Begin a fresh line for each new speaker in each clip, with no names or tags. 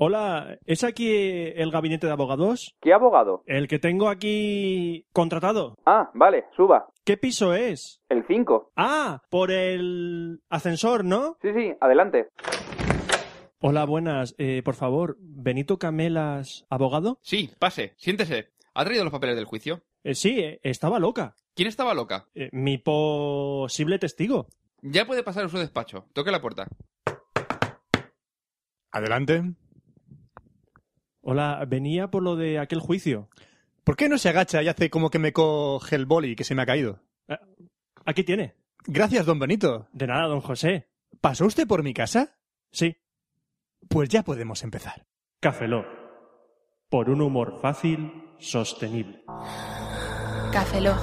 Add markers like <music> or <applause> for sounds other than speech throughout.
Hola, ¿es aquí el gabinete de abogados?
¿Qué abogado?
El que tengo aquí contratado.
Ah, vale, suba.
¿Qué piso es?
El 5.
Ah, por el ascensor, ¿no?
Sí, sí, adelante.
Hola, buenas. Eh, por favor, Benito Camelas, abogado.
Sí, pase, siéntese. ¿Ha traído los papeles del juicio?
Eh, sí, eh, estaba loca.
¿Quién estaba loca?
Eh, mi posible testigo.
Ya puede pasar a su despacho. Toque la puerta.
Adelante.
Hola, venía por lo de aquel juicio.
¿Por qué no se agacha y hace como que me coge el boli que se me ha caído?
Aquí tiene.
Gracias, don Benito.
De nada, don José.
¿Pasó usted por mi casa?
Sí,
Pues ya podemos empezar.
Cafeló. Por un humor fácil, sostenible.
Café Lock.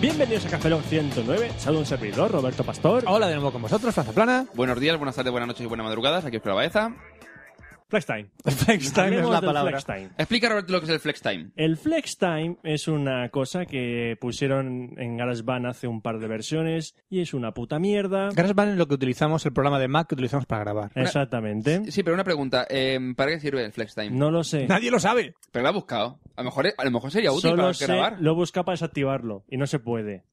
Bienvenidos a Cafeló 109. Saludo a un servidor, Roberto Pastor.
Hola de nuevo con vosotros, Franza <laughs> Plana.
Buenos días, buenas tardes, buenas noches y buenas madrugadas. Aquí os la Baeza.
Flextime.
Frankenstein es
Hablemos
la
del
palabra.
Flextime.
Explica, Roberto, lo que es el flex time.
El flex time es una cosa que pusieron en GarageBand hace un par de versiones y es una puta mierda.
GarageBand es lo que utilizamos, el programa de Mac que utilizamos para grabar.
Exactamente.
Sí, pero una pregunta. eh, ¿Para qué sirve el flex time?
No lo sé.
Nadie lo sabe.
Pero lo ha buscado. A lo mejor, a lo mejor sería útil
Solo
para
sé,
grabar.
lo busca para desactivarlo y no se
<laughs>
puede.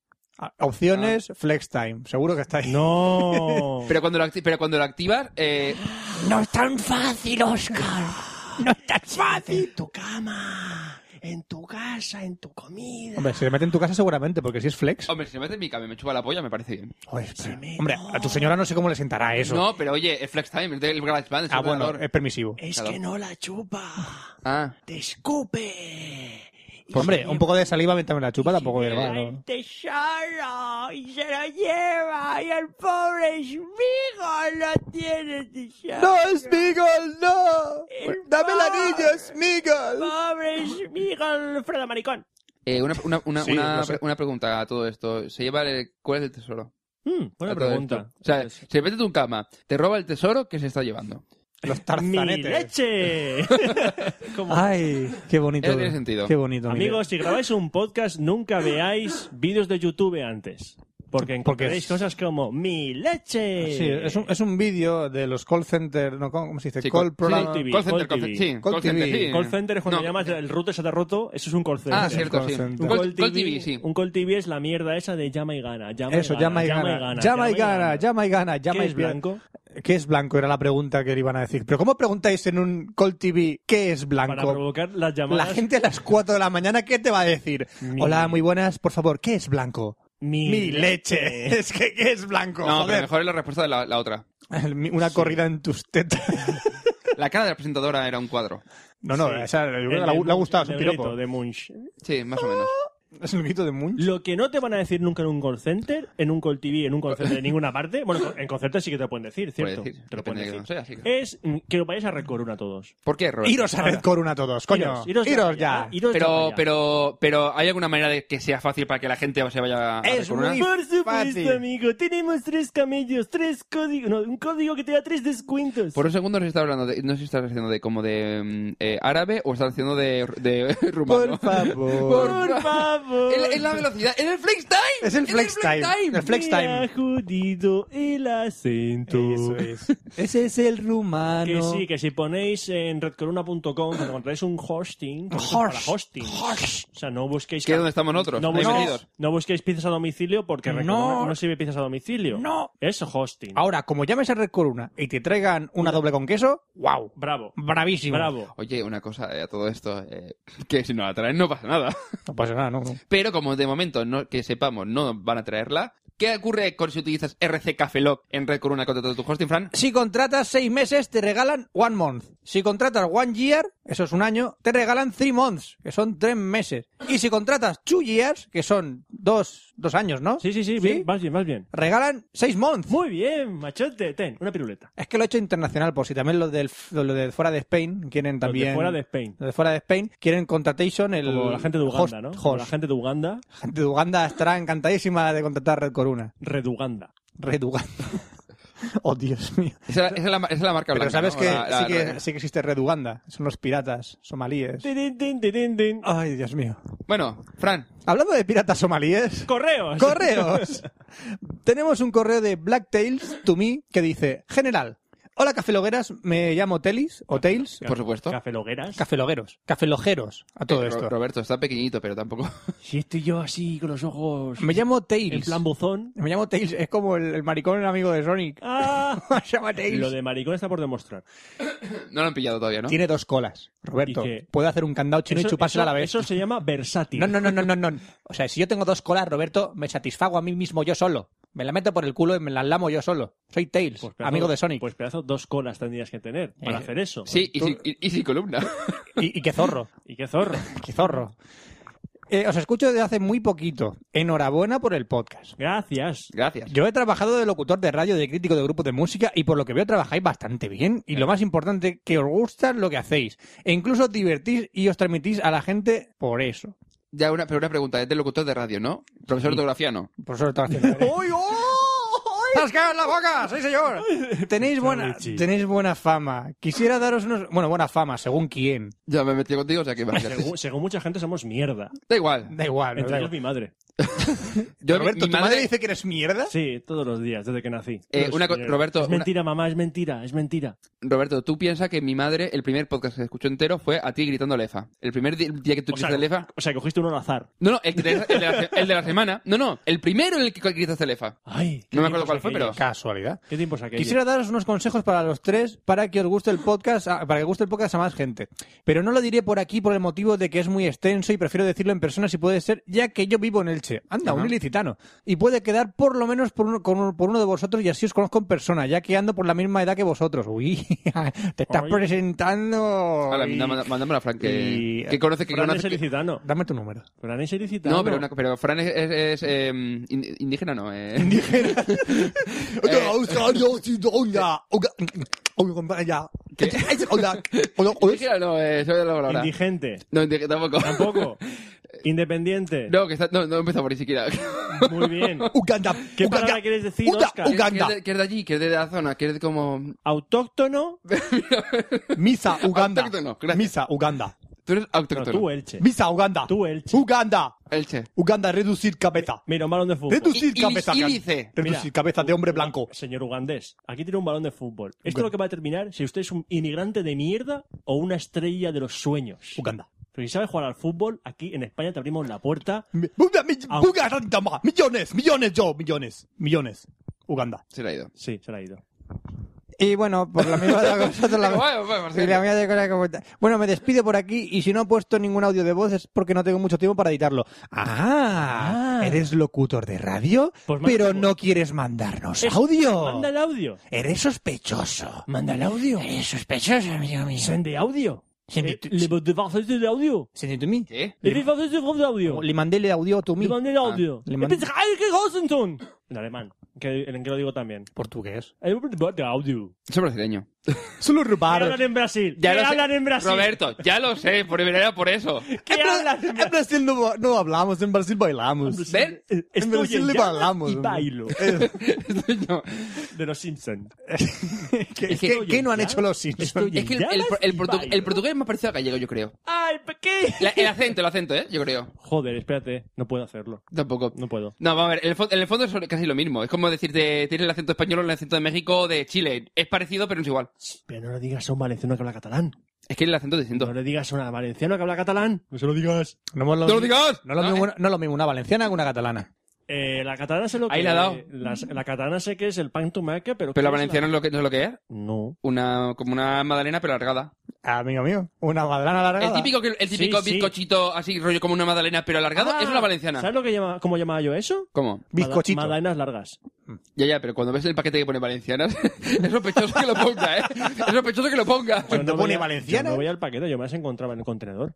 Ah, Opciones, flex time. Seguro que está ahí.
No.
Pero cuando lo, acti- pero cuando lo activas, eh,
No es tan fácil, Oscar. No es tan fácil.
tu cama, en tu casa, en tu comida.
Hombre, se mete en tu casa seguramente, porque si es flex.
hombre, si se mete en mi cama y me chupa la polla, me parece bien.
Joder, espera. Hombre, a tu señora no Eh, sé cómo le sentará eso.
No, pero oye, el flex time, es del GarageBand, es
ah,
el
bueno,
ordenador.
es permisivo.
Es
Claro. que
no la chupa,
Ah,
te escupe.
Hombre, un poco de saliva mientras me la chupa tampoco es malo.
tesoro y se lo lleva y el pobre Smigo no tiene tesoro.
Smigol, no!
¡Dame el anillo,
Smigol!
Pobre Smigo, Freda Maricón.
eh, una, una, una,
Sí,
una-
lo sé.
una pregunta a todo esto. ¿Se lleva el, ¿Cuál es el tesoro?
Hmm, buena
A todo
pregunta.
esto. O sea, se mete en tu cama, te roba el tesoro, ¿qué se está llevando?
Los
¡Mi
<laughs>
tarzanetes.
leche! <laughs> Como-
Ay, qué bonito.
Eso Eh, tiene sentido.
Qué bonito. mi
Amigos, si grabáis un podcast, nunca veáis vídeos de YouTube antes. Porque encontraréis
es-
cosas como ¡Mi leche!
leche. Sí, es un, es un vídeo de los call center, no, ¿cómo se dice?
Sí,
call
call-
program-
sí, TV,
call
call
center, call
TV.
center, sí,
Call
call center,
TV.
sí.
Call center es cuando
No,
llamas, el router se te ha roto, eso es un call center.
Ah, cierto,
call
sí.
center.
Un
Un
Call, call TV, sí.
Un call TV es la mierda esa de llama y gana. Llama
Eso,
y gana,
llama y gana. Llama y gana, llama y gana,
¿Qué
llama y
es blanco?
¿Qué es blanco? Era la pregunta que le iban a decir. Pero ¿cómo preguntáis en un call TV qué es
Para
blanco?
provocar las
La
llamadas.
gente a las 4 de la mañana, ¿qué te va a decir?
Mi-
Hola, muy buenas, por favor, ¿qué es blanco?
Mi,
Mi leche. <laughs> Es que, ¿qué es blanco?
No, pero
Joder.
mejor es la respuesta de la, la otra.
El- mi- Una corrida en tus tetas. <laughs>
La cara de la presentadora era un cuadro.
No, no,
Sí.
esa, yo creo que
El
le, ha-
de
le ha
Munch,
gustado, es
el
un
de
piropo.
Benito, de Munch.
Sí, más o menos.
Es el grito de Munch.
Lo que no te van a decir nunca en un call center, en un call TV, en un call center de ninguna parte, bueno, en call center sí que te lo pueden decir, ¿cierto?
decir,
te lo pueden
depende de
decir.
que no sea, sí que-
Es mm, que lo vayáis a Recoruna todos.
¿Por qué, Robert?
Iros a Red Corona todos, coño. Iros, ya.
iros
pero,
ya.
pero, pero, ¿hay alguna manera de que sea fácil para que la gente se vaya a
Es
Recoruna?
muy-
Por supuesto,
Fácil.
amigo. Tenemos tres camellos, tres códigos. No, un código que te da tres descuentos.
Por un segundo nos está hablando de, no sé si estás haciendo de como de mm, eh, árabe o estás haciendo de, de <laughs> rumano.
Por
<laughs>
favor.
Por favor.
Es la velocidad, es el flex time.
Es el flex time. El flex
Me
time.
ha jodido el acento.
Eso es. Ah, Ese es el
Que
rumano.
sí, que si ponéis en redcorona.com que encontráis un hosting, pues es
Horse.
para hosting. O sea, no busquéis
Que es donde estamos nosotros.
no busquéis,
Bienvenidos.
no busquéis pizzas a domicilio porque Redcorona
No.
no sirve pizzas a domicilio.
No.
Es hosting.
Ahora, como llames a Red Corona y te traigan una doble con queso, wow.
Bravo.
Bravísimo.
Bravo.
Oye, una cosa eh, a todo esto, eh, que si no la traen no pasa nada.
No pasa nada, no. no.
Pero como de momento no, que sepamos no van a traerla, ¿Qué ocurre con si utilizas RC Cafeloc en red con una contrata de tu hosting, Fran?
Si contratas seis meses, te regalan one month. Si contratas one year, eso es un año, te regalan three months, que son tres meses. Y si contratas two years, que son dos, dos años, ¿no?
Sí, sí, sí, bien, vas bien, vas bien.
Regalan seis months.
Muy bien, machote, ten, una piruleta.
Es que lo he hecho internacional, por si también los del lo de fuera de Spain quieren
Los de
también.
fuera de Spain.
los de fuera de Spain quieren contratation el
Como la gente de
host-
Uganda, ¿no? Como La
host.
gente de Uganda,
La gente de Uganda estará encantadísima de contratar Red Corona.
Red Uganda.
Red Uganda. <laughs> oh, Dios mío.
Esa, esa es la, esa es la marca
Pero
blanca.
sabes
¿no?
que,
La- la-
sí que sí que existe Red Uganda. Son los piratas somalíes.
Tin, tin, tin, tin, tin. Ah,
Ay, Dios míío.
Bueno, Fran,
Hablando de
<laughs>
piratas somalíes.
Correos. <laughs>
Correos. Tenemos un correo de Black Tales to me que dice: General, hola cafelogueras, me llamo Telis o Tails.
por supuesto.
Cafelogueras.
Cafelogueros, cafelojeros, a todo
Eh, Ro-
esto.
Roberto, está pequeñito, pero tampoco. <laughs>
Si estoy yo así con los ojos
Me llamo
en
Tails.
plan
<laughs>
buzón.
Me llamo Tails, es como el, el maricón amigo de Sonic. <laughs>
Ah,
Me llama Tails.
lo de maricón está por demostrar.
No lo han pillado todavía, ¿no?
Tiene dos colas, Roberto.
Y que-
Puede hacer un candado chino
Eso-
y chupársela
eso-
a la vez.
Eso se llama versátil.
No, no, no, no, no, no. O sea, si yo tengo dos colas, Roberto, me satisfago a mí mismo yo solo. Me la meto por el culo y me la lamo yo solo. Soy Tails,
Pues pedazo-
amigo de Sonic.
Pues pedazo, dos colas tendrías que tener para
Eh,
hacer eso.
Sí, y sin, y- y sin columna. <laughs>
Y, y qué zorro,
<laughs> Y qué zorro.
qué zorro. Eh, os escucho desde hace muy poquito. Enhorabuena por el podcast.
Gracias.
Gracias.
Yo he trabajado de locutor de radio, de crítico de grupo de música y por lo que veo trabajáis bastante bien y lo más importante, que os gusta lo que hacéis e incluso os divertís y os transmitís a la gente por eso.
Ya una, pero una pregunta, es de locutor de radio, ¿no? Profesor de ortografía, no.
Por eso lo estaba haciendo. ¿eh? ¡Tascaos la boca! ¡Sí, <laughs> señor! Tenéis buena,
Richie.
tenéis buena fama. Quisiera daros unos... Bueno, buena fama, según quién.
Ya me he metido contigo, o sea que va.
Según, según mucha gente somos mierda.
Da igual.
Da igual. ¿no?
Entre ellos mi madre.
Yo, mi-
Roberto,
mi
¿tu madre... dice que eres mierda?
Sí, todos los días, desde que nací.
Eh,
Pues,
una co-
eh,
Roberto,
Es
una-
mentira, mamá, es mentira, es mentira.
Roberto, tú piensas que mi madre, el primer podcast que escuchó entero fue a ti gritando lefa. El primer di- día que tú
O sea,
gritaste lefa.
o sea, cogiste uno al azar.
No, no, el, que te- el de la, el de la semana. No, no, el primero en el que gritaste lefa.
Ay, qué
No
tiempos
me acuerdo cuál fue,
aquellos.
Casualidad.
¿Qué tiempos aquellos?
Quisiera daros unos consejos para los tres para que os guste el podcast, a- para que guste el podcast a más gente. Pero no lo diré por aquí por el motivo de que es muy extenso y prefiero decirlo en persona si puede ser, ya que yo vivo en Elche. Anda, un
Ajá.
ilicitano. Y puede quedar por lo menos por uno, con un- por uno de vosotros y así os conozco en persona, ya que ando por la misma edad que vosotros. Uy, <laughs> te estás
Ay.
presentando.
Ahora,
y-
manda- mandámosla a Fran, que,
y-
que conoce que
Fran es
conoce. que-
ericitano.
Dame tu número.
Fran es ericitano.
No, pero, una- pero Fran es, es- es, eh, in- indígena, no. eh. <laughs> Eh,
<laughs>
¿Qué? Indígena, no, eh, soy de la palabra.
Indigente.
No, indígena tampoco.
Tampoco. Independiente.
<laughs> No, que está, no, no empezamos ni siquiera. <laughs>
Muy bien.
Uganda.
¿Qué
Uganda.
palabra quieres decir,
Uga,
Óscar?
uga. Uganda.
Que, es de, que es de allí, que es de la zona, que es de como...
Autóctono.
Misa,
Ah,
Uganda.
Autóctono, gracias.
Misa, Uganda.
Tú eres
No,
autóctono.
tú, eh. Elche.
Misa, Uganda.
Tú, Elche.
Uganda.
Elche.
Uganda, reducir cabeza.
Mira, un balón de fútbol.
Reducir
Y-
cabeza.
y-
can-
ílice.
Reducir
Mira,
cabeza de hombre blanco.
Señor ugandés, aquí tiene un balón de fútbol. Esto es
Uganda.
lo que va a determinar si usted es un inmigrante de mierda o una estrella de los sueños.
Uganda.
Pero si sabes jugar al fútbol, aquí en España te abrimos la puerta.
Mi- Uganda, mi-
Au.
Uganda, ma. Millones, millones yo, millones, millones. Uganda.
Se le ha ido.
Sí, se la ha ido.
Y bueno, por la misma
Bueno, bueno,
Y <laughs> la mía de cola como tal. Bueno, me despido por aquí y si no he puesto ningún audio de voz es porque no tengo mucho tiempo para editarlo. Ah,
Ah.
eres locutor de radio,
Pues manda
pero
tu voz.
no quieres mandarnos
Es- Mm.
audio.
Manda el audio. Eh,
Eres sospechoso.
Manda el audio.
Eres sospechoso, amigo mío.
Sende audio.
Send
Eh,
it to-
Le voy a hacer de audio.
Señor mí.
¿Qué?
Le voy a hacer este de audio.
Oh, Le mandé el audio a tu mí. Ah,
Le mandé el audio.
le mandé-
Es Heike Rosenthal. En alemán. Que, en que lo digo también.
Portugués.
Eh, De audio.
Soy brasileño.
Solo
¿Qué
rubaro.
hablan en Brasil? ¿Qué
lo sé.
hablan en Brasil?
Roberto, ya lo sé, por era
<laughs>
por eso.
¿Qué hablan en
En Brasil no, no hablamos, en Brasil bailamos.
¿Ven?
Brasil?
En
eh, Estoy
Brasil
en
le
llamas
bailamos.
y
<laughs>
bailo. eh,
No.
De los Simpsons.
¿Qué,
Es que-
qué- qué no han hecho los Simpsons?
Estoy-
Es que el,
Ya
el-
las
el portu-
bailo.
el portugués es más parecido a gallego, yo creo.
¡Ay, qué!
La- el acento, el acento, ¿eh? Yo creo.
Joder, espérate. No puedo hacerlo.
Tampoco.
No puedo.
No, vamos a ver, en el, fo- en el fondo es casi lo mismo. Es como decirte, tienes el acento español o el acento de México o de Chile. Es parecido, pero no es igual.
Pero no le digas a un valenciano que habla catalán.
Es que el acento es distinto.
No le digas a una valenciana que habla catalán. No se lo digas.
No, hemos
¡No lo digas!
No es lo,
No,
mismo,
eh.
no es lo mismo una valenciana que una catalana.
Eh, la catalana sé lo que
Ahí la ha dado.
las- la catalana sé que es el pan to maca, pero. ¿qué
Pero la
es
valenciana es lo que, no es lo que es.
No.
Una, como una magdalena, pero alargada.
Amigo mío, una madrona larga.
El típico, que- el
Sí,
típico
sí.
bizcochito así, rollo como una magdalena, pero alargado,
Ah,
es una valenciana.
¿Sabes lo que llama, cómo llamaba yo eso?
¿Cómo?
Bizcochito.
Mada- Magdalenas largas.
Ya, ya, pero cuando ves el paquete que pone valencianas, <laughs> es sospechoso que lo ponga, ¿eh? Es sospechoso que lo ponga.
Yo
te pone
veía-
valenciana.
Yo no veía el paquete, yo me las encontraba en el contenedor.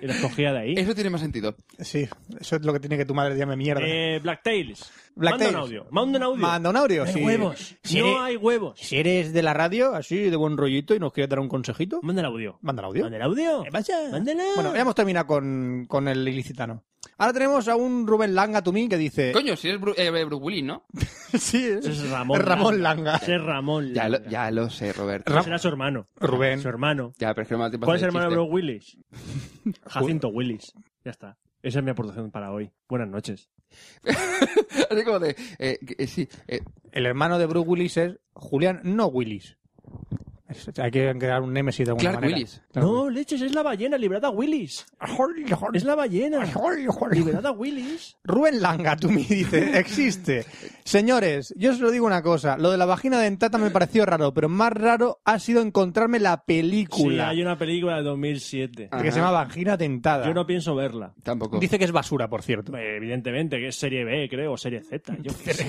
Y las cogía de
<laughs>
ahí.
Eso tiene más sentido.
Sí, eso es lo que tiene que tu madre llame mierda.
Eh, Black Tails.
Black
Manda un
Tails.
audio. Manda un audio.
Manda un audio,
No hay
sí.
huevos.
Sí.
No hay huevos.
Si eres de la radio, así de buen rollito y nos quieres dar un consejito,
Manda el audio.
manda el audio.
Manda el audio.
¿Qué pasa?
Mándala.
Bueno, ya hemos terminado con, con el ilicitano. Ahora tenemos a un Rubén Langa Tumín que dice...
Coño, si eres Bru eh, Bruce Willis, ¿no?
<laughs> sí, ¿eh?
Ese es Ramón.
Ramón Langa.
Ese es Ramón.
Ya lo,
Langa.
ya lo sé, Roberto.
Ra-
Será su hermano.
<laughs> Rubén.
Su hermano.
Ya, pero es que no me da tiempo a
¿Cuál es
hacer
el hermano de
chiste.
Bruce Willis?
<laughs>
Jacinto Willis. Ya está. Esa es mi aportación para hoy. Buenas noches.
Así como de, eh, que- eh, sí, eh,
El hermano de Bruce Willis es Julián No Willis. Es- Hay que crear un némesis de alguna
Clark
manera.
Willis.
Clark
No, leches, es la ballena, librada a Willis.
Willis.
Es la
<laughs>
ballena.
Liberado.
Liberada a Willis.
Rubén Langa, tú me dices, existe. Señores, yo os lo digo una cosa. Lo de la vagina dentata me pareció raro, pero más raro ha sido encontrarme la
Sí,
película
hay una película de 2007.
Ah.
que se llama Vagina Dentada.
Yo no pienso verla.
tampoco.
Dice que es basura, por cierto.
Eh, Evidentemente, que es serie B, creo, o serie Z. Yo qué sé.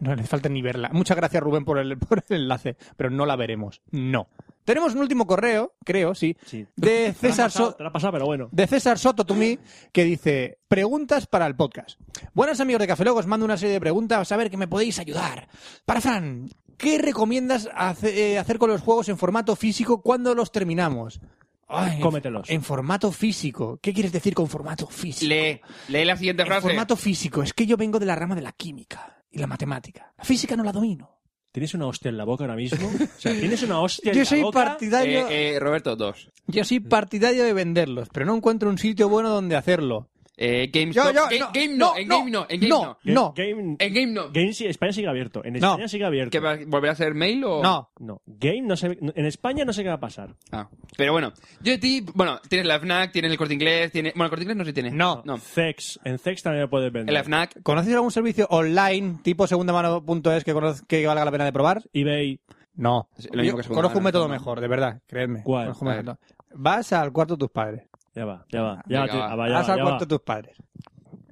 No le falta ni verla. Muchas gracias, Rubén, por el, <laughs> por el enlace, pero no la veremos. No. Tenemos un último correo, creo, sí,
Sí.
de
Te la has
César
pasado,
Soto.
Te la has pasado, pero bueno.
de César Soto Tumí, que dice, preguntas para el podcast. Buenas amigos de Café Logo, os mando una serie de preguntas a ver que me podéis ayudar. Para Fran, ¿qué recomiendas hace- eh, hacer con los juegos en formato físico cuando los terminamos? Ay, en-
Cómetelos.
En formato físico. ¿Qué quieres decir con formato físico?
Lee, lee la siguiente
En
frase.
formato físico. Es que yo vengo de la rama de la química y la matemática. La física no la domino.
¿Tienes una hostia en la boca ahora mismo? O sea, ¿tienes una hostia en
Yo
la
soy
boca?
partidario...
Eh, eh, Roberto, dos.
Yo soy partidario de venderlos, pero no encuentro un sitio bueno donde hacerlo.
Eh, GameStop.
Yo, yo,
Ga-
no,
game
no,
no, en
no,
Game no, en Game
no.
no.
Ga-
No.
Game,
En Game no.
Game sí- España sigue abierto. En
No.
España sigue abierto.
¿Qué va- ¿Volverá a ser mail o...?
No,
No, Game no sé. En España no sé qué va a pasar.
Ah, pero bueno. Yo de ti... Bueno, tienes la FNAC, tienes el Corte Inglés, tienes... Bueno, el Corte Inglés no sé si tienes.
No.
No.
Zex, en Zex también lo puedes vender.
El FNAC...
¿Conoces algún servicio online tipo segundamano.es que, conoz- que valga la pena de probar?
eBay.
No.
Sí, lo mismo
Yo
que segunda
conozco
mano,
un método
¿no?
mejor, de verdad, creedme.
¿Cuál?
Conozco un
A ver.
método. Vas al cuarto de tus padres.
Ya va, ya va. Ya, va,
Venga,
tío,
va.
ya va, ya
Vas
va,
al
ya
cuarto
va.
de tus padres.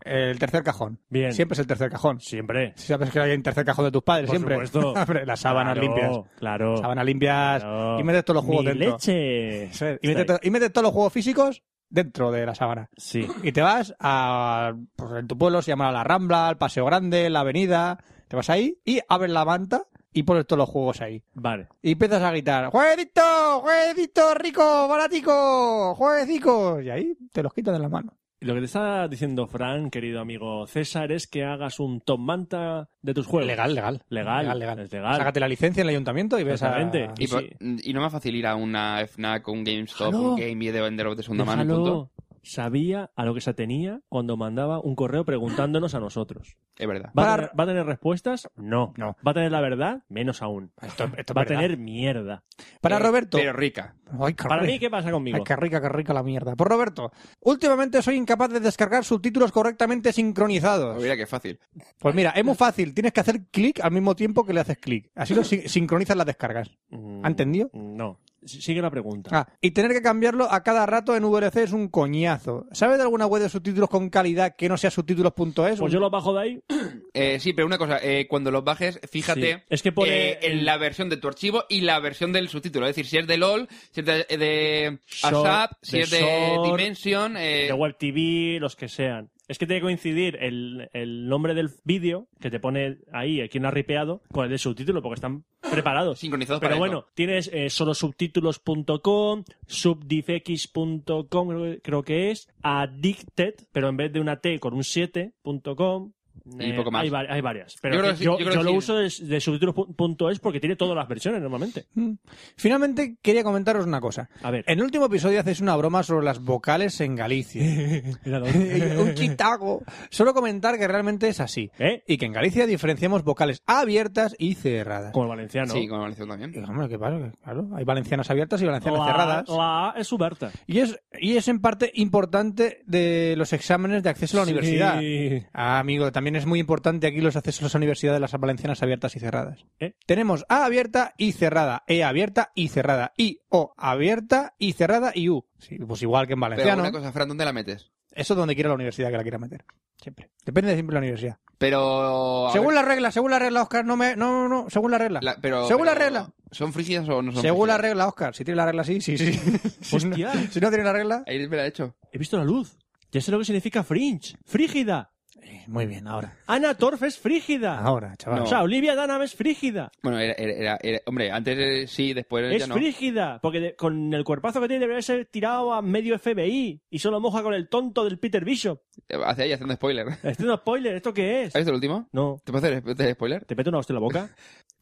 El tercer cajón.
Bien.
Siempre es el tercer cajón.
Siempre.
Si sabes que hay un tercer cajón de tus padres,
Por
siempre.
supuesto.
<laughs> Hombre, Las sábanas
Claro,
limpias.
Claro.
Sábanas limpias.
claro.
Y metes todos los juegos
Mi
dentro.
leche.
Sí, Y metes, to- y metes todos los juegos físicos dentro de la sábana.
Sí.
Y te vas a. Pues en tu pueblo se llama la Rambla, el Paseo Grande, la Avenida. Te vas ahí y abres la manta y pones todos los juegos ahí.
Vale.
Y empiezas a gritar: ¡Jueguito! ¡Jueguito rico! ¡Baratico! ¡Jueguecico! Y ahí te los quitan de las manos.
Lo que te está diciendo Fran, querido amigo César, es que hagas un top manta de tus juegos.
Legal, legal.
Pues, Legal,
legal.
es legal.
Sácate la licencia en el ayuntamiento y ves a.
Exactamente.
Y,
Sí.
por- y no me facilita una FNAC, un GameStop,
Déjalo.
un Game y de venderos de segunda mano, y punto.
Déjalo. Sabía a lo que se atenía cuando mandaba un correo preguntándonos a nosotros.
Es verdad.
¿Va,
Para-
a tener, va a tener respuestas? No.
No.
¿Va a tener la verdad? Menos aún.
Esto, esto es
Va a
verdad.
tener mierda.
Para
Eh,
Roberto.
Pero rica.
Ay, qué
Para
horror.
mí, ¿qué pasa conmigo?
Ay, qué rica, qué rica la mierda. Por Roberto, últimamente soy incapaz de descargar subtítulos correctamente sincronizados.
Mira qué fácil.
Pues mira, es muy fácil. Tienes que hacer clic al mismo tiempo que le haces clic. Así lo sin- sincronizas las descargas.
Mm,
¿Ha entendido?
No. S- Sigue la pregunta.
Ah, y tener que cambiarlo a cada rato en VLC es un coñazo. ¿Sabes de alguna web de subtítulos con calidad que no sea subtítulos.es?
Pues yo lo bajo de ahí.
Eh, sí, pero una cosa, eh, cuando los bajes, fíjate
Sí. Es que pone-
eh, en la versión de tu archivo y la versión del subtítulo. Es decir, si es de LOL, si es de, de
Short,
ASAP, si
de
es de
Short,
Dimension. eh,
de Web TV, los que sean. Es que tiene que coincidir el, el nombre del vídeo que te pone ahí, eh, quien ha ripeado, con el del subtítulo, porque están preparados.
Sincronizados
Pero
para
bueno, tienes eh, solosubtítulos.com, subdifx.com, creo- creo que es, addicted, pero en vez de una T con un 7.com.
Y poco más.
eh, Hay, va- hay varias. Pero
Yo creo
que
que sí,
yo,
yo creo
yo
que
lo
sí.
uso de, de subtítulos.es porque tiene todas las versiones normalmente.
Mm. Finalmente, quería comentaros una cosa.
A ver.
En el último episodio hacéis una broma sobre las vocales en Galicia. <laughs> un chitago. Solo comentar que realmente es así.
<laughs> ¿Eh?
Y que en Galicia diferenciamos vocales abiertas y cerradas.
Como el valenciano.
Sí, con Valenciano también.
Y, hombre, ¿qué pasa? Que, Claro, hay valencianas abiertas y valencianas
la,
cerradas.
La A es Huberta.
Y es, y es en parte importante de los exámenes de acceso a la
Sí.
universidad. Ah, amigo, también También es muy importante aquí los accesos a universidades, las valencianas abiertas y cerradas.
¿Eh?
Tenemos A abierta y cerrada, E abierta y cerrada, I, O abierta y cerrada y U. Sí, pues igual que en
Pero
valenciano.
una cosa, Fran, ¿dónde la metes?
Eso es donde quiera la universidad que la quiera meter. Siempre. Depende de siempre la universidad.
Pero... a ver,
según la regla, según la regla, Oscar, no me. No, no, no, según la regla.
la- pero
según la
pero,
regla.
¿Son frisias o no son
Según la
frisias?
regla, Oscar. Si tiene la regla, sí,
<laughs>
sí, sí. si, Pues no,
Hostia.
<laughs> si no tiene la regla.
Ahí me la he hecho.
He visto la luz. Ya sé lo que significa fringe. Frígida.
eh, Muy bien, ahora.
Ana Torf es frígida.
Ahora, chaval.
No.
O sea, Olivia Dunham es frígida.
Bueno, era, era- era- era- hombre, antes eh, sí, después ya
Es
no.
frígida. Porque de- con el cuerpazo que tiene debería ser tirado a medio FBI. Y solo moja con el tonto del Peter Bishop.
Hacia Eh, ahí haciendo spoiler. <laughs> ¿Has
Este es un spoiler. ¿Esto qué es?
visto el último?
No.
¿Te puedo hacer sp- de spoiler?
¿Te meto una hostia en la
<laughs>
boca?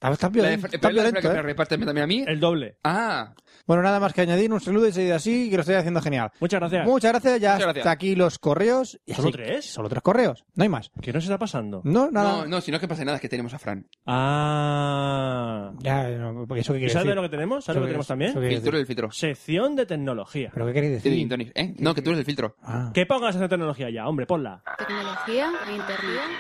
Está- está
La de-
violento,
espera,
está
espera,
violento,
que me
¿eh?
repartes también a mí.
El doble.
Ah,
Bueno, nada más que añadir. Un saludo y seguid así, que lo estáis haciendo genial.
Muchas gracias.
Muchas gracias. Ya
Muchas gracias.
hasta aquí los correos. Y
¿Solo
así-
tres?
Solo tres correos. No hay más.
¿Qué nos está pasando?
No,
no,
nada.
no, si no es que pase nada, es que tenemos a Fran.
Ah.
Ya, no, porque eso qué
¿Y
quiere
sabes de
decir.
lo que tenemos? ¿Sabes lo que tenemos
Eso qué-
también?
eso qué quiere
Filtro del
decir.
filtro.
Sección de tecnología.
¿Pero qué queréis
Sí,
decir?
Tony, ¿eh? No, que tú eres el filtro.
Ah.
Que pongas esa tecnología ya, hombre, ponla.
Tecnología e internet.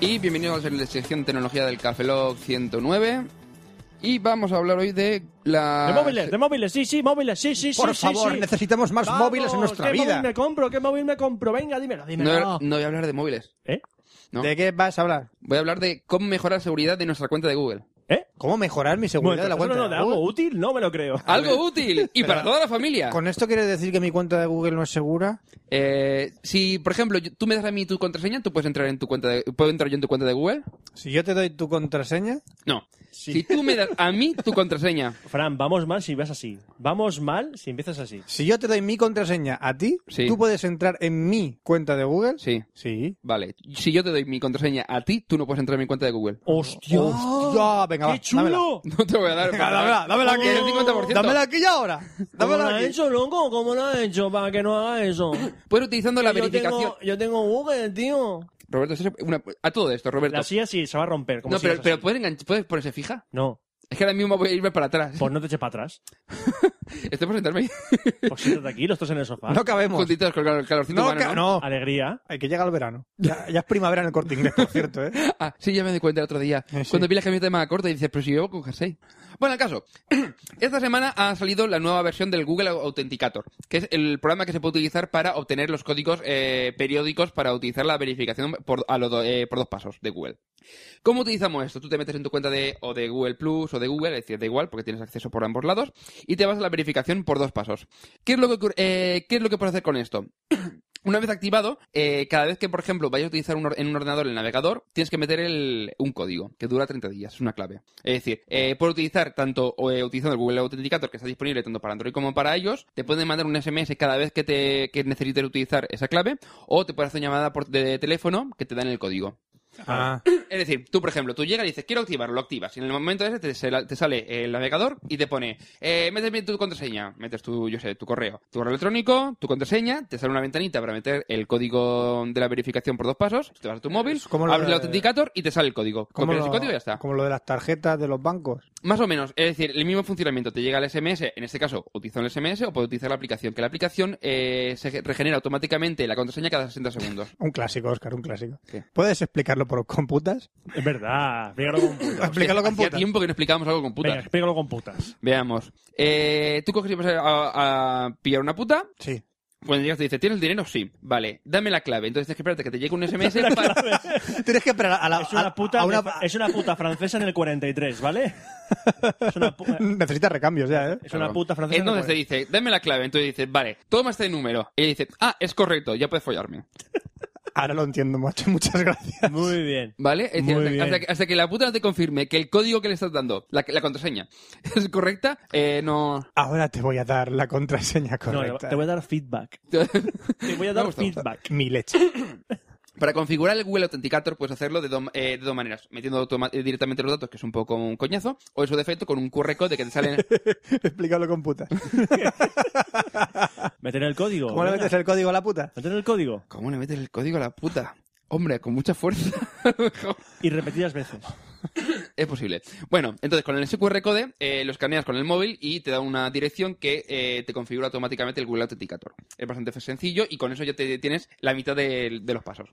Y bienvenidos a la sección de tecnología del Cafelog 109. Y vamos a hablar hoy de la...
De móviles, de móviles, sí, sí, móviles, sí, sí,
Ah, Por
sí, sí,
favor,
sí.
necesitamos más
Vamos,
móviles en nuestra
¿qué
vida.
móvil me compro? ¿Qué móvil me compro? Venga, dímelo, dímelo.
no, no voy a hablar de móviles.
¿Eh?
No.
¿De qué vas a hablar?
Voy a hablar de cómo mejorar la seguridad de nuestra cuenta de Google.
¿Eh?
¿Cómo mejorar mi seguridad
Bueno,
de la cuenta?
no, no,
de
de algo
Google?
útil, no me lo creo.
Algo útil y para toda la familia.
¿Con esto quieres decir que mi cuenta de Google no es segura?
Eh, si, por ejemplo, yo- tú me das a mí tu contraseña, ¿tú puedes entrar en tu cuenta de, ¿puedo entrar yo en tu cuenta de Google?
Si yo te doy tu contraseña,
No. Si tú me das a mí tu contraseña,
Fran, vamos mal si vas así. Vamos mal si empiezas así.
si yo te doy mi contraseña a ti,
Sí.
¿tú puedes entrar en mi cuenta de Google?
sí,
Sí.
vale. Si yo te doy mi contraseña a ti, tú no puedes entrar en mi cuenta de Google. <laughs>
¡Hostia!
Hostia, venga, va,
¡Qué chulo!
No te voy a dar.
Venga, dámela, dámela aquí.
El 50%.
Dámela aquí ya ahora.
¿Cómo lo
Dámela
ha
aquí.
hecho, loco? ¿Cómo lo ha hecho para que no haga eso?
Puedes utilizando la
yo,
verificación.
tengo, yo tengo Google, tío.
Roberto, eso es una- a todo esto, Roberto.
La silla sí se va a romper. Como
No,
si
pero,
hagas
pero
así.
puedes, enganch- puedes ponerse fija.
No,
Es que ahora mismo voy a irme para atrás.
pues no te eches para atrás.
<laughs> Estoy por sentarme ahí.
Pues siéntate aquí, los dos en el sofá.
<laughs> No cabemos.
Juntitos con el calorcito
No,
humano,
ca-
¿no?
no.
Alegría.
Hay que llegar al verano. Ya, ya es primavera en el corte inglés, por cierto, ¿eh?
<laughs> Ah, sí, ya me di cuenta el otro día.
Eh, sí.
Cuando vi la camiseta de manga corta y dices, pero si yo con jersey. Bueno, el caso. <clears throat> Esta semana ha salido la nueva versión del Google Authenticator, que es el programa que se puede utilizar para obtener los códigos eh, periódicos para utilizar la verificación por, a los do- eh, por dos pasos de Google. ¿Cómo utilizamos esto? Tú te metes en tu cuenta de, o de Google Plus o de Google, es decir, da igual porque tienes acceso por ambos lados, y te vas a la verificación por dos pasos. ¿Qué es lo que, ocurre- eh, ¿qué es lo que puedes hacer con esto? Una vez activado, eh, cada vez que, por ejemplo, vayas a utilizar un or- en un ordenador el navegador, tienes que meter el- un código que dura 30 días, es una clave. Es decir, eh, por utilizar tanto o, eh, utilizando el Google Authenticator, que está disponible tanto para Android como para iOS, te pueden mandar un SMS cada vez que, te, que necesites utilizar esa clave, o te puedes hacer llamada por de teléfono que te dan el código.
<laughs> Ah,
Es decir, tú, por ejemplo, tú llegas y dices, quiero activarlo, lo activas. Y en el momento ese te, se la- te sale el navegador y te pone, eh, méteme tu contraseña, metes tu, yo sé, tu correo, tu correo electrónico, tu contraseña, te sale una ventanita para meter el código de la verificación por dos pasos, te vas a tu móvil,
Es como lo
abres
de-
el autenticator y te sale el código.
como
Copias el
lo-
código y ya está.
Como lo de las tarjetas de los bancos.
Más o menos, es decir, el mismo funcionamiento. Te llega el SMS, en este caso, utilizo el SMS o puedo utilizar la aplicación, que la aplicación eh, se regenera automáticamente la contraseña cada 60 segundos.
Un clásico, Oscar, un clásico.
¿Qué?
¿Puedes explicarlo por computas?
Es verdad. Explícalo con putas.
<laughs> Explícalo con
Hacía
putas.
tiempo que no explicábamos algo con putas.
Venga, explícalo con putas.
Veamos. Eh, tú coges y vas a, a- a pillar una puta.
Sí.
Cuando llegas te dice, ¿tienes el dinero? Sí. Vale, dame la clave. Entonces tienes que esperarte que
<laughs>
te llegue un SMS para...
Tienes que esperar a la.
Es
Ah,
una,
a-
puta,
a una-
es una puta francesa en el 43, ¿vale? Es una, pu-
Necesitas recambios ya, ¿eh?
es una puta francesa en el
Entonces te
43.
dice, dame la clave. Entonces dices, vale, toma este número. Y dice, ah, es correcto, ya puedes follarme.
Ahora lo entiendo, macho. <laughs> Muchas gracias.
Muy bien.
¿Vale? Es
Muy
decir, hasta,
bien.
hasta que, hasta que la puta no te confirme que el código que le estás dando, la, la contraseña, <laughs> es correcta, eh, no...
Ahora te voy a dar la contraseña
No,
correcta.
te voy a dar feedback. Te voy a
<laughs> Me ha
dar
gustado.
feedback.
Mi leche. <laughs>
Para configurar el Google Authenticator puedes hacerlo de, do- eh, de dos maneras, metiendo automa- eh, directamente los datos, que es un poco un coñazo, o en su defecto con un QR code que te salen
Explícalo con putas.
Meter el código.
¿Cómo le
venga.
metes el código a la puta?
Meter el código.
¿Cómo le metes el código a la puta? Hombre, con mucha fuerza. <laughs>
Y repetidas veces.
es posible. Bueno, entonces con el SQR code eh, lo escaneas con el móvil y te da una dirección que eh, te configura automáticamente el Google Authenticator. Es bastante sencillo y con eso ya te tienes la mitad de- de los pasos.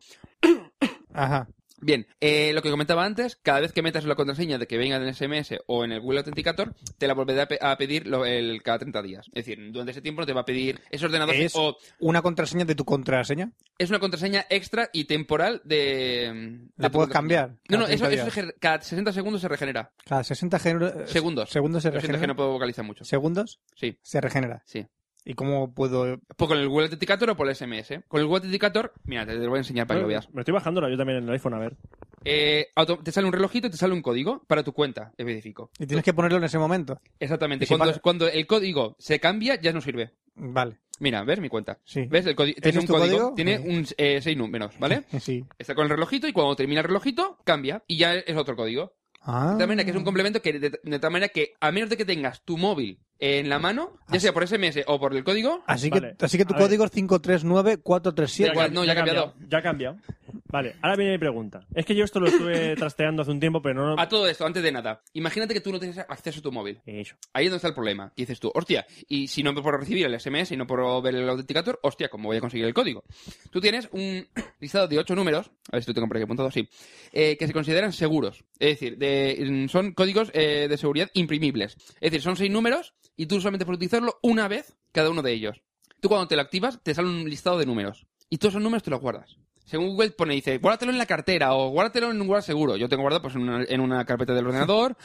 Ajá.
Bien, eh, lo que comentaba antes, cada vez que metas la contraseña de que venga en SMS o en el Google Authenticator, te la volverá a pe- a pedir lo- el, cada 30 días. Es decir, durante ese tiempo no te va a pedir ese ordenador
¿Es
o
una contraseña de tu contraseña?
es una contraseña extra y temporal de...
¿La
de tu
puedes
contraseña.
cambiar?
No, no,
cada
eso,
30
eso
días?
es que cada 60 segundos se regenera.
Cada 60 gener-
Segundos.
segundos se
Lo siento, es
regenera.
que no puedo vocalizar mucho.
Segundos
Sí,
se regenera.
sí.
¿Y cómo puedo...?
Pues con el Google Authenticator o por el SMS. ¿eh? Con el Google Authenticator, mira, te te lo voy a enseñar para que lo veas.
Me estoy bajándola yo también en el iPhone, a ver.
Eh, auto- te sale un relojito y te sale un código para tu cuenta, específico.
Y tienes que ponerlo en ese momento.
Exactamente.
Y si
cuando,
pasa-
cuando el código se cambia, ya no sirve.
Vale.
Mira, ¿ves mi cuenta?
Sí.
¿Ves? El código- tiene
es
un
tu
código,
código?
tiene
Sí.
un, eh, seis números,
<laughs>
¿vale?
Sí.
Está con el relojito y cuando termina el relojito, cambia y ya es otro código.
Ah.
De tal manera que es un complemento que, de, de tal manera que, a menos de que tengas tu móvil en la mano, ya sea por SMS o por el código,
Así,
Vale.
que, así que tu
A ver.
código es 539437.
Ya, no, ya ha
ha
cambiado.
Ya ha cambiado. Vale, ahora viene mi pregunta. Es que yo esto lo estuve <laughs> trasteando hace un tiempo, pero no...
a todo esto, antes de nada, imagínate que tú no tienes acceso a tu móvil.
Eso.
Ahí es donde está el problema. Y dices tú, hostia, y si no por recibir el SMS y no por ver el autenticator, hostia, ¿cómo voy a conseguir el código? Tú tienes un <clears throat> listado de ocho números, a ver si lo tengo por aquí apuntado, sí, eh, que se consideran seguros. Es decir, de- mm, son códigos eh, de seguridad imprimibles. Es decir, son seis números y tú solamente puedes utilizarlo una vez cada uno de ellos. Tú cuando te lo activas, te sale un listado de números. Y todos esos números te los guardas. Según Google pone, dice, guárdatelo en la cartera o guárdatelo en un lugar seguro. Yo tengo guardado pues, en una- en una carpeta del ordenador,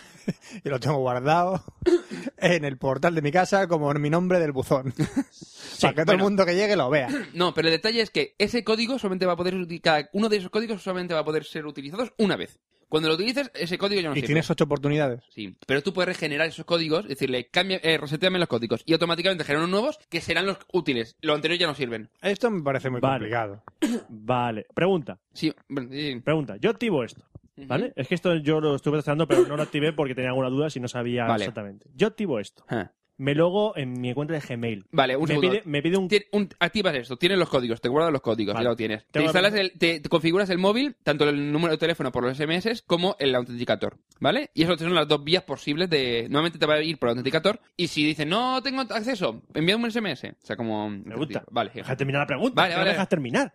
Y lo tengo guardado <laughs> en el portal de mi casa como en mi nombre del buzón. <laughs> Para que todo el
bueno.
mundo que llegue lo vea.
No, pero el detalle es que ese código solamente va a poder uti- cada uno de esos códigos solamente va a poder ser utilizados una vez. Cuando lo utilices, ese código ya no
Y
sirve.
tienes ocho oportunidades.
Sí, pero tú puedes regenerar esos códigos, decirle, cambia, eh, reseteame los códigos y automáticamente generan unos nuevos que serán los útiles. Los anteriores ya no sirven.
Esto me parece muy
Vale.
complicado.
Vale, pregunta,
Sí, bueno, sí.
pregunta. Yo activo esto, ¿vale? Es que esto yo lo estuve trasteando, pero no lo activé porque tenía alguna duda si no sabía
Vale.
exactamente. Yo activo esto.
Ah.
Me logo en mi cuenta de Gmail.
Vale, un
me,
segundo.
pide, me pide un...
Tien- un- activas esto, tienes los códigos, te guardas los códigos,
Vale.
ya lo tienes. Te,
Tengo
instalas
la-
el- te, te configuras el móvil, tanto el número de teléfono por los SMS como el autenticator, ¿vale? Y eso son las dos vías posibles de... Normalmente te va a ir por el autenticator y si dices, no tengo acceso, envíame un SMS. O sea, como...
Me gusta.
Vale.
Deja terminar la pregunta.
Vale,
no
vale.
me dejas terminar.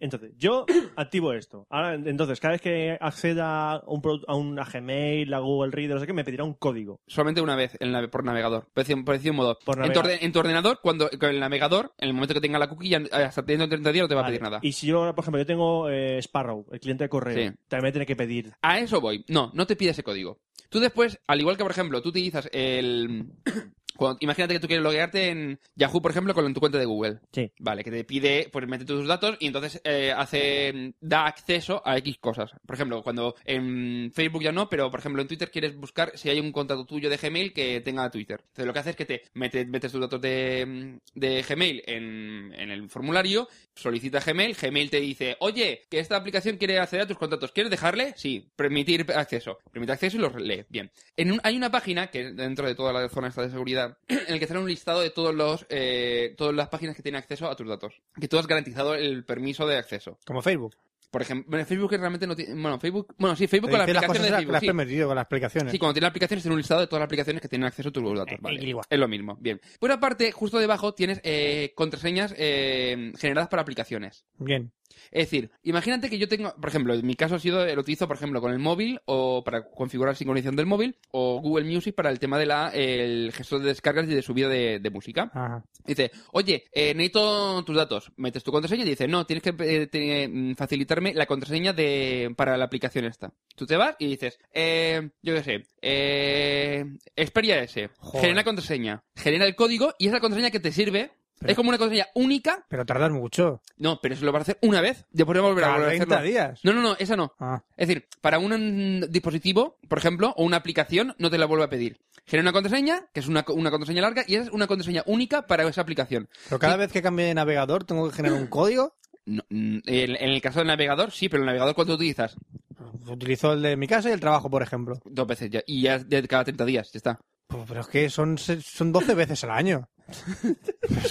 Entonces,
<coughs>
yo activo esto. Ahora, entonces, cada vez que acceda a un, produ- a un a Gmail, a Google Reader, no sé qué, me pedirá un código.
Solamente una vez en la- por navegador, por decir, por decir un modo.
Por
en, tu
navegador.
orde- en tu ordenador, cuando con el navegador, en el momento que tenga la cookie, ya, hasta teniendo 30 días no te va a
Vale.
pedir nada.
Y si yo, ahora, por ejemplo, yo tengo eh, Sparrow, el cliente de correo,
Sí.
también me tiene que pedir.
A eso voy. No, no te pide ese código. Tú después, al igual que, por ejemplo, tú utilizas el... cuando- imagínate que tú quieres loguearte en Yahoo, por ejemplo, con en tu cuenta de Google.
Sí.
Vale, que te pide, pues mete tus datos y entonces eh, hace da acceso a X cosas. Por ejemplo, cuando en Facebook ya no, pero por ejemplo en Twitter quieres buscar si hay un contacto tuyo de Gmail que tenga Twitter. Entonces lo que hace es que te mete- metes tus datos de, de Gmail en, en el formulario, solicita Gmail, Gmail te dice, oye, que esta aplicación quiere acceder a tus contactos, ¿quieres dejarle? Sí, permitir acceso. Permite acceso y los lee. Bien. En un- hay una página que dentro de toda la zona esta de seguridad <clears throat> en el que sale un listado de todos los eh, todas las páginas que tienen acceso a tus datos que tú has garantizado el permiso de acceso
Como Facebook.
por ejemplo bueno, Facebook que realmente no tiene bueno Facebook bueno sí Facebook
Te
con la
dice las
aplicación
cosas
de
que
Facebook
has
sí.
permitido con las explicaciones.
Sí, cuando tiene aplicaciones, tiene un listado de todas las aplicaciones que tienen acceso a tus datos.
Eh,
Vale.
igual.
Es lo mismo. Bien. Pues aparte, justo debajo tienes eh, contraseñas eh, generadas para aplicaciones.
Bien.
Es decir, imagínate que yo tengo, por ejemplo, en mi caso ha sido, eh, lo utilizo, por ejemplo, con el móvil o para configurar sincronización del móvil o Google Music para el tema de la el gestor de descargas y de subida de, de música.
Ajá.
Dice, oye, eh, necesito tus datos. Metes tu contraseña y dice, no, tienes que eh, te- mm, facilitarme la contraseña de para la aplicación esta. Tú te vas y dices, eh, yo qué sé, eh, Xperia S.
Joder.
Genera contraseña. Genera el código y esa contraseña que te sirve
Pero-
es como una contraseña única.
Pero tardas mucho.
No, pero eso lo vas a hacer una vez. Después no volver a
Cada
volver a
30
hacerlo.
días.
No, no, no, esa no.
Ah,
Es decir, para un mm, dispositivo, por ejemplo, o una aplicación, no te la vuelvo a pedir. Genera una contraseña, que es una, co- una contraseña larga, y es una contraseña única para esa aplicación.
pero cada vez que cambie de navegador tengo que generar un código.
No, mm, en, en el caso del navegador, sí, pero el navegador ¿cuánto utilizas?
Utilizo el de mi casa y el trabajo, por ejemplo.
Dos veces ya, y ya de cada 30 días, ya está. <laughs>
Pues, Pero es que son, se- son 12 veces al año. Son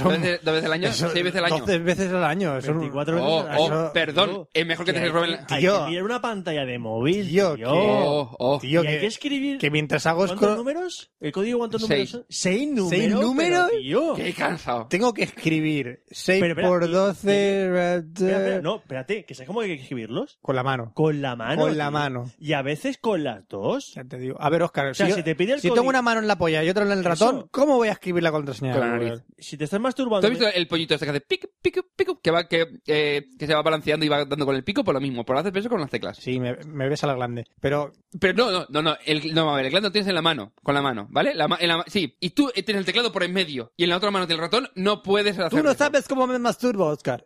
Dos veces, dos veces al año,
eso-
seis veces al año.
12 veces al año. Son
24 veces
Oh,
al
año.
oh, perdón. Es mejor que te
hay,
roben.
hay
Tío.
que mirar una pantalla de móvil.
Tío,
Tío,
que-
Oh, oh.
Tío,
y hay
que,
que escribir.
que mientras hago
¿Cuántos
scroll-
números? ¿El código cuántos
Seis.
números son? ¿Seis números? pero,
números?
tío.
Qué cansado.
Tengo que escribir 6
Pero, espera,
por
y-
12 eh,
Espera, espera, no, espérate, que sabes cómo hay que escribirlos.
con la mano.
Con la mano.
Con la
tío.
mano.
Y a veces con las dos.
Ya te digo. A ver, Oscar,
sea,
si, yo-
si te pide el
si
código-
tengo una mano en la polla y otra en el ratón,
Eso.
¿cómo voy a escribir la contraseña?
Con la nariz.
Si te estás masturbando.
¿Tú has visto el pollito este que hace pic, pic, pic, que, va, que, eh, que se va balanceando y va dando con el pico? Por lo mismo, por hacer peso con las teclas.
Sí, me, me ves a la grande. Pero
Pero no, no, no, no, el, no, a ver, el teclado lo tienes en la mano, con la mano, ¿vale? La, ma- en la ma- sí, y tú eh, tienes el teclado por en medio, y en la otra mano del ratón no puedes hacer
tú no
eso.
sabes cómo me masturbo, Oscar.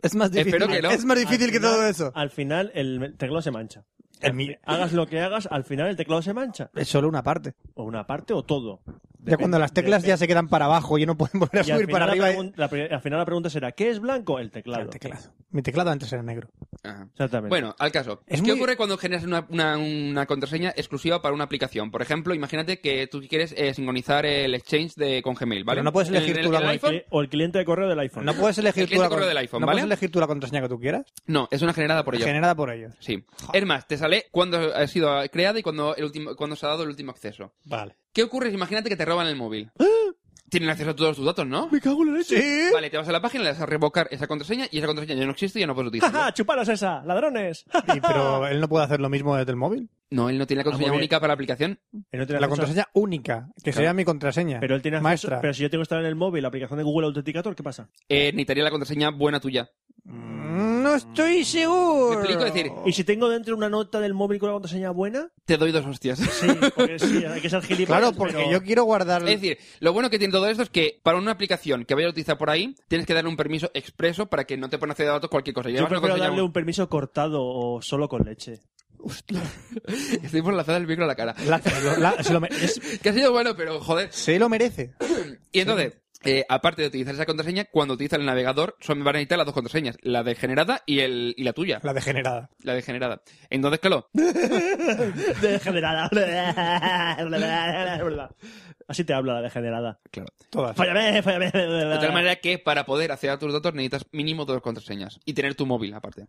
Es más difícil,
Espero que no.
es más
Al
difícil que
final-
todo eso.
Al final el teclado se mancha.
En mi-
Hagas lo que hagas, al final el teclado se mancha.
Es solo una parte.
O una parte o todo.
Ya cuando las teclas ya se quedan para abajo y ya no pueden volver a
Y al
subir
final
para
la
arriba.
pregun- la pre- al final la pregunta será, ¿qué es blanco? El teclado.
El teclado. Mi teclado antes era negro.
Ajá.
Exactamente.
Bueno, al caso.
Es
¿Qué
muy-
ocurre cuando generas una, una- una contraseña exclusiva para una aplicación? Por ejemplo, imagínate que tú quieres eh, sincronizar el exchange de, con Gmail, ¿vale?
Pero no puedes
En-
elegir
en
tú
el-
la
en el
O el,
iPhone,
cli- o el cliente de correo del iPhone.
No puedes elegir
El
tú la,
correo
con-
del iPhone,
no
¿vale?
puedes elegir tú la contraseña que tú quieras,
No, es una generada por ello.
generada por ellos.
Sí. Es más, te sale cuando ha sido creada y cuando, el último, cuando se ha dado el último acceso.
Vale.
¿Qué ocurre si imagínate que te roban el
<gasps>
móvil? Tienen acceso a todos tus datos, ¿no?
cago en la leche. Sí.
Vale, te vas a la página, le das a revocar esa contraseña y esa contraseña ya no existe y ya no puedes
¡Ja,
utilizarla.
ja! ¡Chuparos esa! ¡Ladrones!
Y- pero él no puede hacer lo mismo desde el móvil.
No, él no tiene la contraseña
Ah, muy bien.
única para la aplicación.
Él no tiene
La
acceso-
contraseña única, que sería mi contraseña.
Pero él tiene acceso-
Maestra.
Pero si yo tengo instalada en el móvil la aplicación de Google Autenticator, ¿qué pasa?
Eh, necesitaría la contraseña buena tuya.
Mm, No estoy seguro.
¿Me explico? Es
Oh.
decir,
¿Y si tengo dentro una nota del móvil con la contraseña buena?
te doy
<laughs>
dos hostias.
Sí, porque <laughs> sí, hay que ser gilipollas.
Claro, porque
pero-
yo quiero guardar.
Es decir, lo bueno que tiene todo esto es que para una aplicación que vaya a utilizar por ahí, tienes que darle un permiso expreso para que no te ponga acceso a datos cualquier cosa. Y
Yo
además una
prefiero
contraseña
darle un permiso cortado o solo con leche.
bu- <laughs> Estoy por lanzar el micro a la cara.
La- se lo- la- se, lo me- es-
Que ha sido bueno, pero joder.
se lo merece.
Y entonces, eh, aparte de utilizar esa contraseña, cuando utilizas el navegador, son, van a necesitar las dos contraseñas, la degenerada y, el, y la tuya,
La degenerada.
la degenerada. Entonces, claro,
Degenerada. Así te habla la degenerada.
Todas.
Fállame, fállame.
de tal manera que para poder acceder a tus datos necesitas mínimo dos contraseñas y tener tu móvil aparte.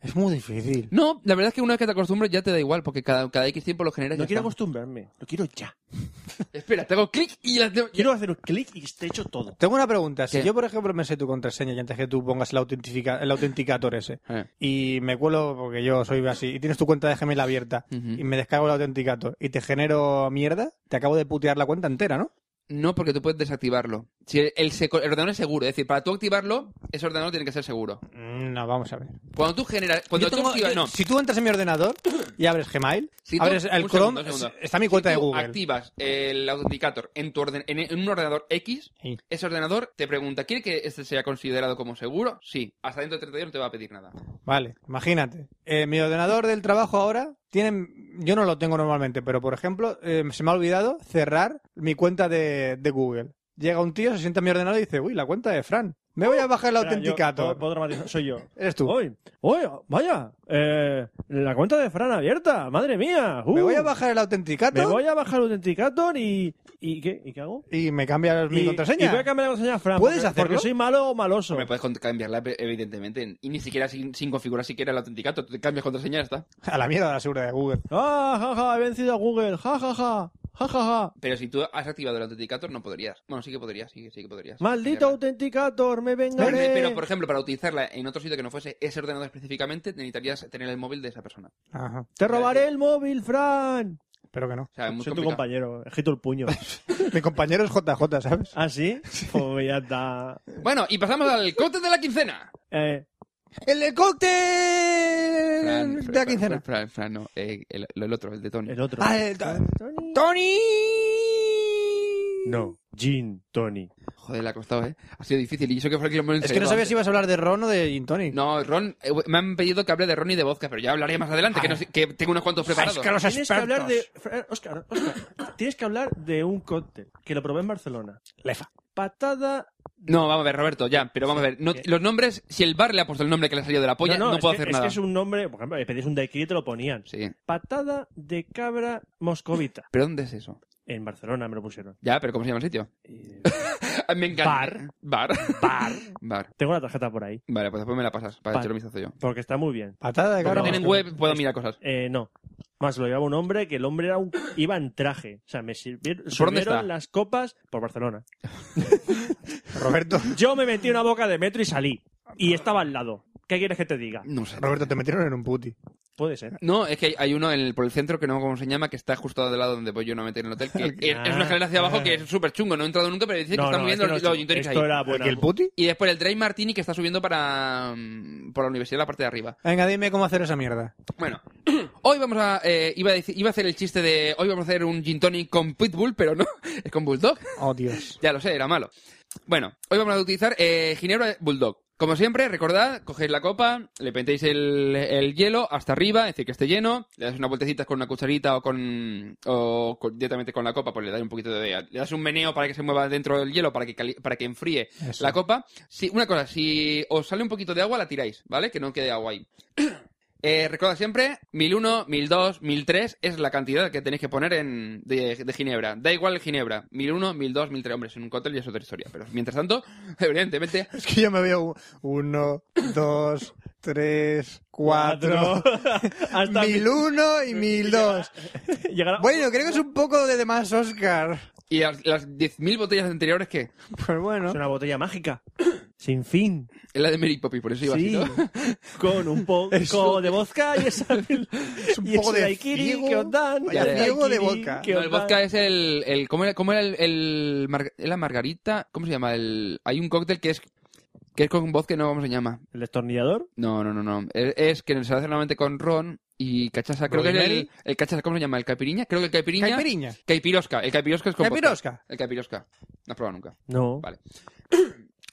Es muy difícil.
No, la verdad es que una vez que te acostumbras ya te da igual, porque cada, cada X tiempo lo generas. y
No
ya
quiero
está.
acostumbrarme, lo quiero ya.
<laughs> Espera, te hago clic y la tengo.
Quiero hacer un clic y te hecho todo.
Tengo una pregunta. Si
¿Qué?
yo, por ejemplo, me sé tu contraseña y antes que tú pongas el, autentifica- el autenticator ese,
Eh.
y me cuelo porque yo soy así, y tienes tu cuenta de Gmail abierta,
Ujú.
y me descargo el autenticator, y te genero mierda, te acabo de putear la cuenta entera, ¿no?
No, porque tú puedes desactivarlo. Si el, el seco- el ordenador es seguro, es decir, para tú activarlo, ese ordenador tiene que ser seguro.
Mm, No, vamos a ver.
Cuando tú generas. Cuando
Yo
tú
tengo-
activas.
yo-
No.
Si tú entras en mi ordenador y abres Gmail,
Si tú-
abres el
un
Chrome,
segundo, un segundo.
está mi
Si
cuenta de
tú
Google.
activas el Authenticator en, tu orden- en- en un ordenador X,
Sí.
ese ordenador te pregunta, ¿quiere que este sea considerado como seguro? Sí, hasta dentro de 30 días no te va a pedir nada.
Vale, imagínate. Eh, mi ordenador del trabajo ahora tiene. Yo no lo tengo normalmente, pero por ejemplo, eh, se me ha olvidado cerrar mi cuenta de, de Google. Llega un tío, se sienta en mi ordenador y dice: Uy, la cuenta de Fran. Me voy a bajar el
Espera, yo-
autenticator.
puedo- puedo dramatizar, Soy yo.
Eres tú.
Hoy, hoy, vaya, eh, la cuenta de Fran abierta, madre mía. uh,
Me voy a bajar el autenticator
me voy a bajar el Autenticator y. ¿Y qué? ¿Y qué hago?
y me cambias Pues mi
y,
contraseña.
y voy a cambiar la contraseña a Fran.
¿Puedes
porque-
hacerlo?
Porque soy malo o maloso.
Me puedes con- cambiarla, pe- evidentemente, y ni siquiera sin, sin configurar siquiera el Authenticator. Tú te cambias contraseña y ya está.
<laughs> A la mierda de la seguridad de Google.
¡Ah, ja, ja! He vencido a Google. ¡Ja, ja, ja! ¡Ja, ja, ja!
Pero si tú has activado el Authenticator, no podrías. Bueno, sí que podrías, sí, que- sí que podrías.
¡Maldito
Cambiarla.
Autenticator! ¡Me venga!
Pero, pero, por ejemplo, para utilizarla en otro sitio que no fuese ese ordenador específicamente, necesitarías tener el móvil de esa persona.
Ajá,
¡Te robaré el móvil, Fran!
pero que no.
O sea, es muy
Soy tu
complicado.
compañero. Agito el puño.
Mi compañero es JJ, ¿sabes?
¿Ah, sí? Pues ya está.
Bueno, y pasamos al corte de la quincena.
Eh,
¡El de
Fran,
cóctel! Eh, de la
Fran, Fran,
quincena.
Fran, Fran, no, eh, el, el otro, el de Tony.
el otro.
Ah, el to-
Tony.
¡Tony!
No. Gin Tony.
Joder, le ha costado, ¿eh? Ha sido difícil. Y eso que fue el que lo hemos
Es que no
ensayado
sabía
antes.
si ibas a hablar de Ron o de Gin Tonic.
No, Ron, eh, me han pedido que hable de Ron y de vodka, pero ya hablaré más adelante, que, no sé- que tengo unos
Ah,
cuantos preparados.
Tienes que hablar de. Fran, Óscar, Óscar, tienes que hablar de un cóctel que lo probé en Barcelona.
Lefa.
Patada.
No, vamos a ver, Roberto, ya, pero vamos a ver. No-
¿Qué?
los nombres, si el bar le ha puesto el nombre que le ha salido de la polla, no,
es
puedo
que-
hacer
es
nada.
que es un nombre. Por ejemplo, le pedís un daiquiri y te lo ponían.
Sí.
Patada de cabra moscovita.
¿Pero dónde es eso?
En Barcelona me lo pusieron.
Ya, pero ¿cómo se llama el sitio?
Eh,
<laughs> Me encanta. Bar. Bar.
bar.
<laughs> Bar.
Tengo la tarjeta por ahí.
Vale, pues después me la pasas para
Vale.
echarle un vistazo yo.
Porque está muy bien.
Patada de
Porque
cara.
Porque tienen web, puedo mirar cosas.
Eh, no. Más lo llevaba un hombre que el hombre era un, iba en traje. O sea, me sirvieron
dónde
sirvieron
está?
las copas por Barcelona.
Roberto,
Yo me metí en una boca de metro y salí. Y estaba al lado. ¿Qué quieres que te diga?
No sé.
Roberto, te metieron en un puti.
Puede ser.
No, es que hay, hay uno en el- por el centro que no sé cómo se llama, que está justo al lado donde voy yo no a meter en el hotel. Que
<laughs>
es, es una escalera hacia abajo que es súper chungo. No he entrado nunca, pero dice que
Ah. No,
está
no,
muy bien
este no
los,
es-
los gin tonics ahí.
Esto era buena.
¿Y el puti?
Y después el Dry Martini que está subiendo para, mm, por la universidad, la parte de arriba.
Venga, dime cómo hacer esa mierda.
Bueno, <clears throat> hoy vamos a. eh, iba, a decir- iba a hacer el chiste de. Hoy vamos a hacer un gin tonic con Pitbull, pero no, <laughs> es con Bulldog.
Oh, Dios.
Ya lo sé, era malo. Bueno, hoy vamos a utilizar eh, Ginebra Bulldog. Como siempre, recordad, cogéis la copa, le pentéis el, el hielo hasta arriba, es decir, que esté lleno, le das unas vueltecitas con una cucharita o con, o con- directamente con la copa, pues le das un poquito de... Le das un meneo para que se mueva dentro del hielo, para que, cali- para que enfríe
Eso.
la copa. Si, una cosa, si os sale un poquito de agua, la tiráis, ¿vale? Que no quede agua ahí. <clears throat> Eh, recuerda siempre, 1001, 1002, 1003 es la cantidad que tenéis que poner en, de, de Ginebra. Da igual el Ginebra, 1001, 1002, 1003. Hombre, es un cóctel y es otra historia. Pero mientras tanto, <laughs> evidentemente,
Es que yo me veo un- uno, dos, tres, cuatro,
<laughs> Hasta
mil uno y
<laughs>
mil dos.
llegará-
Bueno, creo que es un poco de demás, Oscar.
¿y las, las 10.000 botellas anteriores qué?
Pues bueno.
Es una botella mágica. Sin fin.
Es la de Mary Poppy, por eso iba
Sí.
así, ¿no?
Con un
<laughs>
poco
Eso.
de vodka y esa.
<laughs> Es un poco de ciego.
que os dan.
Vaya
y el
ciego de
daiquiri
vodka.
que
No,
os
el
dan.
vodka es el, el- ¿cómo era, cómo era el, el mar- la margarita? ¿Cómo se llama? El, hay un cóctel que es, que es con vodka, no, ¿cómo se llama?
¿El destornillador?
No, no, no, no. Es, es que se hace normalmente con ron y cachaza. Creo que es el,
Rosemary.
el cachaza, ¿cómo se llama? ¿El caipiriña? Creo que el caipiriña.
Caipiriña.
Caipirosca. El caipirosca es con vodka.
Caipirosca.
El caipirosca. No has probado nunca.
No.
Vale.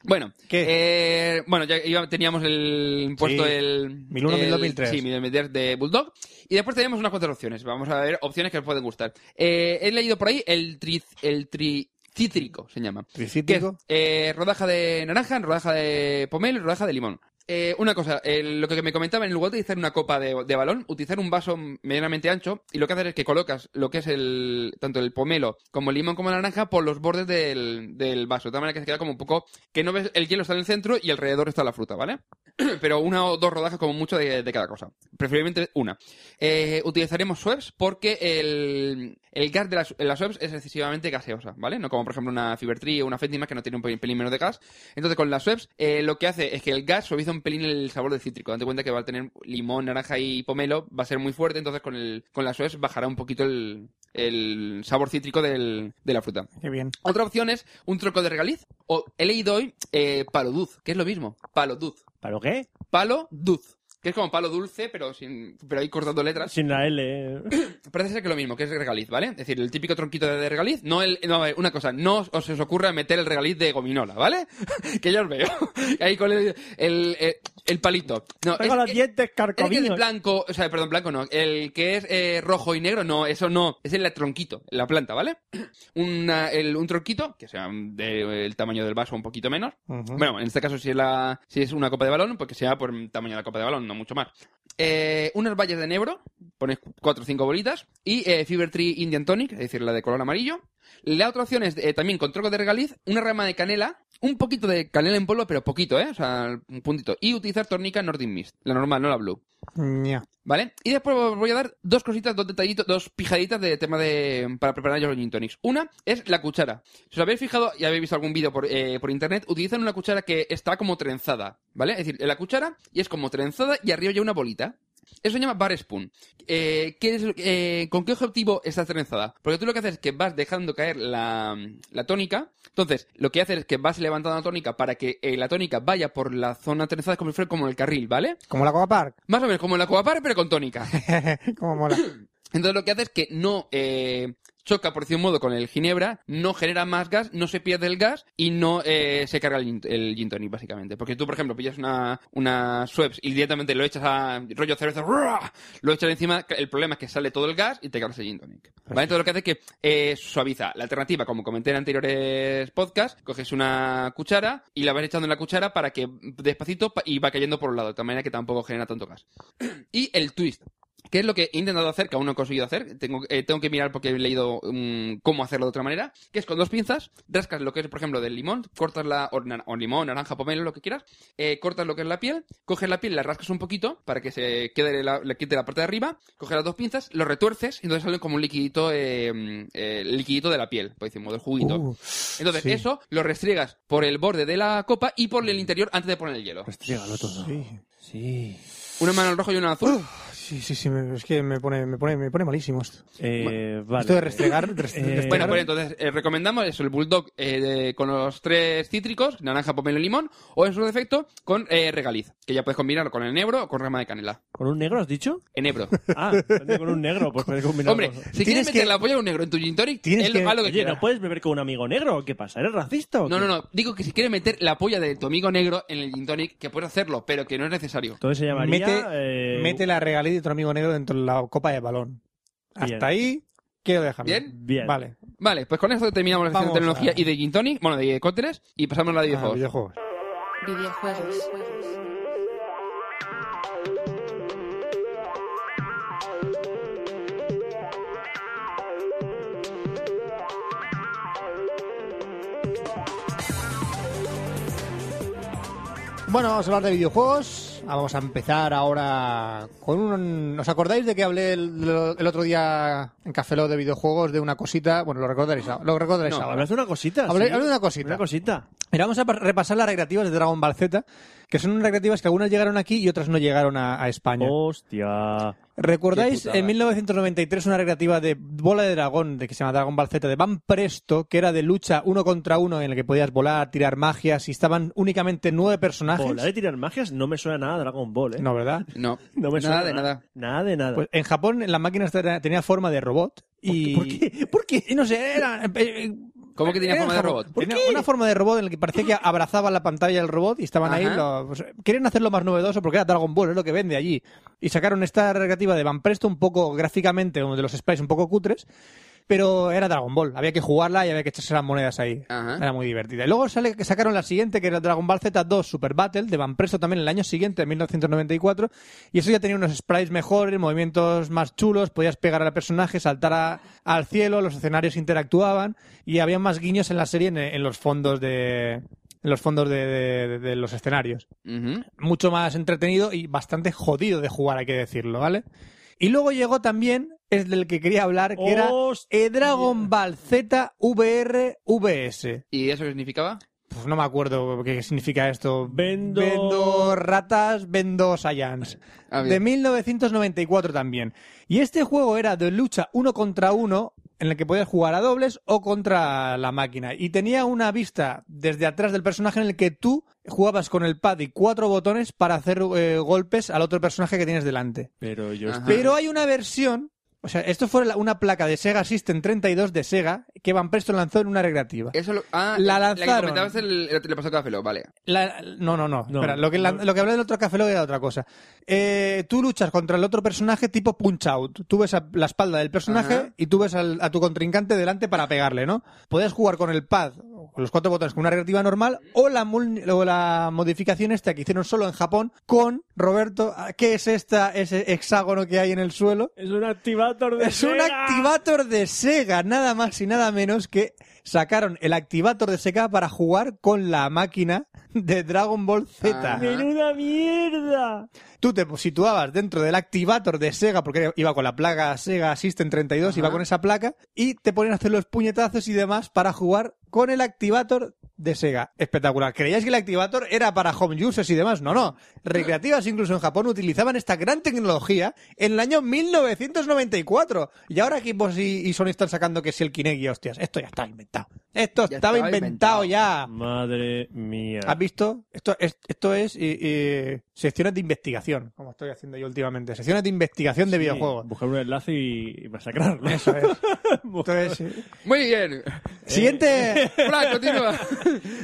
Bueno, eh, bueno, ya iba- teníamos el puesto
Sí.
el
1001,
el-
1002, 1003.
Sí, 1003 de Bulldog. Y después tenemos unas cuantas opciones. Vamos a ver opciones que os pueden gustar. Eh, he leído por ahí el tri, el tri- cítrico, se llama. Que es,
Tricítrico.
eh, rodaja de naranja, rodaja de pomelo y rodaja de limón. Eh, una cosa, eh, lo que me comentaban, en lugar de utilizar una copa de, de balón, utilizar un vaso medianamente ancho y lo que haces es que colocas lo que es el tanto el pomelo como el limón como la naranja por los bordes del, del vaso, de tal manera que se queda como un poco que no ves el hielo está en el centro y alrededor está la fruta, ¿vale? <clears throat> Pero una o dos rodajas como mucho de, de cada cosa, preferiblemente una. Eh, utilizaremos Schweppes porque el, el gas de las, la Schweppes es excesivamente gaseosa, ¿vale? No como por ejemplo una Fibertree o una Fentima que no tiene un pelín, pelín menos de gas. Entonces con las Schweppes eh, lo que hace es que el gas suaviza un pelín el sabor del cítrico. Date cuenta que va a tener limón, naranja y pomelo, va a ser muy fuerte, entonces con, el, con las Schweppes bajará un poquito el, el sabor cítrico del- de la fruta.
Qué bien.
Otra opción es un troco de regaliz. O he leído hoy eh, palo duz, que es lo mismo. Palo duz.
¿Para lo qué?
Palo duz. Que es como palo dulce, pero sin pero ahí cortando letras.
Sin la L. eh.
Parece ser que lo mismo, que es regaliz, ¿vale? Es decir, el típico tronquito de regaliz. No, el, no, a ver, una cosa, no os, os ocurra meter el regaliz de gominola, ¿vale? <laughs> que ya os veo. ahí con el, el, el- el palito. No,
<laughs> Tengo los
es-
dientes
el que es
carcominos.
blanco, o sea, perdón, blanco no. El que es eh, rojo y negro, no, eso no. Es el tronquito, la planta, ¿vale? <clears throat> Una- el- un tronquito, que sea del tamaño del vaso un poquito menos.
Ujú.
Bueno, en este caso, si es, la, si es una copa de balón, pues que sea por el tamaño de la copa de balón, no mucho más. Eh, unas vallas de negro, pones cuatro o cinco bolitas. Y eh, Fever Tree Indian Tonic, es decir, la de color amarillo. La otra opción es eh, también con troco de regaliz, una rama de canela, un poquito de canela en polvo, pero poquito, ¿eh? O sea, un puntito. Y utilizar tornica Nordic Mist, la normal, no la blue.
Ya.
¿Vale? Y después os voy a dar dos cositas, dos detallitos, dos pijaditas de tema de para preparar los gin tonics. Una es la cuchara. Si os habéis fijado y habéis visto algún vídeo por, eh, por internet, utilizan una cuchara que está como trenzada, ¿vale? Es decir, la cuchara y es como trenzada y arriba hay una bolita. Eso se llama bar spoon. Eh, ¿qué es lo que- eh, ¿Con qué objetivo está trenzada? Porque tú lo que haces es que vas dejando caer la, la tónica. Entonces, lo que haces es que vas levantando la tónica para que eh, la tónica vaya por la zona trenzada como si fuera como el carril, ¿vale?
Como la Copa Park.
Más o menos como la covapar, pero con tónica. <laughs>
Como mola.
Entonces lo que hace es que no eh, choca, por decir un modo, con el ginebra, no genera más gas, no se pierde el gas y no eh, se carga el, gin- el gin tonic, básicamente. Porque tú, por ejemplo, pillas una, una Schweppes y directamente lo echas a rollo cerveza, ¡ruah! lo echas encima, el problema es que sale todo el gas y te cargas el gin tonic. ¿Vale? Entonces lo que hace es que eh, suaviza. La alternativa, como comenté en anteriores podcasts, coges una cuchara y la vas echando en la cuchara para que despacito pa- y va cayendo por un lado, de tal manera que tampoco genera tanto gas. Y el twist. ¿Qué es lo que he intentado hacer, que aún no he conseguido hacer? Tengo, eh, tengo que mirar porque he leído mm, cómo hacerlo de otra manera. Que es con dos pinzas, rascas lo que es, por ejemplo, del limón, cortas la. o, na- o limón, naranja, pomelo, lo que quieras. eh, cortas lo que es la piel, coges la piel, la rascas un poquito para que se quede la, le quite la parte de arriba. Coges las dos pinzas, lo retuerces y entonces salen como un liquidito, eh, mm, eh, liquidito de la piel, por decirlo, del juguito.
Uh,
entonces,
sí.
eso lo restriegas por el borde de la copa y por el interior antes de poner el hielo.
Restrégalo todo.
Sí.
Sí.
Una mano en rojo y una en azul.
Sí, sí, sí, me- es que me pone, me pone, me pone malísimo esto.
Eh, vale.
Esto de restregar, rest-
Eh,
restregar-
Bueno, pues entonces eh, recomendamos eso, el bulldog eh, de- con los tres cítricos, naranja, pomelo y limón, o en su defecto con eh, regaliz, que ya puedes combinarlo con enebro o con rama de canela.
¿Con un negro has dicho?
<laughs>
Enebro.
Ah, con un negro, pues puedes combinarlo.
Hombre,
con-
si
Tienes
quieres meter
que-
la polla de un negro en tu gin tonic,
Tienes
él lo-
que-
haz lo que
Oye,
quiera.
¿no puedes beber con un amigo negro? ¿o ¿Qué pasa? ¿Eres racista o qué?
No, no, no. Digo que si quieres meter la polla de tu amigo negro en el gin tonic, que puedes hacerlo, pero que no es necesario.
Entonces se llamaría...
mete,
eh,
mete la regalé de tu amigo negro dentro de la copa de balón.
Bien.
Hasta ahí quiero dejarlo.
¿Bien?
Bien.
Vale.
Vale, pues con esto terminamos la sección de
Vamos
tecnología
a-
y de gin tonic, bueno, de cócteles, y pasamos a la de
Ah,
videojuegos.
videojuegos.
Videojuegos.
Bueno, vamos a hablar de videojuegos. Ah, Vamos a empezar ahora con un... ¿Os acordáis de que hablé el, el otro día en Café Lock de videojuegos de una cosita? Bueno, lo recordaréis, ahora- lo recordaréis
No,
ahora.
Hablas de una cosita.
Hablé-
sí.
hablé de una cosita.
Una cosita.
Mira, vamos a pa- repasar las recreativas de Dragon Ball Z, que son unas recreativas que algunas llegaron aquí y otras no llegaron a, a España.
Oh, Hostia.
¿Recordáis
Qué putada.
en 1993 una recreativa de bola de dragón de que se llama Dragon Ball Z de Van Presto, que era de lucha uno contra uno en el que podías volar, tirar magias y estaban únicamente nueve personajes?
Bola de tirar magias no me suena nada a Dragon Ball, ¿eh?
No, ¿verdad?
No,
No me suena
nada de nada.
Nada de nada.
Pues en Japón las máquinas tera- tenía forma de robot y
¿Por qué?
¿Por qué? Y No sé, era eh, eh,
¿Cómo que tenía
era
forma de
en Japón.
robot? Eh,
¿Por
Tenía
qué?
una forma de robot en la que parecía que abrazaba la pantalla el robot y estaban ahí.
Ajá.
lo- pues, quieren hacerlo más novedoso porque era Dragon Ball, es lo que vende allí. Y sacaron esta recreativa de Van Presto un poco gráficamente, uno de los sprites un poco cutres, pero era Dragon Ball. Había que jugarla y había que echarse las monedas ahí.
Ajá.
Era muy divertida. Y luego sale, que sacaron la siguiente, que era Dragon Ball Z2 Super Battle, de Van Presto también el año siguiente, en 1994. Y eso ya tenía unos sprites mejores, movimientos más chulos, podías pegar al personaje, saltar a- al cielo, los escenarios interactuaban y había más guiños en la serie en, en los fondos de... En los fondos de, de- de los escenarios.
Ujú.
Mucho más entretenido y bastante jodido de jugar, hay que decirlo, ¿vale? Y luego llegó también, es del que quería hablar, que era
Hostia.
eh, Dragon Ball Z VR VS.
¿Y eso qué significaba?
Pues no me acuerdo qué significa esto.
Vendo-
Vendo ratas, vendo Saiyans.
Ah, bien.
de 1994 también. Y este juego era de lucha uno contra uno, en el que podías jugar a dobles o contra la máquina. Y tenía una vista desde atrás del personaje en el que tú jugabas con el pad y cuatro botones para hacer eh, golpes al otro personaje que tienes delante.
Pero yo...
Ajá.
Pero hay una versión... O sea, esto fue la- una placa de Sega System 32 de Sega que Van Presto lanzó en una recreativa.
Eso lo- ah,
La
La
lanzaron.
que comentabas el, el- le pasó a Café Lock, vale.
La- no, no, no.
No.
Espera, lo que, la-
No.
lo que hablé del otro café lo era otra cosa. Eh, tú luchas contra el otro personaje tipo punch out. Tú ves a la espalda del personaje
Ajá.
y tú ves al- a tu contrincante delante para pegarle, ¿no? Puedes jugar con el pad, o con los cuatro botones, con una recreativa normal o la, mul- o la modificación esta que hicieron solo en Japón con Roberto. Ah, ¿Qué es esta, ese hexágono que hay en el suelo?
Es un activator de
Es un
Sega.
activator de Sega, nada más y nada menos que sacaron el activator de Sega para jugar con la máquina de Dragon Ball Z.
Ah.
¡Menuda mierda!
Tú te situabas dentro del activator de Sega, porque iba con la placa Sega System 32, iba
Ajá.
con esa placa, y te ponían a hacer los puñetazos y demás para jugar con el activator de Sega. Espectacular. ¿Creíais que el activator era para home users y demás? No, no. Recreativas incluso en Japón utilizaban esta gran tecnología en el año 1994. Y ahora equipos y, y Sony están sacando que si el Kinect, hostias, esto ya estaba inventado. Esto
Ya estaba
estaba,
inventado.
inventado, ya.
Madre mía.
¿Has visto? Esto es, esto es eh, eh, secciones de investigación, como estoy haciendo yo últimamente. Secciones de investigación de
Sí,
videojuegos.
Buscar un enlace y y masacrarlo.
<laughs> Eso es.
<laughs>
Entonces, eh,
Muy
<laughs>
bien.
siguiente.
Hola, continúa.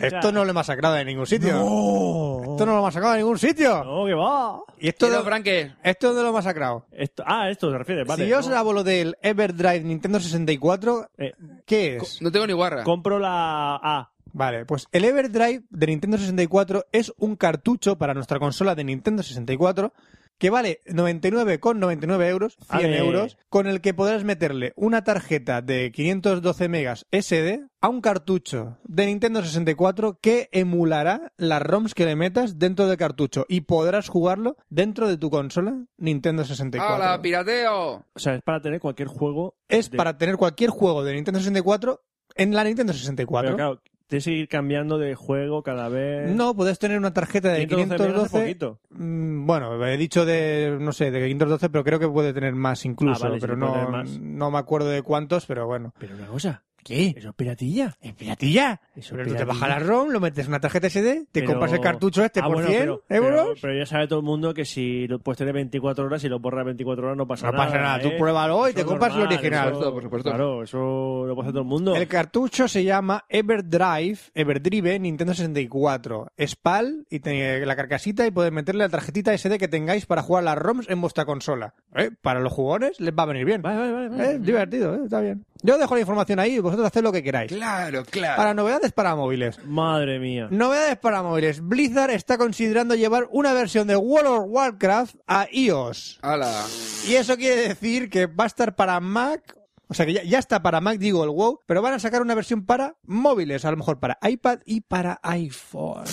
Esto no lo he masacrado en ningún sitio.
¡No!
Esto no lo he masacrado en ningún sitio.
¡No, que va!
Y esto,
Todo,
de,
Frank, ¿qué?
esto de lo he masacrado.
Esto... Ah, esto se refiere, vale.
si yo
no.
os hablo del Everdrive Nintendo 64,
Eh,
¿qué es?
No tengo ni guarra.
compro la A.
Vale, pues el Everdrive de Nintendo 64 es un cartucho para nuestra consola de Nintendo 64 que vale 99,99 euros, 100
Ale.
euros, con el que podrás meterle una tarjeta de 512 megas SD a un cartucho de Nintendo 64 que emulará las ROMs que le metas dentro del cartucho y podrás jugarlo dentro de tu consola Nintendo 64.
¡Hola, pirateo!
O sea, es para tener cualquier juego.
es
de-
para tener cualquier juego de Nintendo 64 en la Nintendo 64.
Pero claro, tienes que ir cambiando de juego cada vez.
No, puedes tener una tarjeta de
512 megas hace
512.
poquito.
Mm, Bueno, he dicho de, no sé, de 512, pero creo que puede tener más incluso,
Ah, vale, sí,
pero
puede tener
no,
más.
no me acuerdo de cuántos, pero bueno.
Pero una cosa,
¿Qué?
eso es piratilla.
¿Es piratilla?
Eso es
Pero tú te
piratilla.
bajas la ROM, lo metes en una tarjeta SD, te
Pero-
compras el cartucho este
Ah,
por
bueno,
100
pero,
euros.
Pero, pero ya sabe todo el mundo que si lo puedes tener 24 horas y lo borras 24 horas no pasa
No
nada.
pasa nada, tú
¿eh?
pruébalo y
Eso
te
es
compras el
normal,
original.
eso-
Por supuesto.
Claro, eso lo puede hacer todo el mundo.
El cartucho se llama Everdrive, Everdrive Nintendo 64, SPAL y te- la carcasita y podéis meterle la tarjetita SD que tengáis para jugar las ROMs en vuestra consola. ¿Eh? Para los jugadores les va a venir bien.
Vale, vale, vale. vale.
Eh, divertido, eh, está bien. Yo dejo la información ahí y vosotros haced lo que queráis.
Claro, claro.
Para novedades para móviles.
Madre mía.
Novedades para móviles. Blizzard está considerando llevar una versión de World of Warcraft a iOS.
¡Hala!
Y eso quiere decir que va a estar para Mac. O sea que ya, ya está para Mac, digo el WoW, pero van a sacar una versión para móviles, a lo mejor para iPad y para iPhone.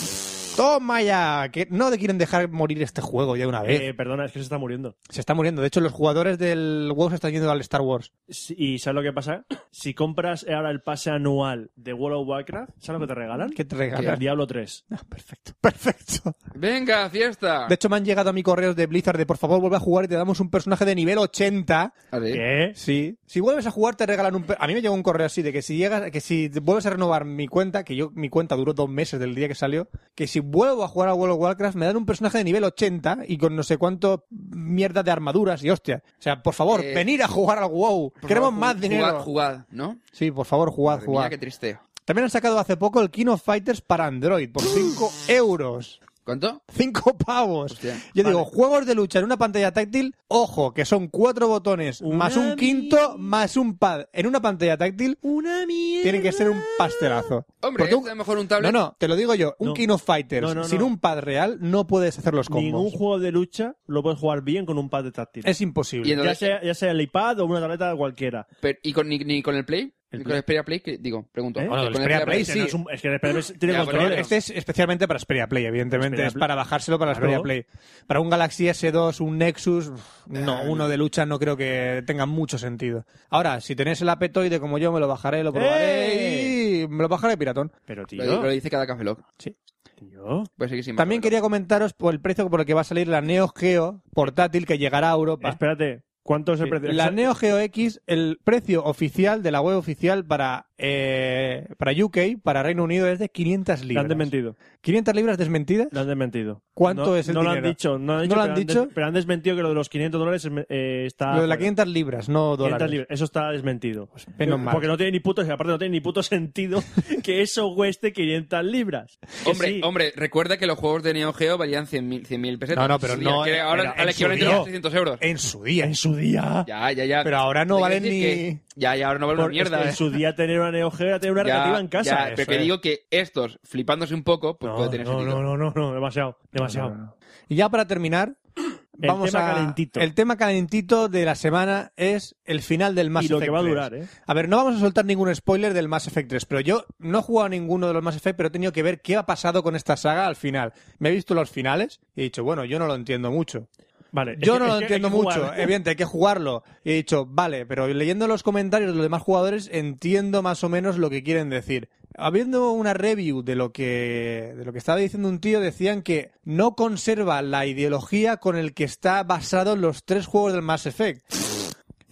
Toma ya, que no te quieren dejar morir este juego ya de una vez.
Eh, perdona, es que se está muriendo.
Se está muriendo. De hecho, los jugadores del WoW se están yendo al Star Wars.
Si- ¿Y sabes lo que pasa? Si compras ahora el pase anual de World of Warcraft, ¿sabes lo que te regalan?
¿Qué te
El
regalan?
Diablo 3.
Ah, perfecto, <laughs> perfecto.
¡Venga, fiesta!
De hecho, me han llegado a mí correos de Blizzard de por favor vuelve a jugar y te damos un personaje de nivel 80.
A ver.
¿Qué?
Sí. Si vuelves a jugar te regalan un... pe- A mí me llegó un correo así de que si llegas, que si vuelves a renovar mi cuenta, que yo mi cuenta duró dos meses del día que salió, que si vuelvo a jugar a World of Warcraft me dan un personaje de nivel 80 y con no sé cuánto mierda de armaduras y hostia. O sea, por favor,
Eh,
venir a jugar al WoW.
Por
Queremos
favor,
más
ju-
dinero.
Jugad, jugad, ¿no?
Sí, por favor, jugad,
Madre
jugad.
mía, qué triste.
También han sacado hace poco el King of Fighters para Android
<gasps>
por 5 euros.
¿Cuánto?
Cinco <laughs> pavos.
Hostia.
Yo
Vale.
digo, juegos de lucha en una pantalla táctil, ojo, que son cuatro botones,
Una
más un
mi-
quinto, más un pad. En una pantalla táctil
Una mierda.
tiene que ser un pastelazo.
Hombre, este
Porque
es
un-
mejor un tablet.
No, no, te lo digo yo, un
No.
King of Fighters
No, no, no.
sin un pad real no puedes hacer los combos.
Ningún juego de lucha lo puedes jugar bien con un pad de táctil.
Es imposible.
Y en-
Ya sea, ya sea el iPad o una tableta cualquiera.
Pero- ¿Y con, ni, ni con el Play?
El Play.
¿Ni con el Xperia Play? que- digo, pregunto.
¿Eh?
Bueno, el
¿Con
Xperia Play
Ese
sí.
no es, un- es que pero es- tiene
Ya, pero
controles.
bueno,
Este es especialmente para Xperia Play, evidentemente.
Xperia
es
Play.
para bajárselo para
Claro.
Xperia Play. Para un Galaxy S2, un Nexus, no, uno de lucha no creo que tenga mucho sentido. Ahora, si tenéis el apetoide como yo, me lo bajaré, lo
¡Eh!
probaré y me lo bajaré piratón.
Pero tío,
Lo, lo dice cada Café Lock.
tío.
Voy a seguir sin
También
Café
quería comentaros por el precio por el que va a salir la Neo Geo portátil que llegará a Europa.
Espérate, ¿cuánto es el precio?
La Neo Geo X, el precio oficial de la web oficial para, eh, para UK, para Reino Unido, es de 500
Lo han
libras.
desmentido.
500 libras desmentidas.
Lo han desmentido.
¿Cuánto
No-
es el
no Lo
dinero?
han dicho, no lo han dicho.
¿No lo han
pero des-
dicho?
pero han desmentido que lo de los 500 dólares es- eh, está.
Lo de las
fuera.
500 libras, no
500
dólares.
libras. Eso está desmentido.
menos mal.
Porque no tiene ni puto, aparte no tiene ni puto sentido <laughs> que eso cueste 500 libras.
Lock.
Que
Hombre,
sí.
hombre, recuerda que los juegos de Neo Geo valían 100.000 100.000 pesetas.
No, no, pero
Sí,
no-
que
pero
ahora
en
al
su
equivalente
día.
de 300 euros.
En su día.
En su día.
Ya, ya, ya.
Pero ahora no
Te
valen
quiero decir
ni-
que- Ya, ya, ahora no valen
Por-
una mierda.
en
¿eh?
su día tener una Neo Geo era tener una
Ya,
relativa en casa.
ya,
Eso
pero que
es.
digo que estos, flipándose un poco, pues
no,
puede tener
no,
sentido.
no, no, no, no, demasiado, demasiado.
Y ya para terminar,
El
vamos
tema
a.
calentito.
El tema calentito de la semana es el final del Mass
Y lo
Effect
que va a
3.
durar, ¿eh?
A ver, no vamos a soltar ningún spoiler del Mass Effect 3, pero yo no he jugado a ninguno de los Mass Effect, pero he tenido que ver qué ha pasado con esta saga al final. Me he visto los finales y he dicho, bueno, yo no lo entiendo mucho.
Vale.
Yo
es que-
no
es
lo
que hay
entiendo
que
mucho, eh,
jugar. ¿eh?
evidente, hay que jugarlo. Y he dicho, vale, pero leyendo los comentarios de los demás jugadores entiendo más o menos lo que quieren decir. Habiendo una review de lo que de lo que estaba diciendo un tío, decían que no conserva la ideología con el que está basado los tres juegos del
<laughs>
Mass Effect.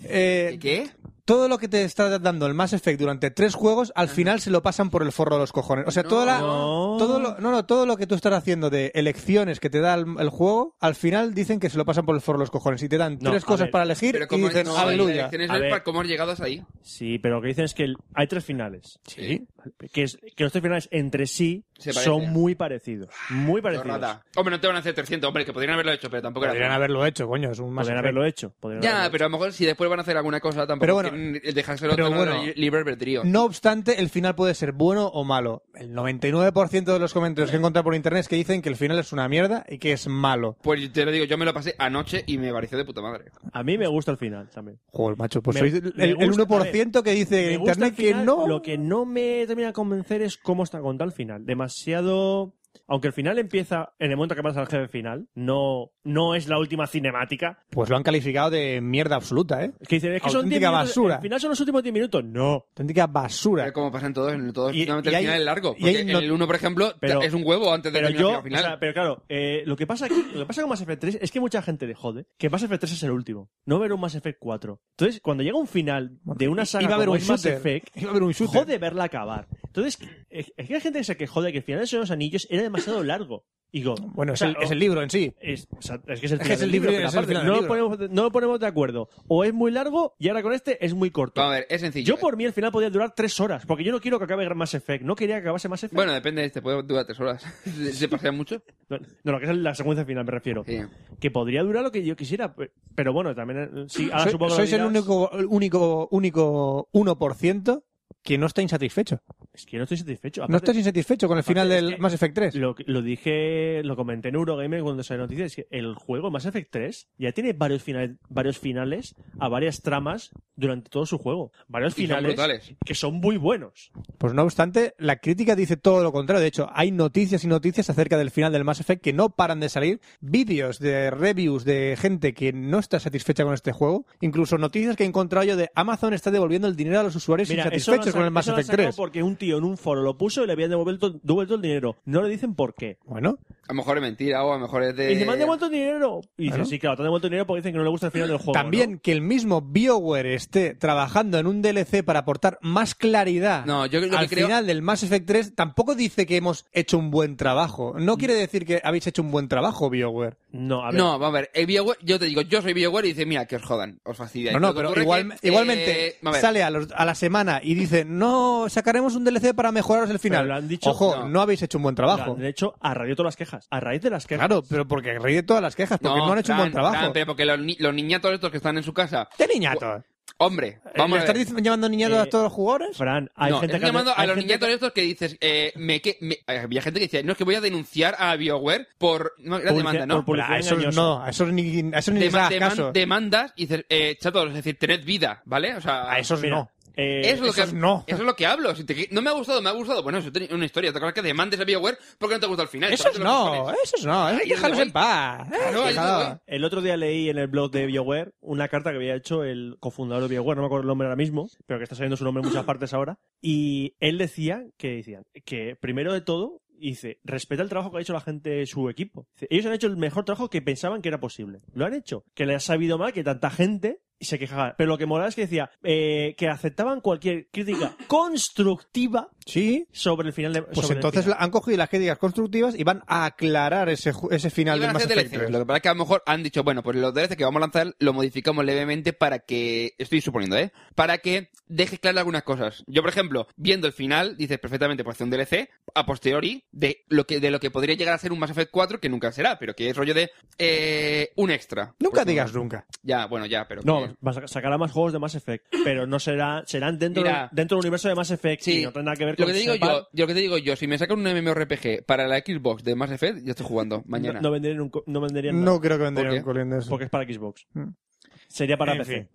Eh,
¿Y ¿Qué?
todo lo que te está dando el Mass Effect durante tres juegos, al final se lo pasan por el forro de los cojones. O sea,
No.
toda la,
No.
todo lo, no, no, todo lo que tú estás haciendo de elecciones que te da el, el juego, al final dicen que se lo pasan por el forro de los cojones y te dan
No,
tres
a
cosas
ver.
para elegir
Pero
y
como
dicen
no,
aleluya.
las elecciones
A
es
ver.
para ¿Cómo has llegado hasta ahí?
Sí, pero lo que dicen es que el- hay tres finales.
Sí.
que, es, que los tres finales entre sí
Se
son
parecen.
muy parecidos. Muy parecidos.
Chorrada. Hombre, no te van a hacer 300, hombre, que podrían haberlo hecho, pero tampoco era
Podrían haberlo hecho, coño, es un más.
Podrían haberlo hecho. podrían
Ya,
haberlo
pero a lo mejor si después van a hacer alguna cosa, tampoco
Pero bueno,
quieren el dejárselo
pero
todo
bueno.
li- libre albedrío.
No obstante, el final puede ser bueno o malo. El 99% de los comentarios que he encontrado por internet es que dicen que el final es una mierda y que es malo.
Pues te lo digo, yo me lo pasé anoche y me pareció de puta madre.
hecho. A mí me gusta el final también.
Joder, macho, pues
Me-
sois el,
me
el
gusta-
1% que dice
Me
en
gusta
internet
el
Eh, que
final,
no.
Lo que no me termina de convencer es cómo está contado el final. Demasiado. Aunque el final empieza en el momento que pasa el jefe final, no, no es la última cinemática.
Pues lo han calificado de mierda absoluta, ¿eh?
Es Que dicen, es que son 10
Auténtica
minutos,
basura.
El final son los últimos 10 minutos. No.
Auténtica basura.
Pero como pasa en todos, en todos
Y-
finalmente
y
el
hay-
final es largo.
y hay
Porque en
no-
el 1, por ejemplo,
Pero-
te- es un huevo antes de
Pero
terminar
yo,
el final.
o sea, pero claro, eh, lo que pasa aquí, lo que pasa con Mass Effect 3 es que mucha gente le jode que Mass Effect 3 es el último. No va a haber un Mass Effect 4. Entonces, cuando llega un final de una saga
Iba a haber
como
un
es Mass
shooter.
Effect,
Iba a haber un shooter.
jode verla acabar. Entonces, es es que hay gente que se quejó de que el final de Señor de los Anillos era demasiado largo. Y digo,
Bueno,
o
es
sea,
el,
o-
es el libro en sí.
es, o sea, es que es el
Es que
final
es
del
el libro,
libro, pero
es el
aparte,
final
no,
del
lo ponemos, no lo ponemos de acuerdo. O es muy largo y ahora con este es muy corto.
Vamos a ver, es sencillo.
yo
eh.
por mí el final podía durar tres horas, porque yo no quiero que acabe Mass Effect. No quería que acabase Mass Effect.
Bueno, depende, te puede durar tres horas. <laughs> ¿Se se pasean mucho?
No, no, lo que es la secuencia final me refiero.
Sí.
Que podría durar lo que yo quisiera, pe- pero bueno, también... eh, Sí, ahora
Soy-
supongo que lo
sois el
dirás.
único, el único, único 1% que no está insatisfecho.
Es que yo no estoy satisfecho.
no
Aparte,
estás insatisfecho con el final
aparte es
del
que-
Mass Effect 3.
Lo, lo dije, lo comenté en Eurogamer cuando salió la noticia, es que el juego Mass Effect 3 ya tiene varios finales, varios finales a varias tramas durante todo su juego. Varios
Y son
finales
brutales.
que son muy buenos.
Pues no obstante, la crítica dice todo lo contrario. De hecho, hay noticias y noticias acerca del final del Mass Effect que no paran de salir. Vídeos de reviews de gente que no está satisfecha con este juego. Incluso noticias que he encontrado yo de Amazon está devolviendo el dinero a los usuarios
eso lo han
insatisfechos con
sa-
el Mass
eso lo han
Effect
sacado
3.
porque un tío en un foro lo puso y le habían devuelto, devuelto el dinero. No le dicen por qué.
Bueno,
A lo mejor es mentira o a lo mejor es
Y
de...
dice, me han devuelto el dinero. Y dice,
Claro.
sí, claro, te han devuelto el dinero porque dicen que no le gusta el final del juego.
también
¿no?
que el mismo BioWare esté trabajando en un DLC para aportar más claridad
No, yo lo que
al
creo-
final del Mass Effect 3 tampoco dice que hemos hecho un buen trabajo. No quiere decir que habéis hecho un buen trabajo, BioWare.
No, a ver.
No, vamos a ver. El BioWare, yo te digo, yo soy BioWare y dice, mira, que os jodan, os fastidia.
No,
Y lo
no,
que
pero
ocurre
igual-
que,
igualmente
eh, vamos a ver,
sale a, los- a la semana y dice, no, sacaremos un DLC para mejoraros el final.
Pero lo han dicho-
Ojo, no.
no.
habéis hecho un buen
la-
trabajo.
De hecho, a raíz de todas las quejas. A raíz de las quejas.
Claro, pero porque reí de todas las quejas, porque no, han hecho un buen
Fran,
trabajo.
Fran, pero porque los, ni- los niñatos estos que están en su casa...
¿Qué niñato?
Hombre,
¿Le
vamos a
Eh, estás
ver.
dic- llamando niñato a
Eh,
todos los jugadores?
Fran, hay
no,
gente
están
que.
llamando a
hay
los
gente
niñatos
que-
estos que dices, eh, me, que, me- había gente que decía, no, es que voy a denunciar a BioWare por... No, era
Publicidad-
demanda, ¿no?
por publicidad
Ah, eso
engañosa.
no, a eso ni, a eso ni les
Dema-
hagas
deman-
caso.
demandas y dices, eh, chatos, es decir, tened vida, ¿vale? O sea,
A esos
Mira,
no.
eh,
eso, es lo
esos
que,
no.
eso es lo que hablo. Si te- no me ha gustado, me ha gustado. Bueno, eso es una historia. Te acuerdas que demandes a BioWare porque no te gusta el final.
Esos
Tócate los
no,
cojones.
esos no, eh,
Ahí
déjalos
voy.
en paz. eh,
Claro, ahí
déjalos.
voy.
El otro día leí en el blog de BioWare una carta que había hecho el cofundador de BioWare, no me acuerdo el nombre ahora mismo, pero que está saliendo su nombre en
<coughs>
muchas partes ahora. Y él decía que decían que primero de todo, dice, respeta el trabajo que ha hecho la gente, su equipo. Dice, ellos han hecho el mejor trabajo que pensaban que era posible. Lo han hecho. Que le ha sabido mal que tanta gente se quejaba. Pero lo que molaba es que decía eh, que aceptaban cualquier crítica <coughs> constructiva
Sí,
sobre el final de.
pues
sobre el
entonces
final.
la- han cogido las críticas constructivas y van a aclarar ese, ju- ese final
Iban
del
a
Mass
hacer
Effect
DLC.
3.
Lo que pasa es que a lo mejor han dicho, bueno, pues los DLC que vamos a lanzar lo modificamos levemente para que, estoy suponiendo, ¿eh? Para que dejes claras algunas cosas. Yo, por ejemplo, viendo el final, dices perfectamente, pues hacer un DLC a posteriori de lo que, de lo que podría llegar a ser un Mass Effect 4, que nunca será, pero que es rollo de eh, un extra.
Nunca
Pues,
digas nunca.
Ya, bueno, ya, pero... que-
No, va a sacar- sacará más juegos de Mass Effect, pero no será, serán dentro,
Mira.
dentro del universo de Mass Effect
Sí.
y no tendrá que ver
Lo
con
que, te digo
Shepard.
yo, yo lo que te digo yo, si me sacan un MMORPG para la Xbox de Mass Effect, yo estoy jugando mañana.
No, no venderían, un co- no venderían
No
nada,
creo que vendría
¿Por qué?
un colín de eso.
porque es para Xbox.
Mm.
Sería para
En
PC.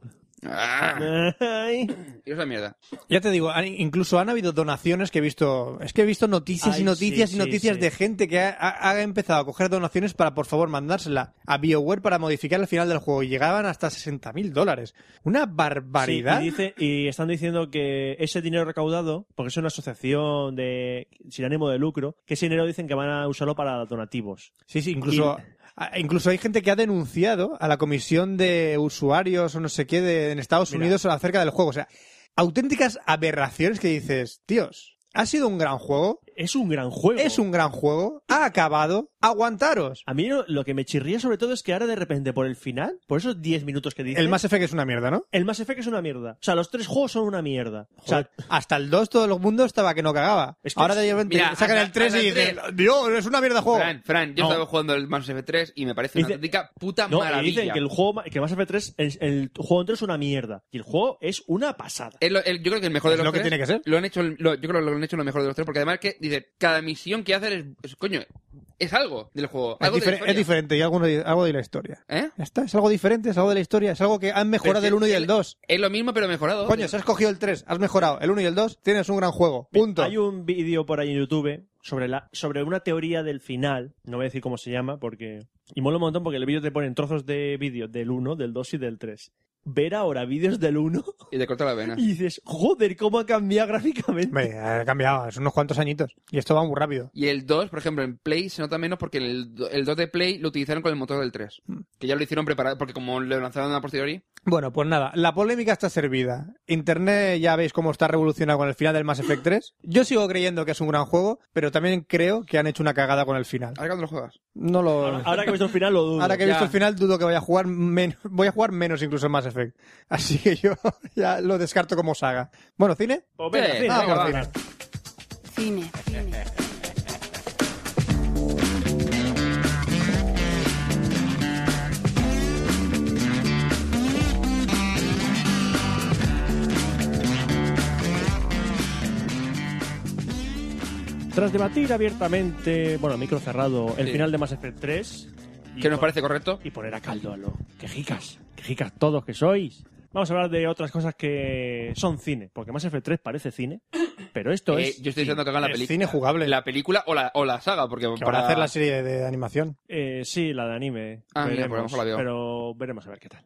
Ah,
Ay.
y esa mierda.
Ya te digo, han- incluso han habido donaciones que he visto. Es que he visto noticias
Ay,
y noticias
sí,
y
sí,
noticias
sí.
de gente que ha, ha- ha empezado a coger donaciones para, por favor, mandársela a BioWare para modificar el final del juego. Y llegaban hasta 60 mil dólares. Una barbaridad.
Sí, y, dice- y están diciendo que ese dinero recaudado, porque es una asociación de sin ánimo de lucro, que ese dinero dicen que van a usarlo para donativos.
Sí, sí, incluso, a- incluso hay gente que ha denunciado a la comisión de usuarios o no sé qué de, en Estados
Mira.
Unidos acerca del juego. O sea, auténticas aberraciones que dices, tíos, ha sido un gran juego,
es un gran juego.
Es un gran juego. Ha acabado. Aguantaros.
A mí lo, lo que me chirría sobre todo es que ahora de repente por el final, por esos 10 minutos que dices,
El Mass Effect es una mierda, ¿no?
el Mass Effect es una mierda. O sea, los tres juegos son una mierda. O sea,
O sea, hasta el 2 todo el mundo estaba que no cagaba.
Es que
Ahora
es-
de repente
Mira,
sacan
hasta-
el 3 y
hasta el
dicen, Dios, es una mierda de juego.
Fran, Fran, yo
No.
estaba jugando el Mass Effect 3 y me parece una
Dice-
auténtica puta
no, y
maravilla.
dicen que el juego, ma- que Mass Effect 3, el, el juego entero es una mierda. Y el juego es una pasada.
Es lo- el- yo creo que el mejor de
Es
los
lo que
tres.
tiene que ser.
Lo han hecho, el- lo- yo creo que lo han hecho lo mejor de los tres, porque además que dice, cada misión que hacen es, es- coño, es algo del juego.
Es,
Algo
difer-
de la
es
historia.
diferente y algo, de- algo de la historia.
¿Eh?
Ya está, es algo diferente, es algo de la historia, es algo que han mejorado
Pero
el 1 y
que-
el 2.
Es lo mismo, pero mejorado.
Coño, si has cogido el 3, has mejorado el 1 y el 2, tienes un gran juego. Punto.
Hay un vídeo por ahí en YouTube sobre, la, sobre una teoría del final. No voy a decir cómo se llama porque. Y mola un montón porque el vídeo te ponen trozos de vídeo del 1, del 2 y del 3. Ver ahora vídeos del 1
Y te corta la vena.
y dices, joder, cómo ha cambiado gráficamente.
Hombre, ha cambiado, es unos cuantos añitos. Y esto va muy rápido.
Y el 2, por ejemplo, en Play se nota menos porque el, do- el 2 de Play lo utilizaron con el motor del 3.
Mm.
Que ya lo hicieron preparado, porque como lo lanzaron a posteriori.
Bueno, pues nada, la polémica está servida. Internet ya veis cómo está revolucionado con el final del Mass Effect 3. Yo sigo creyendo que es un gran juego, pero también creo que han hecho una cagada con el final.
Ahora cuando lo juegas.
No lo...
Ahora, ahora que he visto el final lo dudo.
Ahora que he visto
ya.
el final, dudo que vaya a jugar menos, voy a jugar menos incluso en Mass Effect. Así que yo <laughs> ya lo descarto como saga. Bueno, cine.
Pues venga,
Sí,
cine,
vamos,
venga,
vamos.
cine.
Cine.
Tras debatir abiertamente, bueno, a micro cerrado, el
Sí.
final de Mass Effect 3.
Mm.
y
¿Qué nos
por-
parece correcto?
y poner a caldo a los quejicas, quejicas todos que sois. Vamos a hablar de otras cosas que son cine, porque Mass Effect 3 parece cine, pero esto
Eh,
es...
yo estoy diciendo que hagan la
Es
película.
cine jugable.
La película o la, o la saga, porque
Que van
para
a hacer la serie de animación.
eh, sí, la de anime.
Ah, mira, pues a lo mejor la veo.
Pero veremos a ver qué tal.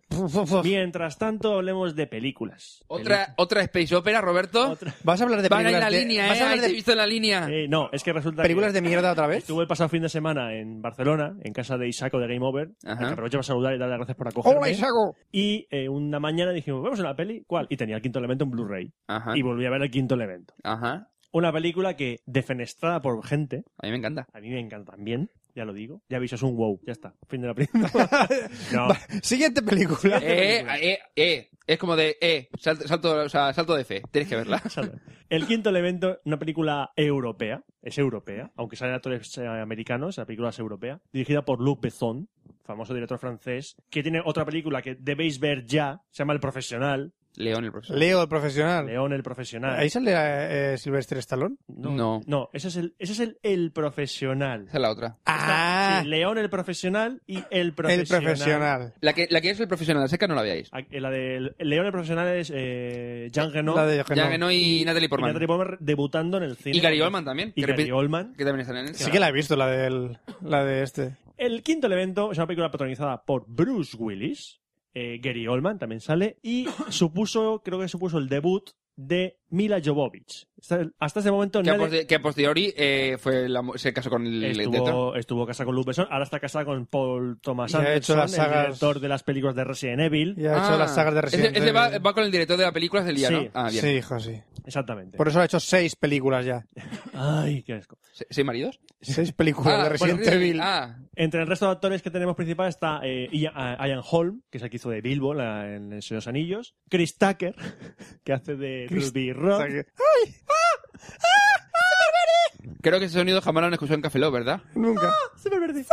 Mientras tanto, hablemos de películas.
Otra, otra Space Opera, Roberto.
Otra-
Vas a hablar de
Van a ir
películas
la
de,
línea,
vas
¿eh?
a hablar
Ahí te he
de
visto en la línea.
Eh, no, es que resulta
películas
que
de mierda otra vez.
estuve el pasado fin de semana en Barcelona, en casa de Isaco de Game Over,
Ajá.
al que aprovecho para saludar y darle las gracias por acogerme.
Hola Isago.
Y eh, una mañana dijimos, vamos a una peli, ¿cuál? Y tenía el quinto elemento en Blu-ray.
Ajá.
Y volví a ver el quinto elemento.
Ajá.
Una película que, defenestrada por gente,
A mí me encanta.
a mí me encanta también, ya lo digo. Ya veis, es un wow, ya está. Fin de la película. no,
Siguiente película.
Eh, eh, eh. Es como de, eh, salto, salto, o sea, salto de fe. Tienes que verla.
salta. El quinto elemento, una película europea, es europea, aunque salen actores eh, americanos, la película es europea, dirigida por Luc Besson, famoso director francés, que tiene otra película que debéis ver ya, se llama El Profesional,
León, el profesor.
Leo el profesional.
León el Profesional.
Ahí sale eh, Sylvester Stallone.
No,
No.
no, ese es el, ese es el, el Profesional.
Esa es la otra.
Está, sí, León el Profesional y El
Ah, el
Profesional.
profesional.
La que, la que es el profesional seca no la veáis.
Ah, La de León el Profesional es eh, Jean Reno
La de
Ya que no y, Natalie
y
Portman.
Natalie Portman debutando en el cine.
Y Gary Oldman también.
Y
que repi-
Gary Oldman.
que también está en el
Sí que la he visto, la del, la de este.
El quinto elemento es una película protagonizada por Bruce Willis. eh, Gary Oldman también sale. Y supuso, creo que supuso el debut de Mila Jovovich. Hasta, hasta ese momento
Que a,
nadie-
poste- que a posteriori eh, fue la mu- se casó con el director.
Estuvo, estuvo casada con Luke Besson, ahora está casada con Paul Thomas
Y ha hecho
Anderson,
las
el
sagas-
director de las películas de Resident Evil.
Y ha hecho
Ah,
las sagas de
ese-
Resident
Ese, va, va con el director de la película del día,
Sí.
¿no? Ah, bien.
Sí, hijo, sí.
Exactamente.
Por eso ha hecho seis películas ya.
Ay, qué asco.
¿Se- ¿Seis maridos?
Seis películas
Ah,
de Resident
bueno,
Evil.
Ah,
Entre el resto de actores que tenemos principal está eh, Ian, a- Ian Holm, que es el que hizo de Bilbo la- en El Señor de los Anillos. Chris Tucker, <laughs> que hace de
Chris
Ruby
O sea
Rock.
que-
creo que ese sonido jamás lo han escuchado en Café Lock, ¿verdad?
Nunca.
Superverde.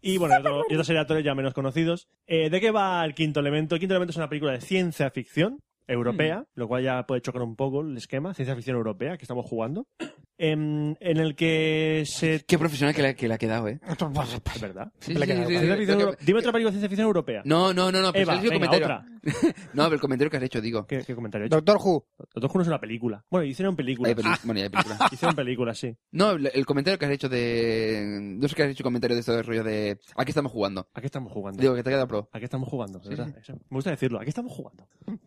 Y bueno, y otro- y otra serie de actores ya menos conocidos. Eh, ¿De qué va El Quinto Elemento? El Quinto Elemento es una película de ciencia ficción
Mm.
europea, lo cual ya puede chocar un poco el esquema, ciencia ficción europea que estamos jugando, em, en el que se...
Qué profesional que la que la ha quedado, ¿eh?
Es verdad.
Sí,
Le
sí, sí, sí,
queda igual.
Ciencia
sí,
ficción
creo
euro-
que-
Dime otra película de ciencia ficción europea.
No, no, no, no. pero
Eva,
ese es el
venga,
comentario.
otra.
No, pero el comentario que has hecho, digo.
¿Qué, qué comentario he hecho?
Doctor Who.
Doctor Who no es una película. Bueno, hicieron películas.
Hay peli- Eh, Bueno, ya
<laughs>
hay película.
Hicieron películas, sí.
No, el, el comentario que has hecho de. No sé qué has hecho comentario de esto de rollo de. Aquí estamos jugando.
¿A qué estamos jugando?
Digo, que te queda pro.
¿A qué estamos jugando? De verdad, eso. Me gusta decirlo. ¿A qué estamos jugando?
¿Qué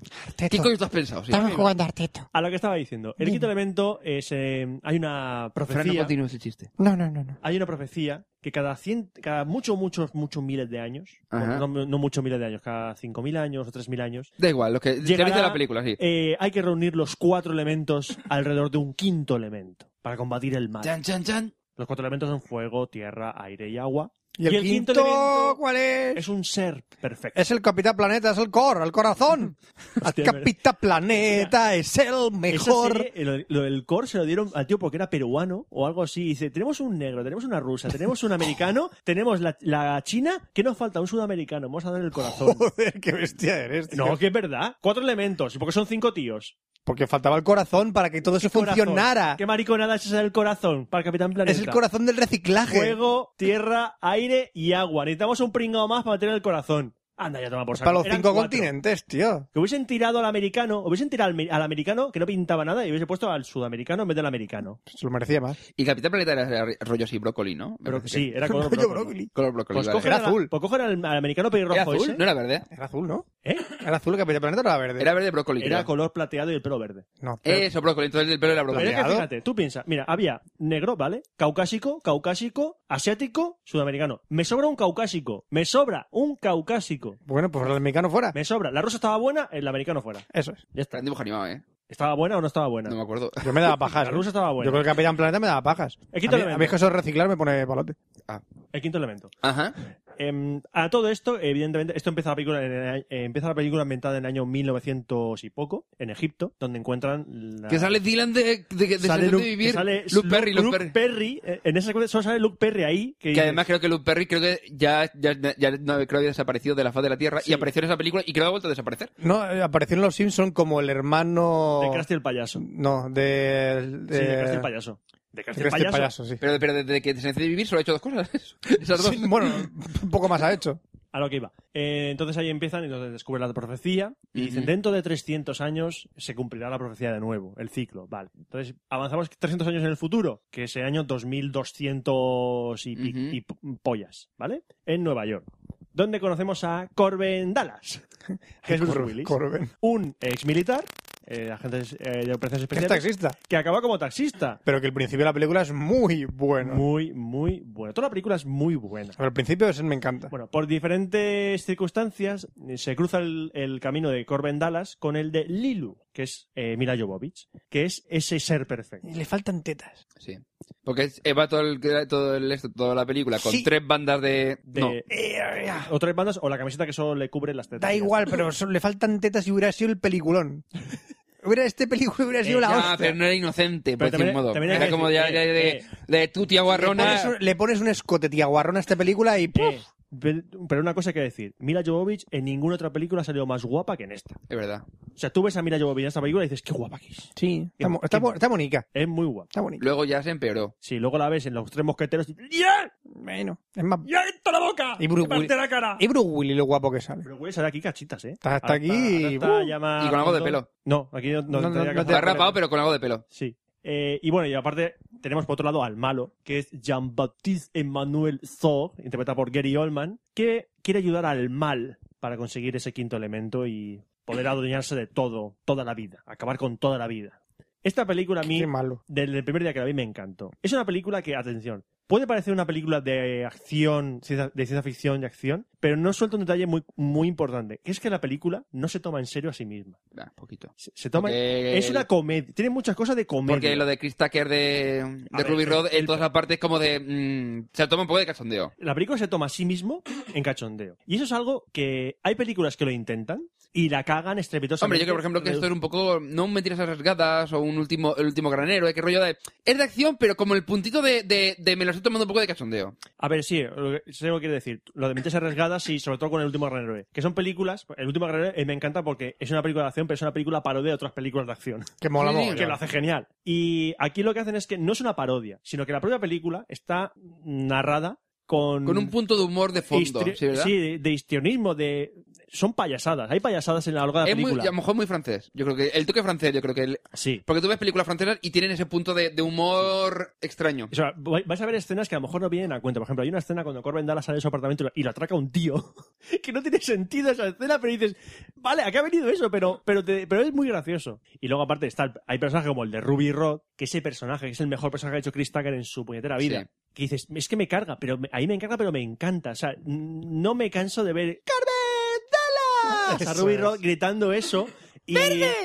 Arteto.
coño tú has pensado? Sí.
Estamos jugando a Arteto.
A lo que estaba diciendo. El quinto elemento es... eh, hay una
Fran, no
profecía...
continúes el chiste.
No, no, no, no.
hay una profecía que cada cien, cada muchos, muchos, muchos miles de años,
Ajá.
no, no muchos miles de años, cada 5.000 años o 3.000 años,
Da igual, lo que. Te
Llegará-
viste la película, sí.
<laughs> eh, hay que reunir los cuatro elementos alrededor de un quinto elemento. para combatir el mal.
Chan, chan, chan.
Los cuatro elementos son fuego, tierra, aire y agua.
¿Y el, quinto,
elemento
cuál es?
es un ser perfecto.
Es el Capitán Planeta, es el core,
<laughs>
el corazón.
Hostia,
el
es
Capitán Planeta es el
Esa
mejor.
serie, el- lo del core se lo dieron al tío porque era peruano o algo así. Dice, tenemos un negro, tenemos una rusa, tenemos un americano,
<laughs>
tenemos la, la china, ¿qué nos falta? Un sudamericano, vamos a dar el
<laughs>
corazón.
Joder, qué bestia eres, tío.
No, que es verdad. Cuatro elementos, porque son cinco tíos.
Porque faltaba el corazón para que todo eso
Corazón.
funcionara.
¿Qué mariconada es esa del corazón para el Capitán Planeta?
Ah. Es el corazón del reciclaje.
Fuego, tierra, aire y agua. Necesitamos un pringao más para tener el corazón. Anda, ya toma por saco.
Para los
Eran
cinco
cuatro.
continentes, tío.
Que hubiesen tirado al americano, hubiesen tirado al, me- al americano que no pintaba nada y hubiese puesto al sudamericano en vez del americano.
Se lo merecía más.
Y Capitán Planeta era rollo así, brócoli, ¿no? Me
Pero
parece
sí,
<laughs>
era color brócoli.
Rollo brócoli.
<laughs> Color brócoli,
Pues
vale.
cogen
Era
al-
azul.
pues cogen al, al americano
¿Era
pelirrojo
azul?
ese.
¿No era verde?
Era azul, ¿no?
¿Eh?
Era azul el Capitán Planeta, era verde.
Era verde brócoli.
Era
creo.
color plateado y el pelo verde.
No, pero-
Eso, brócoli. Entonces el pelo era
Pero
brócoli.
es que
¿Plateado?
fíjate, tú piensas, mira, había negro, ¿vale? Caucásico, caucásico, asiático, sudamericano. Me sobra un caucásico, me sobra un caucásico,
Bueno, pues el mexicano fuera.
me sobra. La rusa estaba buena, el americano fuera.
Eso es.
Ya está.
Era un dibujo animado, ¿eh?
¿Estaba buena o no estaba buena?
No me acuerdo.
Yo me daba pajas.
<laughs> La
¿eh?
rusa estaba
Yo creo
buena.
que el Capitán Planeta me daba pajas. A
El
mí,
quinto
a
elemento.
mí es que eso de reciclar me pone palote.
El quinto elemento.
Ajá.
Em, a todo esto, evidentemente, esto empieza la película, en el a- eh, empieza la película ambientada en el año 1900 y poco, en Egipto, donde encuentran la...
Que sale Dylan de, de, de,
sale
Salir de
Luke-
vivir.
que sale
Luke Perry, Luke, Perry.
Perry, eh, En esa secuencia solo sale Luke Perry ahí. Que,
Que
dice,
además creo que Luke Perry creo que ya, ya, ya no, creo que había desaparecido de la faz de la Tierra y apareció en esa película y creo que ha vuelto a desaparecer.
No, eh, apareció en Los Simpsons como el hermano...
De Krusty el payaso.
No, de...
Sí, de Krusty el
de-
payaso. De Krusty
de Krusty el payaso, sí.
Pero, pero desde que se necesita vivir solo ha hecho dos cosas. <laughs> Esas dos.
Sí, bueno, un poco más ha hecho.
A lo que iba. Eh, entonces ahí empiezan y entonces descubren la profecía y dicen,
Ujú.
dentro de 300 años se cumplirá la profecía de nuevo, el ciclo, vale. Entonces avanzamos 300 años en el futuro, que es el año 2200 y, pi-
Ujú.
y p- pollas, ¿vale? En Nueva York, donde conocemos a Corben Dallas, <laughs> que es Bruce
Cor-
Willis, Pues
Corbin.
un ex militar, agente eh, de operaciones
Que es
especiales,
taxista.
que acaba como taxista.
Pero que el principio de la película es muy bueno.
Muy, muy bueno. Toda la película es muy buena.
A ver, el principio es, me encanta.
Bueno, por diferentes circunstancias eh, se cruza el, el camino de Corben Dallas con el de Lilu, que es eh, Mila Jovovich, que es ese ser perfecto.
Y le faltan tetas.
Sí. Porque es- eh, va todo el, todo el esto- toda la película con
Sí.
tres bandas de.
De
No.
Eh, eh,
o tres bandas o la camiseta que solo le cubre las tetas.
da igual, pero so- le faltan tetas y hubiera sido el
<laughs>
peliculón. Hubiera este película hubiera sido
Eh,
la
ya,
hostia.
Ah, pero no era inocente, por
Pero
decir
también-
modo.
también hay
Era
que
como
decir,
ya, ya
eh,
de,
eh.
de tu tía
le,
guarrona.
pones un, le pones un escote tiaguarrón a esta película y ¡puf!
Eh, pe- pero una cosa que decir, Mila Jovovich en ninguna otra película ha salido más guapa que en esta.
Es verdad.
O sea, tú ves a Mila Jovovich en esta película y dices, qué guapa que es.
Sí. Está, mo- está, mo- está bonica.
Es muy guapa.
Está bonica.
Luego ya se empeoró.
Si luego la ves en los tres mosqueteros, y- ¡Ya!
Bueno, es más...
¡Ya esto la boca!
Y Bruce
¡Que parte
Willis.
la cara!
Y Bruce Willis lo guapo que sale.
Pero güey, sale aquí cachitas, ¿eh?
Está- está
Ahora
aquí
ahora
y-
está
¡uh!
ya más
Y con algo de
rondo.
pelo.
No, aquí no, no,
No, no,
tendría que
no te-
hacer
Está rapado,
problema.
pero con algo de pelo.
Sí. Eh, y bueno, y aparte tenemos por otro lado al malo, que es Jean-Baptiste Emmanuel Zog, interpretado por Gary Oldman, que quiere ayudar al mal para conseguir ese quinto elemento y poder adueñarse de todo, toda la vida, acabar con toda la vida. Esta película a mí
Qué malo.
desde el primer día que la vi me encantó. Es una película que, atención, puede parecer una película de acción, ciencia- de ciencia ficción y acción, pero no suelta un detalle muy, muy importante, que es que la película no se toma en serio a sí misma.
Un poquito. Eh,
Se, se toma...
Porque
Es
el-
una comedia, tiene muchas cosas de comedia.
Porque lo de Chris Tucker de,
A
de
ver,
Ruby
el-
Road en
el-
todas las partes como de... mm, se toma un poco de cachondeo.
La película se toma a sí mismo en cachondeo. Y eso es algo que hay películas que lo intentan y la cagan
Hombre,
estrepitosamente.
yo creo, por ejemplo, que esto es
Redu-
un poco... No un mentiras arriesgadas o un último el último granero, ¿eh? que rollo de... Es de acción, pero como el puntito de, de, de me lo estoy tomando un poco de cachondeo.
A ver, sí, lo que- sé lo que quiere decir. Lo de Mentes Arriesgadas y sobre todo con El Último Guerrero. eh. Que son películas... El Último Guerrero eh, me encanta porque es una película de acción, pero es una película parodia de otras películas de acción. <laughs>
Que mola
Sí,
mogollón.
que lo hace genial. Y aquí lo que hacen es que no es una parodia, sino que la propia película está narrada con...
Con un punto de humor de fondo,
histri-
¿sí, verdad?
Mm. sí, de, de histrionismo, de... Son payasadas. Hay payasadas en la largo de la
es muy,
película.
a lo mejor muy francés. Yo creo que el toque francés, yo creo que... el-
Sí.
porque tú ves películas francesas y tienen ese punto de, de humor extraño.
O sea, vai- vais a ver escenas que a lo mejor no vienen a cuenta. Por ejemplo, hay una escena cuando Corbin Dallas sale de su apartamento y lo- y lo atraca un tío. <laughs> que no tiene sentido esa escena, pero dices, vale, ¿a qué ha venido eso? Pero, pero, te- pero es muy gracioso. Y luego, aparte, está el- hay personajes como el de Ruby Rod, que ese personaje, que es el mejor personaje que ha hecho Chris Tucker en su puñetera vida.
Sí.
Que dices, es que me carga, pero me- ahí me encarga, pero me encanta. O sea, n- no me canso de ver ¡Carmen Dallas!
Eso
a Ruby
es.
Rod gritando eso. Y... ¡Verde! ¡Verde!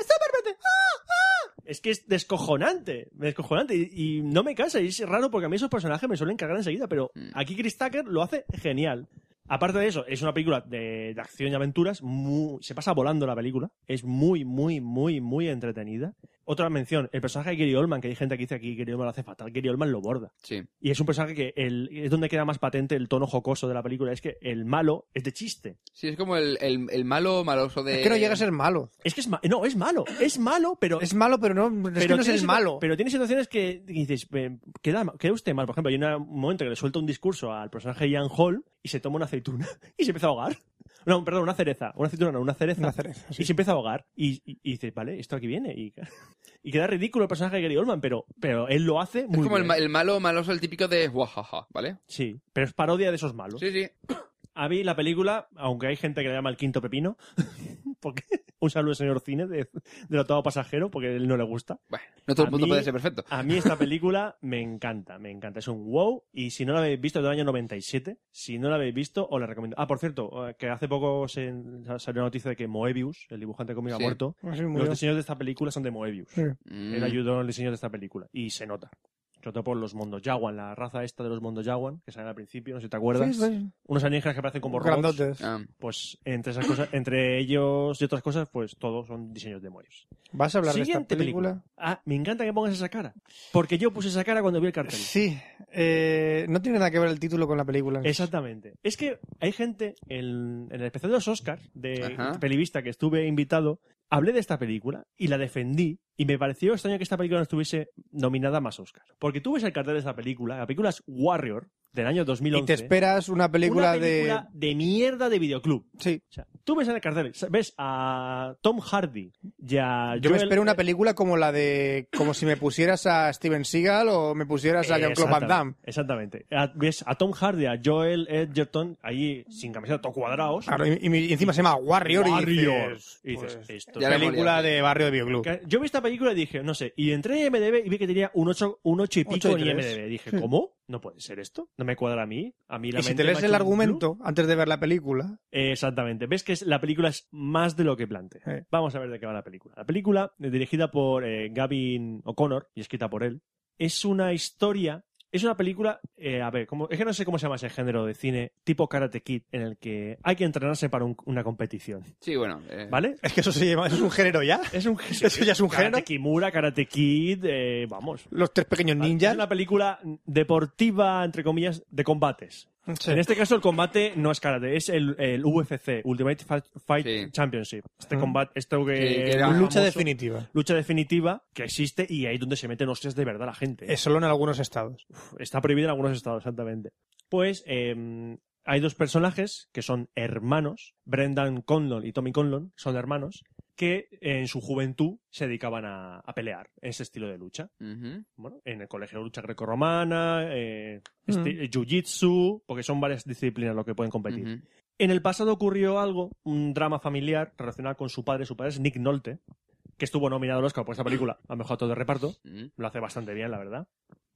¡Está verde! ¡Ah! ¡Ah! es que es descojonante, descojonante y, y no me cansa y es raro porque a mí esos personajes me suelen cagar enseguida, pero
Mm.
aquí Chris Tucker lo hace genial. Aparte de eso, es una película de, de acción y aventuras, mu- se pasa volando la película, es muy, muy, muy, muy entretenida. Otra mención, el personaje de Gary Oldman, que hay gente que dice aquí que Gary Oldman lo hace fatal, Gary Oldman lo borda.
Sí.
Y es un personaje que el- es donde queda más patente el tono jocoso de la película. Es que el malo es de chiste.
Sí, es como el, el, el malo maloso de...
Es que no llega a ser malo.
Es que es ma- no, es malo. Es malo, pero.
Es malo, pero no, es que no es
tiene
el
situ-
malo.
Pero tiene situaciones que que dices, eh, queda, ma- queda usted mal. Por ejemplo, hay una- un momento que le suelta un discurso al personaje Ian Hall y se toma una aceituna <laughs> y se empieza a ahogar. No, perdón, una cereza. Una aceituna, no, una cereza.
Una cereza, sí.
Y se empieza a ahogar. Y, y, y dices, vale, esto aquí viene. Y, <laughs> y queda ridículo el personaje de Gary Oldman, pero, pero él lo hace muy
Es como el,
bien.
ma- el malo maloso, el típico de guajaja, ¿vale?
Sí, pero es parodia de esos malos.
Sí, sí.
A mí la película, aunque hay gente que la llama el quinto pepino, <laughs> porque un saludo al señor Cine de, de lo todo pasajero, porque a él no le gusta.
Bueno, no todo
A
el mundo
mí-
puede ser perfecto.
A mí esta película me encanta, me encanta. Es un wow. Y si no la habéis visto, es del año 97. Si no la habéis visto, os la recomiendo. Ah, por cierto, eh, que hace poco se, salió la noticia de que Moebius, el dibujante cómico, ha
Sí.
muerto.
Así murió.
Los diseños de esta película son de Moebius.
Sí.
Mm.
Él ayudó en el diseño de esta película. Y se nota. Sobre todo por los Mondos Yaguan, la raza esta de los Mondos Yaguan, que salen al principio, no sé si te acuerdas.
Sí, sí.
Unos alienígenas que aparecen como robots.
Grandotes.
Ah,
Pues entre esas cosas, entre ellos y otras cosas, pues todos son diseños de Moebius.
¿Vas a hablar de esta
Siguiente
película?
Ah, me encanta que pongas esa cara. Porque yo puse esa cara cuando vi el cartel.
<laughs> Sí. eh, no tiene nada que ver el título con la película.
Exactamente. Es que hay gente, en, en el especial de los Oscars, de
Ajá.
Pelivista, que estuve invitado, hablé de esta película y la defendí. Y me pareció extraño que esta película no estuviese nominada a más Oscar. Porque tú ves el cartel de esta película, la película es Warrior, del año 2011.
Y te esperas una película,
una película de... mierda de videoclub.
de... Sí.
O sea, tú ves en el cartel, ves a Tom Hardy y a
Yo me
Joel-
espero una película como la de... Como si me pusieras a Steven Seagal o me pusieras a Jean-Claude Van
Exactamente,
Damme.
Exactamente. A- ves a Tom Hardy, a Joel Edgerton, ahí sin camiseta, todo cuadrados.
Claro, y, y- y encima se llama Warrior, y dices...
Y dices,
pues,
esto
Ya
es-
le hemos
película
liado.
de barrio de Bioclub.
Que- Yo vi esta película y dije, no sé, y entré en MDB y vi que tenía un 8, un ocho y pico
Ocho y
en
tres. Hmm.
IMDb. Dije, ¿cómo? No puede ser esto. No me cuadra a mí. A mí la
Y si
mente
te
me ha
lees
hecho
el
un
argumento antes de ver la película,
Eh, Exactamente. Ves que es- la película es más de lo que plantea.
Eh.
Vamos a ver de qué va la película. La película, eh, dirigida por eh, Gavin O'Connor y escrita por él, es una historia. Es una película, eh, a ver, como, es que no sé cómo se llama ese género de cine tipo Karate Kid, en el que hay que entrenarse para un- una competición,
sí, bueno. eh,
¿vale?
es que eso se llama, eso es un género ya.
Es un
Eso ya es un
Karate
género.
Kimura, Karate Kid, eh, vamos.
Los tres pequeños ninjas.
Es una película deportiva, entre comillas, de combates.
Sí.
En este caso, el combate no es karate, es el, el UFC, Ultimate Fa- Fight
Sí.
Championship. Este
Ah.
combate, esto que.
Sí, que era
famoso,
lucha definitiva.
Lucha definitiva que existe y ahí es donde se meten hostias de verdad la gente.
Es Eh, solo en algunos estados.
Uf, Está prohibido en algunos estados, exactamente. Pues eh, hay dos personajes que son hermanos, Brendan Conlon y Tommy Conlon, son hermanos, que en su juventud se dedicaban a, a pelear ese estilo de lucha
ujú.
bueno, en el colegio de lucha grecorromana, eh,
Mm.
esti- jiu-jitsu, porque son varias disciplinas lo que pueden competir.
Ujú.
En el pasado ocurrió algo, un drama familiar relacionado con su padre. Su padre es Nick Nolte, que estuvo nominado al Oscar por esta película, a mejor actor de reparto.
Ujú. mm,
Lo hace bastante bien, la verdad.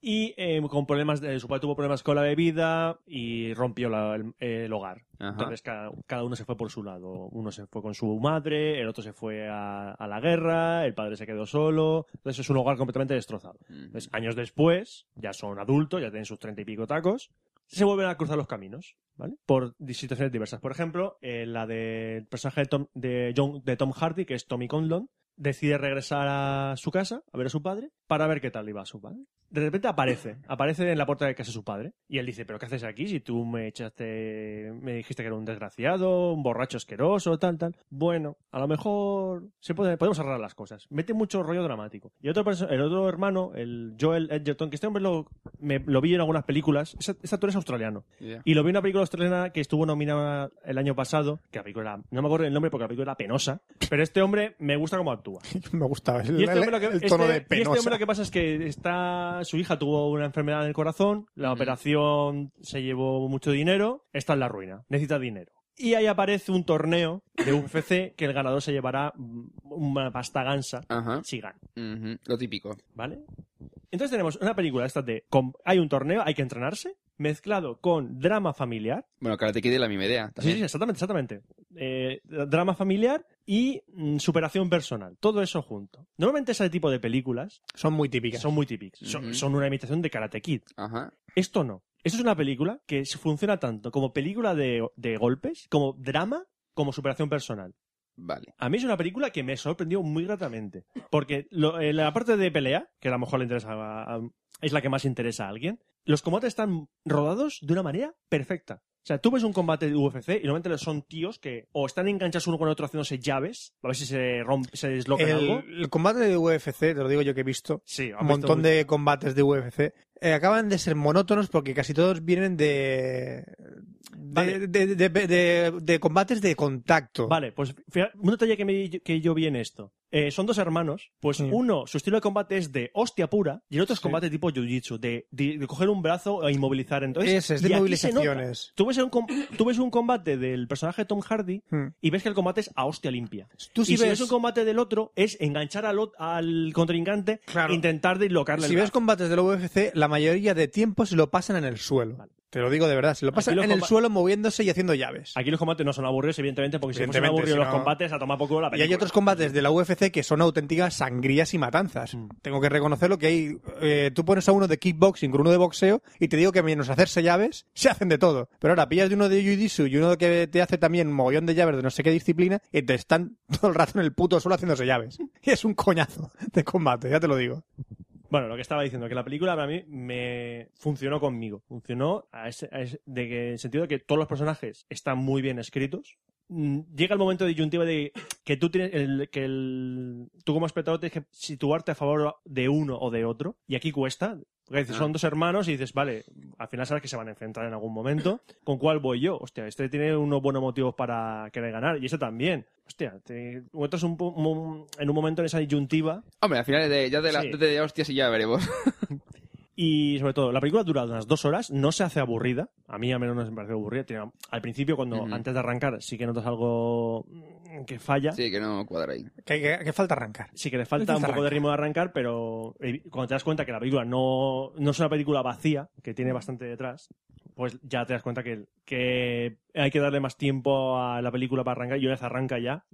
Y eh, con problemas, de- su padre tuvo problemas con la bebida y rompió la- el- el hogar.
Ajá.
Entonces ca- cada, uno se fue por su lado. Uno se fue con su madre, el otro se fue a, a la guerra, el padre se quedó solo. Entonces es un hogar completamente destrozado.
Ujú.
Entonces, Pues años después, ya son adultos, ya tienen sus treinta y pico tacos, se vuelven a cruzar los caminos, ¿vale? Por di- situaciones diversas. Por ejemplo, eh, la del personaje de Tom, de, John, de Tom Hardy, que es Tommy Conlon, decide regresar a su casa a ver a su padre para ver qué tal le iba a su padre. De repente aparece, aparece en la puerta de casa de su padre y él dice, pero ¿qué haces aquí si tú me echaste, me dijiste que era un desgraciado, un borracho asqueroso, tal, tal? Bueno, a lo mejor se puede, podemos arreglar las cosas. Mete mucho rollo dramático. Y otro, perso- el otro hermano, el Joel Edgerton, que este hombre lo, me- lo vi en algunas películas, ese, ese actor es australiano.
Ya.
Y lo vi en una película australiana que estuvo nominada el año pasado, que la película, era- no me acuerdo el nombre porque la película era penosa, pero este hombre me gusta cómo actúa.
Me gustaba <laughs> el,
Y este hombre lo que,
el tono
este-
de
y este
penosa.
hombre lo que pasa es que está, su hija tuvo una enfermedad en el corazón, la
Ujú.
operación se llevó mucho dinero, está en la ruina, necesita dinero. Y ahí aparece un torneo de UFC que el ganador se llevará mm, una pasta gansa
Ajá.
si gana,
Ujú. Lo típico.
¿vale? Entonces tenemos una película esta de com- hay un torneo, hay que entrenarse, mezclado con drama familiar,
Bueno, Karate Kid es la misma idea.
Sí,
también.
sí, exactamente, exactamente. Eh, drama familiar y mm, superación personal. Todo eso junto. Normalmente ese tipo de películas
Son muy típicas.
son muy típicas. Son,
Ujú.
son una imitación de Karate Kid.
Ajá.
Esto no. Esto es una película que funciona tanto como película de, de golpes, como drama, como superación personal.
Vale.
A mí es una película que me sorprendió muy gratamente. Porque lo- eh, la parte de pelea, que a lo mejor le interesa a- a- es la que más interesa a alguien, los combates están rodados de una manera perfecta. O sea, tú ves un combate de UFC y normalmente son tíos que o están enganchados uno con otro haciéndose llaves, a ver si se rompe, se deslocan
el,
algo.
el combate de UFC, te lo digo yo que he visto,
Sí, han
un
visto
montón
muy-
de combates de UFC, eh, acaban de ser monótonos porque casi todos vienen de... De,
Vale.
de- de- de- de- de combates de contacto.
Vale, pues fija- un detalle que, me, que yo vi en esto. Eh, son dos hermanos, pues
Sí.
uno, su estilo de combate es de hostia pura y el otro es
Sí.
combate tipo jiu-jitsu, de, de- de coger un brazo e inmovilizar. Entonces,
Ese es de
y aquí se nota.
movilizaciones.
Tú ves, un com- tú ves un combate del personaje Tom Hardy
Hmm.
y ves que el combate es a hostia limpia.
Tú si
y si
ves-
ves un combate del otro, es enganchar al, ot- al contrincante
Claro.
e intentar dislocarle
Si
el
ves
brazo.
combates de la UFC, la mayoría de tiempo se lo pasan en el suelo.
Vale.
Te lo digo de verdad, se lo
Aquí
pasan
los
en el
comba-
suelo moviéndose y haciendo llaves.
Aquí los combates no son aburridos, evidentemente, porque si fuesen
Evidentemente,
aburridos
si
los
no-
combates, a tomar poco la
Y
película.
hay otros combates de la UFC que son auténticas sangrías y matanzas.
Mm.
Tengo que reconocerlo que hay. eh, tú pones a uno de kickboxing con uno de boxeo y te digo que menos hacerse llaves, se hacen de todo. Pero ahora pillas de uno de jiu-jitsu y uno que te hace también mogollón de llaves de no sé qué disciplina y te están <laughs> todo el rato en el puto suelo
<laughs>
haciéndose llaves. Y es un coñazo de combate, ya te lo digo.
Bueno, lo que estaba diciendo, que la película para mí me funcionó conmigo. Funcionó a ese- a ese- de que, en el sentido de que todos los personajes están muy bien escritos. Mm, Llega el momento de disyuntiva de que tú tienes el- que el- tú como espectador tienes que situarte a favor de uno o de otro. Y aquí cuesta. Porque dices,
Ah.
son dos hermanos y dices, vale, al final sabes que se van a enfrentar en algún momento. ¿Con cuál voy yo? Hostia, este tiene unos buenos motivos para querer ganar. Y ese también. Hostia, te encuentras un po- un- en un momento en esa disyuntiva
Hombre, al final de- ya de la,
Sí.
de, de hostias y
<laughs>
ya veremos.
Y sobre todo, la película dura unas dos horas, no se hace aburrida. A mí al menos no me pareció aburrida. Tiene- al principio, cuando
Ujú.
antes de arrancar, sí que notas algo mm, que falla. Sí.
Sí, que no cuadra ahí.
Que, que- que falta arrancar.
que le falta un poco de ritmo de arrancar, pero eh, cuando te das cuenta que la película no, no es una película vacía, que tiene bastante detrás, pues ya te das cuenta que, que hay que darle más tiempo a la película para arrancar y una vez arranca ya,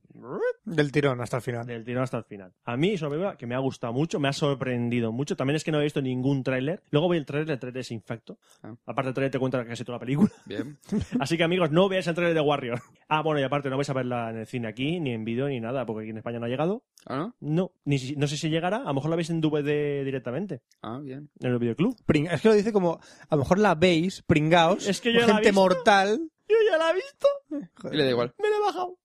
Del tirón hasta el final.
del tirón hasta el final. A mí es una película que me ha gustado mucho, me ha sorprendido mucho. También es que no he visto ningún tráiler. Luego voy el tráiler, el tráiler es infecto.
Ah.
Aparte el tráiler te cuenta casi toda la película. <laughs>
Bien.
Así que amigos, no veáis el tráiler de Warrior. <laughs> Ah, bueno, y aparte no vais a verla en el cine aquí, ni en vídeo, ni nada, porque aquí en España no ha llegado.
¿Ah, no?
No, ni si- no sé si llegará. A lo mejor la veis en DVD directamente,
Ah, bien.
en el videoclub.
Pring- Es que lo dice como, a lo mejor la veis, pringaos,
Es que yo la he
gente
visto.
mortal.
Yo ya la he visto,
Y le da igual.
me la he bajado.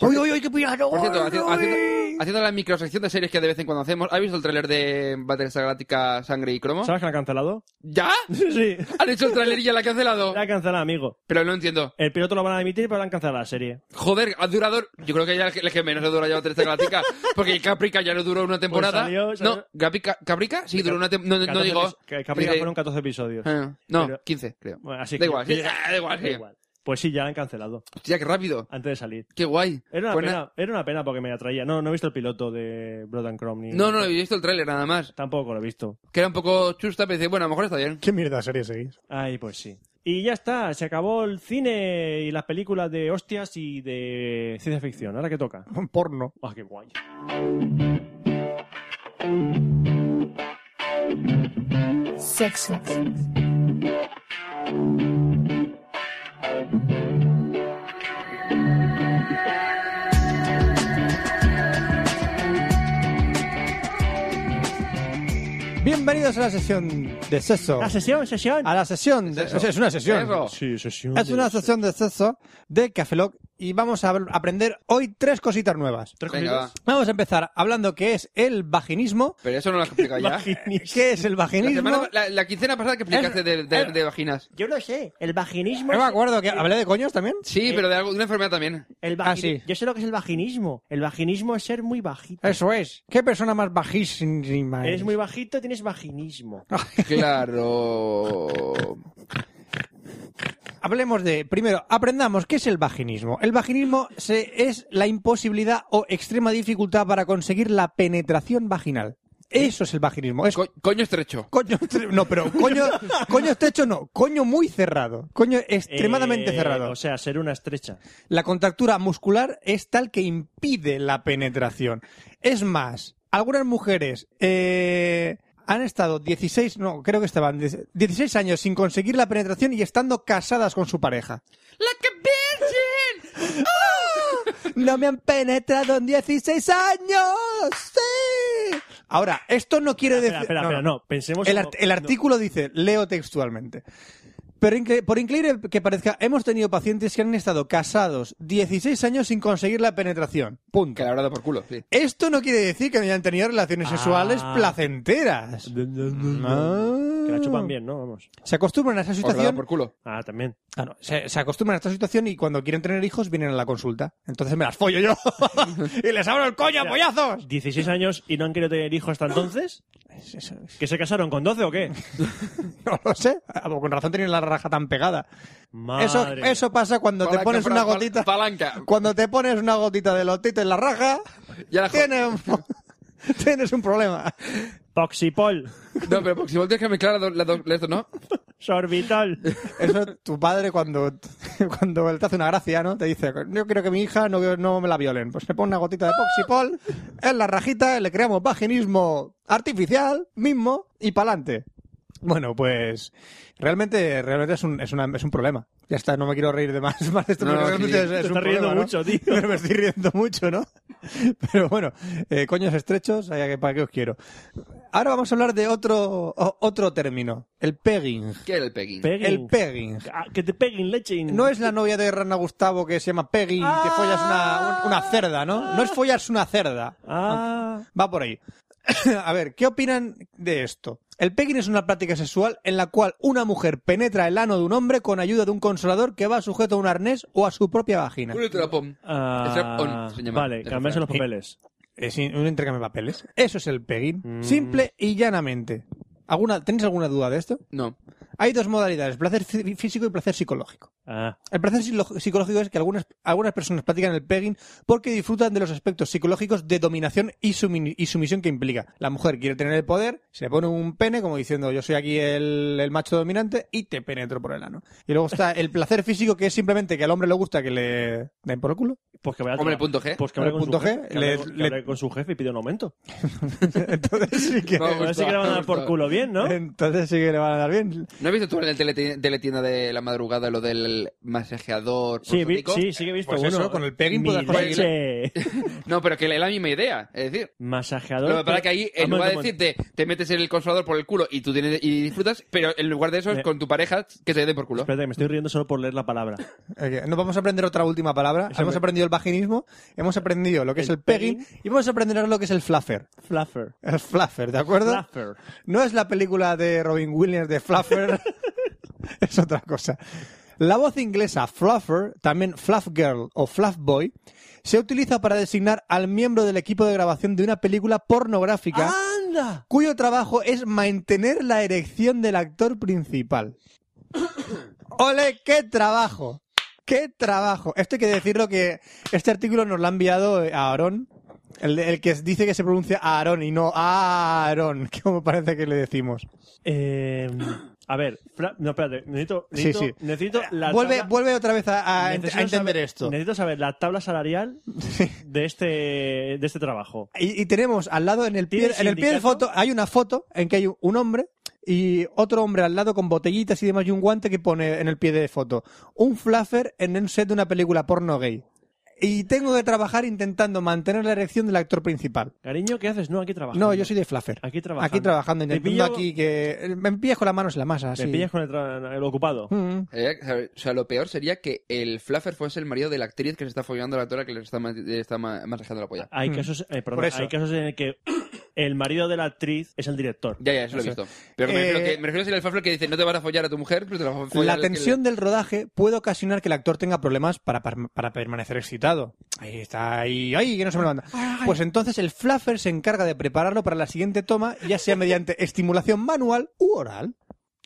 ¡Uy, uy, uy, qué pirata!
Por cierto,
¡Uy,
haciendo,
uy!
haciendo- haciendo la microsección de series que de vez en cuando hacemos, ¿has visto el tráiler de Battlestar Galactica Sangre y Cromo?
¿Sabes que la han cancelado? <laughs>
¿Ya?
Sí, sí,
¿Han hecho el tráiler y ya la
<laughs>
han cancelado?
la han cancelado, amigo.
Pero no entiendo.
El piloto lo van a emitir, pero la han cancelado la serie.
Joder, ha durado... Yo creo que ya el que- el que menos ha durado ya Battlestar Galactica, porque Caprica ya no duró una temporada.
Pues salió- salió-
No, Caprica, Caprica sí duró una temporada. No, no
14
digo...
epis- que- que apenas
Diré-
fueron 14 episodios.
Ah, no,
Pero-
15, creo.
Bueno, así
Da
que-
igual, sí, ah, da igual, sí.
Pues sí, ya la han cancelado,
Hostia, qué rápido.
antes de salir.
Qué guay.
Era una,
Pues
pena,
na-
era una pena porque me atraía. No, no he visto el piloto de Blood and Chrome. Ni...
No, no, he visto el tráiler nada más.
Tampoco lo he visto.
Que era un poco chusta, pero dice, bueno, a lo mejor está bien.
¿Qué mierda serie seguís?
Ay, pues sí. Y ya está, se acabó el cine y las películas de hostias y de ciencia ficción. Ahora que toca.
Un porno.
Ah, qué guay.
Sexo.
Bienvenidos a la sesión de sexo.
La sesión, sesión.
A la sesión de
Sexo.
o sea, Es una sesión.
Sexo.
Sí, sesión.
Es
de-
una sesión de sexo de Café Lock y vamos a habl- aprender hoy tres cositas nuevas.
¿Tres
Venga, va.
cositas?
Vamos a empezar hablando qué es el vaginismo.
Pero eso no lo has
<laughs>
explicado ya.
Vaginis-
¿Qué es el
La,
vaginismo?
semana- la- la quincena pasada que explicaste de, de- de vaginas.
Yo no sé. El vaginismo.
No me
es-
acuerdo que hablé de coños también.
Eh.
Sí, pero de, algo, de una enfermedad también.
el vagini-
Ah, sí.
Yo sé lo que es el vaginismo. El vaginismo es ser muy bajito.
Eso es. ¿Qué persona más vajísima
Eres muy bajito, tienes vaginismo.
Ah,
Claro.
<laughs>
Hablemos de, primero, aprendamos qué es el vaginismo. El vaginismo se- es la imposibilidad o extrema dificultad para conseguir la penetración vaginal. Eso es el vaginismo. Es
Co- coño estrecho.
coño estre- no,
<laughs>
pero coño, coño estrecho no, coño muy cerrado, coño extremadamente
Eh,
cerrado.
O sea, ser una estrecha.
La contractura muscular es tal que impide la penetración. Es más, algunas mujeres eh, han estado 16, no, creo que estaban 16 años sin conseguir la penetración y estando casadas con su pareja.
¡La que virgen!
¡Ah!
No me han penetrado en 16 años. ¡Sí! Ahora, esto no quiere decir...
Espera, espera, espera, no, pensemos...
El,
en-
art- el
no.
artículo dice, leo textualmente. Pero incre- por increíble que parezca, hemos tenido pacientes que han estado casados 16 años sin conseguir la penetración. Punto.
Que le habrá dado por culo, sí.
Esto no quiere decir que no hayan tenido relaciones
Ah.
sexuales placenteras.
Que la chupan
Mm, Ah.
bien, ¿no? Vamos.
Se acostumbran a esa
O que le ha dado
situación.
por culo.
Ah, también.
Ah, no, se, se acostumbran a esta situación y cuando quieren tener hijos vienen a la consulta. Entonces me las follo yo. <laughs> y les abro el coño, a
Ya.
pollazos.
16 años y no han querido tener hijos hasta entonces.
Es- es- es-
¿Que se casaron con 12 o qué?
No lo sé. Ah, Con razón tienen la raja tan pegada.
Madre
Eso,
mía.
eso pasa cuando te
Palanca,
pones
pala-
una
pala-
gotita.
Palanca.
Cuando te pones una gotita de lotito en la raja,
Ya la jo-
tienes, un- <laughs> tienes un problema.
Poxipol.
No, pero porque si vos tienes que mezclar las dos, las dos- las dos, ¿no?
<laughs>
Sorbitol.
Eso tu padre cuando, <laughs> cuando él te hace una gracia, ¿no? Te dice, yo quiero que mi hija no, no me la violen. Pues le pone una gotita de poxipol en la rajita, le creamos vaginismo artificial mismo y pa'lante. Bueno, pues realmente, realmente es, un, es, una- es un problema. Ya está, no me quiero reír de más, <laughs> más de esto,
No,
porque
no,
realmente
sí,
es,
Te
es un
estás riendo
problema, ¿no?
mucho,
<laughs>
tío.
Pero me estoy riendo mucho, ¿no? <laughs> Pero bueno, eh, coños estrechos, ay, ¿para qué os quiero? Ahora vamos a hablar de otro, o- otro término, el pegging.
¿Qué era el pegging?
Pegging.
El pegging.
Ah, que te peguen leche.
No es la novia de Rana Gustavo que se llama Peggy, que follas una, un- una cerda, ¿no? No es follas una cerda.
Ah.
Va por ahí. <coughs> A ver, ¿qué opinan de esto? El pegging es una práctica sexual en la cual una mujer penetra el ano de un hombre con ayuda de un consolador que va sujeto a un arnés o a su propia vagina.
Un ultrapom.
ah,
Strap-on, se llama.
vale, cambiarse los papeles.
Es in- un intercambio de papeles. Eso es el pegging.
Mm.
Simple y llanamente. ¿Alguna, ¿Tenéis alguna duda de esto?
No.
Hay dos modalidades, placer fí- físico y placer psicológico.
Ah,
El placer psilo- psicológico es que algunas, algunas personas practican el pegging porque disfrutan de los aspectos psicológicos de dominación y, sumi- y sumisión que implica. La mujer quiere tener el poder, se le pone un pene como diciendo yo soy aquí el, el macho dominante y te penetro por el ano. Y luego está el placer físico que es simplemente que al hombre le gusta que le den por el culo. <laughs>
pues que vaya a
Hombre,
trabajar.
punto G.
Pues que hable con,
Hombre, punto
su jefe,
G,
que hable
le-
con- que
le-
hable con su jefe y pide un aumento.
Entonces sí que...
Me ha
A ver si
gustado,
que le van a
me ha
dar por
gustado.
culo bien, ¿no?
Entonces sí que le van a dar bien.
¿No has visto tú en el teleti- teletienda de la madrugada lo del masajeador?
Sí, vi-
prostático?
sí, sí que he visto
Pues
uno.
eso, con el pegging
Mi
puedes conseguir-
leche.
No, pero que es la misma idea. Es decir,
Masajeador. Ah,
lo que pasa es que ahí, en
Vamos,
lugar de
vamos.
decirte, te metes en el consolador por el culo y tú tienes y disfrutas, pero en lugar de eso es
Me-
con tu pareja que te den por culo.
Espérate, que me estoy riendo solo por leer la
<laughs>
palabra.
Eh, No vamos a aprender otra última palabra.
Eso
Hemos
me-
aprendido el vaginismo, hemos aprendido lo que es
El
el pegging
pegging.
y vamos a aprender ahora lo que es el fluffer.
Fluffer.
El fluffer, ¿de acuerdo?
Fluffer.
No es la película de Robin Williams de Fluffer, es otra cosa. La voz inglesa Fluffer, también Fluff Girl o Fluff Boy, se utiliza para designar al miembro del equipo de grabación de una película pornográfica
¡Anda!
cuyo trabajo es mantener la erección del actor principal. ¡Ole, qué trabajo! ¡Qué trabajo! Esto hay que decirlo que este artículo nos lo ha enviado eh, Aarón, el, de- el que dice que se pronuncia Aarón y no Aarón, <laughs> como parece que le decimos.
Eh, a ver, Fra- no, espérate, necesito,
Sí,
necesito,
sí.
necesito la
Vuelve,
tabla-
vuelve otra vez a, a ent-
necesito
a entender
saber-
esto.
Necesito saber la tabla salarial de este, de este trabajo.
Y, y tenemos al lado, en el pie,
¿Tiene
en el pie de
sindicato?
foto, hay una foto en que hay un hombre y otro hombre al lado con botellitas y demás y un guante que pone en el pie de foto. Un fluffer en un set de una película porno gay. Y tengo que trabajar intentando mantener la erección del actor principal.
Cariño, ¿qué haces? No, aquí trabajo.
No, yo soy de fluffer.
Aquí trabajando.
Aquí trabajando,
Te
intentando
pillo-
aquí que... Me pillas con las manos en la masa,
Te
sí.
pillas con el, tra- el ocupado.
Mm.
Eh, o sea, lo peor sería que el fluffer fuese el marido de la actriz que se está follando a la actora que le está, ma- le está ma- masajando la polla.
Hay
Mm.
casos, eh, perdón,
Por eso.
hay casos en el que el marido de la actriz es el director.
Ya, ya, eso lo he
Eso.
visto. Pero me,
Eh,
refiero que, me refiero a ser el fluffer que dice, no te vas a follar a tu mujer, pero te la vas a follar.
La
al que le-
tensión del rodaje puede ocasionar que el actor tenga problemas para, para, para permanecer excitado. Ahí está, ahí, ahí, que no se me levanta. Pues entonces el fluffer se encarga de prepararlo para la siguiente toma, ya sea mediante <laughs> estimulación manual u oral.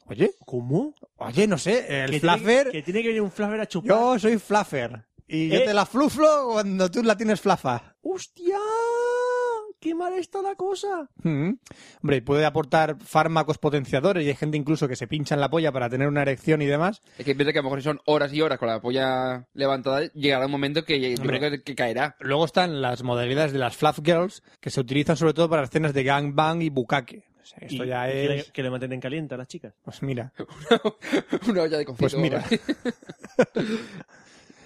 Oye,
¿Cómo?
oye, no sé, el
que
fluffer...
Tiene, que tiene que venir un fluffer a chupar.
Yo soy fluffer. Y yo
Eh.
te la fluflo cuando tú la tienes flafa.
¡Hostia! ¡Qué mal para esto la cosa?
Mm. Hombre, y puede aportar fármacos potenciadores y hay gente incluso que se pincha en la polla para tener una erección y demás.
Es que piensa que a lo mejor si son horas y horas con la polla levantada, llegará un momento que, yo
Hombre.
creo que, que caerá. <laughs>
Luego están las modalidades de las Fluff Girls, que se utilizan sobre todo para escenas de gangbang y bucaque. O sea, esto
Y-
ya
y que le-
es...
Que le mantienen caliente a las chicas.
Pues mira,
Una olla de confito.
pues mira.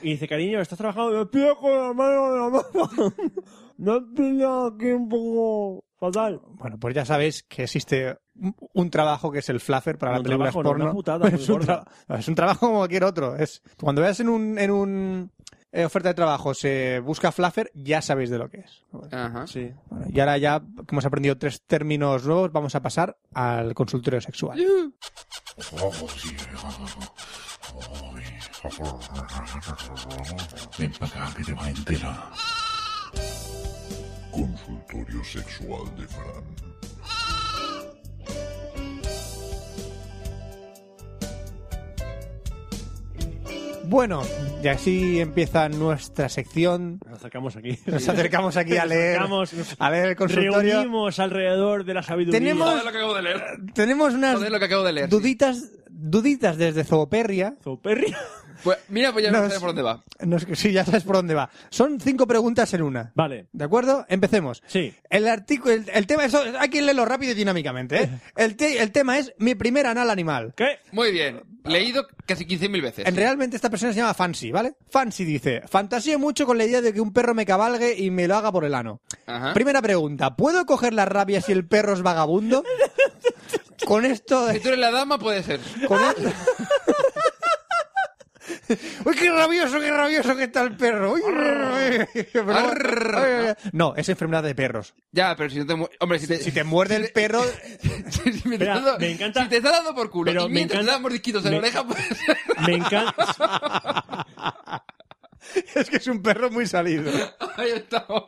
Y dice, cariño, estás trabajando. Me pillo con la mano de la mano. <laughs> Me he pillado aquí un poco fatal.
Bueno, pues ya sabéis que existe un, un trabajo que es el fluffer para
No,
las
un
películas
trabajo, no,
porno.
una putada muy
<laughs> es, un
gorda.
es un trabajo como cualquier otro. Es cuando veas en un, en un eh, oferta de trabajo se busca fluffer, ya sabéis de lo que es. Bueno,
Ajá.
Sí.
y ahora ya que hemos aprendido tres términos nuevos, vamos a pasar al consultorio sexual.
Ven para acá que te va a enterar.
Consultorio sexual de Fran.
Bueno, y así empieza nuestra sección.
Nos acercamos aquí.
Nos acercamos aquí a leer,
acercamos, nos
a leer el consultorio.
Reunimos alrededor de la sabiduría.
Tenemos-
Joder lo que acabo de leer.
Tenemos unas
Joder lo que acabo de leer. sí.
duditas, duditas desde Zooperria.
Zooperri.
Pues, mira, pues ya no,
Nos-
sé por dónde va.
No, es que sí, ya sabes por dónde va. Son cinco preguntas en una.
Vale.
¿De acuerdo? Empecemos.
Sí.
El artículo, el, el tema, eso, hay que leerlo rápido y dinámicamente,
<laughs>
¿eh? El, te- el tema es mi primer anal animal.
¿Qué?
Muy bien. Leído casi 15.000 veces.
En realmente esta persona se llama Fancy, ¿vale? Fancy dice, fantaseo mucho con la idea de que un perro me cabalgue y me lo haga por el ano.
Ajá.
Primera pregunta, ¿puedo coger las rabias si el perro es <laughs> vagabundo? con esto...
Si tú eres la dama, puede ser.
<laughs> Con esto... ¡Uy, qué rabioso, qué rabioso que está el perro! ¡Uy, pero-
Arr.
Ay, ay, ay. No, es enfermedad de perros.
Ya, pero si no te... mu- Hombre, si te...
Si te muerde el perro,
si- <laughs> si me, te
Espera,
está dando-
me encanta-
Si te está dando por culo
Pero
y
me
mientras te
encanta-
dan mordisquitos en
me-
la oreja, <laughs> pues, puede ser.
Me encanta.
<laughs> es que es un perro muy salido.
Ahí estamos.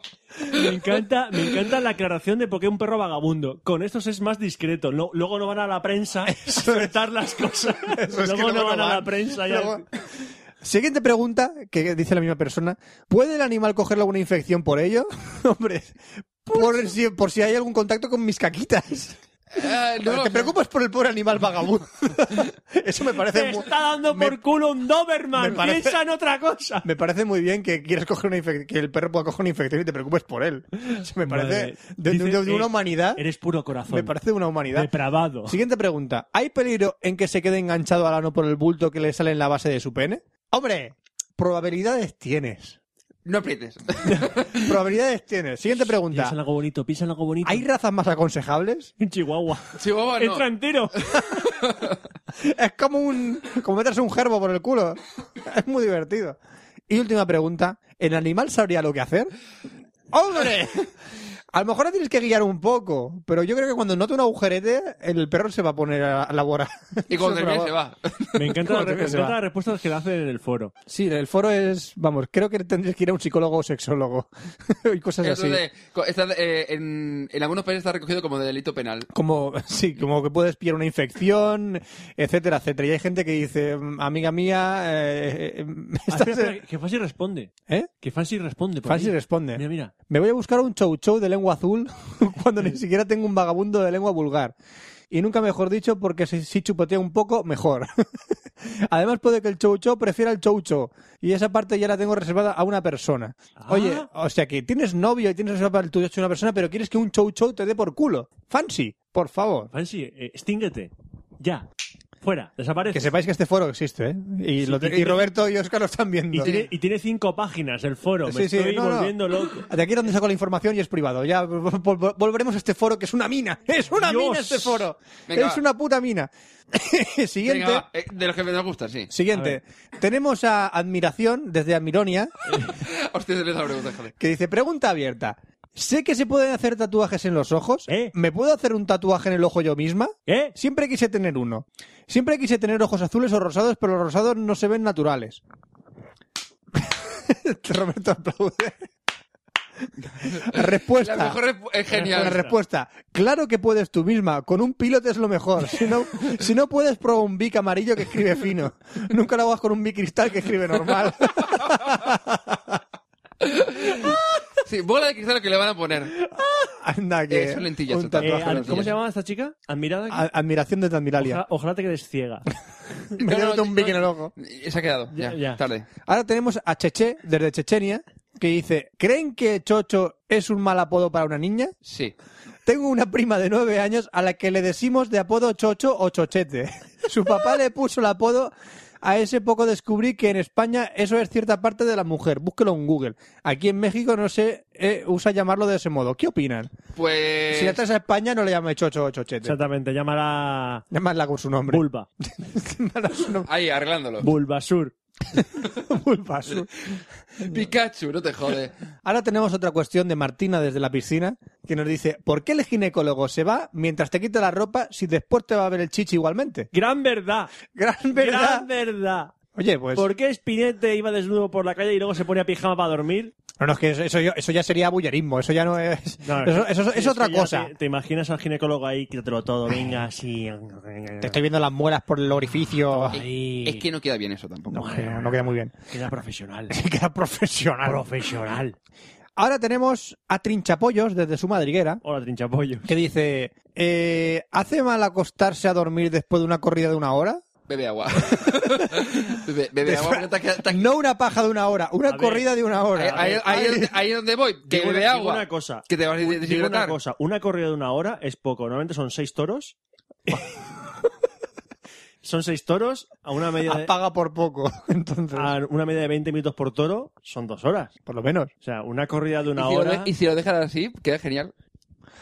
Me encanta, me encanta la aclaración de por qué un perro vagabundo. Con estos es más discreto. No- luego no van a la prensa a soltar las cosas.
Eso es que
luego no
luego
van,
no
a la
van.
prensa. ya.
Luego- Siguiente pregunta, que dice la misma persona. ¿Puede el animal coger alguna infección por ello? <laughs> Hombre,
Pues
por si, por si hay algún contacto con mis caquitas.
Eh, no,
Te preocupas por el pobre
<laughs>
animal vagabundo. Eso me
Te
parece muy...
está dando
me-
por culo un Doberman.
me parece-
Piensa en otra cosa.
Me parece muy bien que quieras coger una infec- que el perro pueda coger una infección y te preocupes por él. <laughs> Eso me parece
Madre.
de, de-
Dice,
de una
eh,
humanidad.
Eres puro corazón.
¿Ah? Me parece de una humanidad.
Depravado.
<laughs> Siguiente pregunta. ¿Hay peligro en que se quede enganchado al ano por el bulto que le sale en la base de su pene? Hombre, probabilidades tienes.
no aprietes. <laughs>
Probabilidades tienes. Siguiente
Piensa
pregunta.
en algo bonito, piensa en algo bonito.
¿Hay razas más aconsejables?
En Chihuahua.
Chihuahua, no.
Entra entero.
Es como un como meterse un gerbo por el culo. Es muy divertido. Y última pregunta. ¿El animal sabría lo que hacer? ¡Hombre! A lo mejor la tienes que guiar un poco, pero yo creo que cuando note un agujerete, el perro se va a poner a laborar.
Y
<laughs>
cuando termine se va.
Me encanta,
Joder,
me
que se
encanta
va.
las respuestas que le hacen en el foro.
Sí, el foro es, vamos, creo que tendrías que ir a un psicólogo o sexólogo <laughs> y cosas
Eso
así.
de- co- está, eh, en, en algunos países está recogido como delito penal.
Como, sí, como que puedes pillar una infección, etcétera, etcétera. Y hay gente que dice, "Mm, amiga mía, eh, eh,
Ah,
estás-
espera, espera, que Fancy responde.
¿eh?
Que Fancy responde. por
Fancy
ahí.
responde.
Mira, mira.
Me voy a buscar un chow chow de lengua azul <laughs> cuando ni siquiera tengo un vagabundo de lengua vulgar. Y nunca mejor dicho, porque si, si chupotea un poco, mejor. <laughs> Además, puede que el chow chow prefiera el chow chow. Y esa parte ya la tengo reservada a una persona.
Ah.
Oye, o sea que tienes novio y tienes reservado el tuyo a una persona, pero quieres que un chow chow te dé por culo. Fancy, por favor.
Fancy, eh, extínguete. Ya. Fuera.
Que
Desaparece.
sepáis que este foro existe, ¿eh? Y, lo te- y Roberto y Oscar lo están viendo.
Y tiene, Eh, y tiene cinco páginas el foro. Me
Sí, sí,
estoy
no, no.
volviendo loco.
De aquí es donde saco la información y es privado. Ya <laughs> vol- vol- volveremos a este foro que es una mina. <laughs> Es una
Dios.
mina este foro.
Venga,
es
va.
una puta mina. <laughs> siguiente.
Venga, va, eh, de los que me gustan, sí. <laughs>
Siguiente. Tenemos a Admiración desde Admironia
Hostia, se me hizo la pregunta, joder.
que dice pregunta abierta. Sé que se pueden hacer tatuajes en los ojos.
¿Eh?
¿Me puedo hacer un tatuaje en el ojo yo misma?
¿Eh?
Siempre quise tener uno. Siempre quise tener ojos azules o rosados, pero los rosados no se ven naturales. <laughs>
<laughs>
Roberto aplaude. Respuesta.
La mejor respu- es genial.
La respuesta. Claro que puedes tú misma. Con un piloto es lo mejor. Si no, si no puedes, prueba un bic amarillo que escribe fino. Nunca lo hagas con un bicristal que escribe normal.
Sí, bola de cristal lo que le van a poner.
Anda, que.
Eh, son lentillas,
un
total.
tatuaje
Eh,
Las
ad-
de
¿Cómo
lentillas.
se llamaba esta chica? Admirada.
A- Admiración de Tandiralia.
Ojalá, ojalá te quedes
<laughs>
ciega.
No,
Metiéndote
no,
un bic
no.
en el ojo.
Se ha quedado, ya,
Ya, ya.
tarde.
Ahora tenemos a Cheche, desde Chechenia, que dice: ¿Creen que Chocho es un mal apodo para una niña?
Sí.
Tengo una prima de nueve años a la que le decimos de apodo Chocho o Chochete. <laughs> Su papá le puso el apodo. A ese poco descubrí que en España eso es cierta parte de la mujer. Búsquelo en Google. Aquí en México no se eh, usa llamarlo de ese modo. ¿Qué opinan?
Pues...
Si la traes a España no le llames Chocho o Chochete.
Exactamente, llámala
Llamadla con su nombre. <laughs>
Bulba.
Llamadla con su nombre.
Ahí, arreglándolo.
Bulbasur.
Bulbasur.
Pikachu, no te jode.
Ahora tenemos otra cuestión de Martina desde la piscina, que nos dice, ¿por qué el ginecólogo se va mientras te quita la ropa si después te va a ver el chichi igualmente? <laughs>
Gran verdad.
Gran verdad.
Gran verdad.
Oye, pues...
¿Por qué Spinete iba desnudo por la calle y luego se ponía pijama para dormir?
No, no, es que eso, eso yo- eso ya sería bullerismo, eso ya no es...
<laughs> No,
eso, eso- eso es
que
otra
ya
cosa.
Te,
Te,
te imaginas al ginecólogo ahí, quítatelo todo, venga, así.
estoy viendo las muelas por el orificio.
Ahí.
Es que no queda bien eso tampoco.
No, no, no queda muy bien.
Queda
<laughs>
profesional.
Se queda profesional.
profesional.
Ahora tenemos a Trinchapollos desde su madriguera.
Hola, trinchapollo.
Que dice, eh, ¿hace mal acostarse a dormir después de una corrida de una hora?
<laughs>
Bebe agua. bebe bebe agua. porque te has quedado- te has-
No una paja de una hora, una
A ver.
corrida de una hora.
Ahí, ahí- ahí es donde- ahí es donde voy. Que
Digo
bebe
una- digo
agua.
una cosa.
Que te vas a
Un- digo una
deshidratar.
cosa, una corrida de una hora es poco. Normalmente son seis toros. son seis toros a una media de,
Apaga por poco, <laughs> entonces.
a una media de 20 minutos por toro son dos horas.
Por lo menos.
O sea, una corrida de
Y
una
si lo
hora.
de- Y si lo dejas así, queda genial.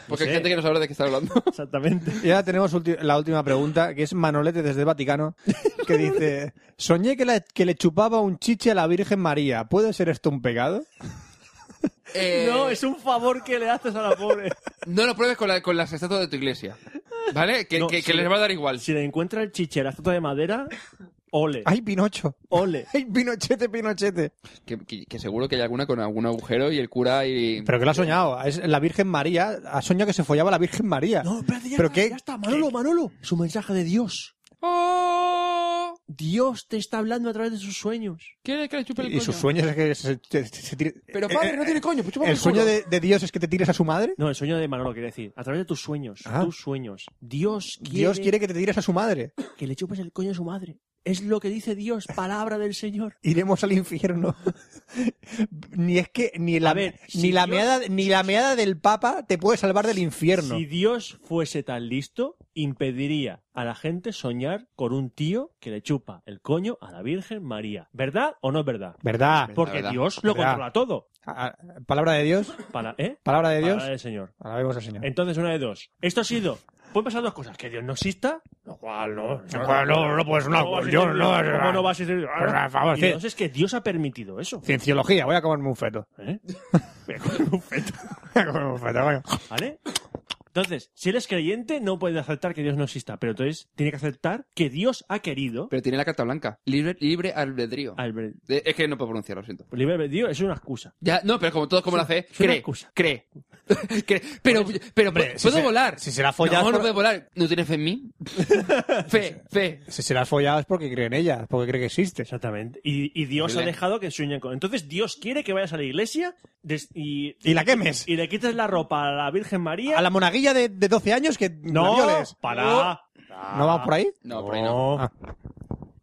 Porque
No sé.
hay gente que no sabe de qué está hablando.
Exactamente.
Y ahora tenemos ulti- la última pregunta, que es Manolete desde el Vaticano,
<laughs>
que dice, soñé que, la- que le chupaba un chiche a la Virgen María. ¿Puede ser esto un pecado?
Eh,
No, es un favor que le haces a la pobre.
no lo pruebes con, la- con las estatuas de tu iglesia. ¿Vale? Que,
No,
que-
sí.
que les va a dar igual.
Si le encuentra el chiche a la estatua de madera, ole,
¡Ay, Pinocho!
ole.
¡Ay, Pinochete, Pinochete!
Que, que- que seguro que hay alguna con algún agujero y el cura y...
Pero que lo ha soñado. Es la Virgen María. Ha soñado que se follaba a la Virgen María.
espérate,
¿Pero qué? Eh,
Manolo, Manolo. Su mensaje de Dios.
¡Oh!
Dios te está hablando a través de sus sueños.
¿Quiere que le chupe el
Y
coño?
sus sueños es que se, se- se tire- eh,
Pero padre, no tiene coño. Pues chúpame
¿El sueño
culo.
de, de Dios es que te tires a su madre?
No, el sueño de Manolo quiere decir, a través de tus sueños,
Ah.
tus sueños. Dios quiere,
Dios quiere que te tires a su madre.
que le chupes el coño a su madre. Es lo que dice Dios, palabra del Señor.
iremos al infierno. <laughs> ni es que ni la
A ver,
ni
si
la
Dios-
meada ni la meada del Papa te puede salvar del infierno.
Si Dios fuese tan listo, impediría a la gente soñar con un tío que le chupa el coño a la Virgen María. ¿Verdad o no es verdad?
¿Verdad?
Porque
verdad.
Dios lo
Verdad.
controla todo.
Ah, Palabra de Dios.
Para, ¿eh?
Palabra de Dios.
Palabra Eh, del Señor.
Alabemos al Señor.
Entonces, una de dos. Esto ha sido. Pueden pasar dos cosas. Que Dios no exista. Lo cual no.
no, no, pues no,
¿Cómo va a
yo
existir
no,
Dios?
no,
¿Cómo no va a existir Dios?
Por
Ah,
favor,
y
sí.
dos, es que Dios ha permitido eso.
Cienciología, voy a comerme un feto. <laughs>
¿eh? Un feto,
Voy a comerme un feto, coño.
¿Vale? Entonces, si eres creyente, no puedes aceptar que Dios no exista. Pero entonces, tiene que aceptar que Dios ha querido.
Pero tiene la carta blanca. Libre, libre albedrío.
Albert,
De- es que no puedo pronunciarlo, lo siento.
libre albedrío es una excusa.
Ya, no, pero como todos como lo hace,
es una
cree,
excusa.
cree, <laughs> cree. Pero, pero
Hombre, si
puedo
se-
volar.
si se la follas
No, no
por-
puedo volar. ¿No tienes fe en mí? fe, fe.
Si se la has follado es porque cree en ella, es porque cree que existe.
Exactamente. Y, y Dios
Horrible.
ha dejado que sueñen con. Entonces, Dios quiere que vayas a la iglesia des- y,
Y la quemes.
y le quites la ropa a la Virgen María.
A la monaguilla de, de 12 años que la
No,
violes.
para.
¿No vamos por ahí?
No, por ahí no.
Ah.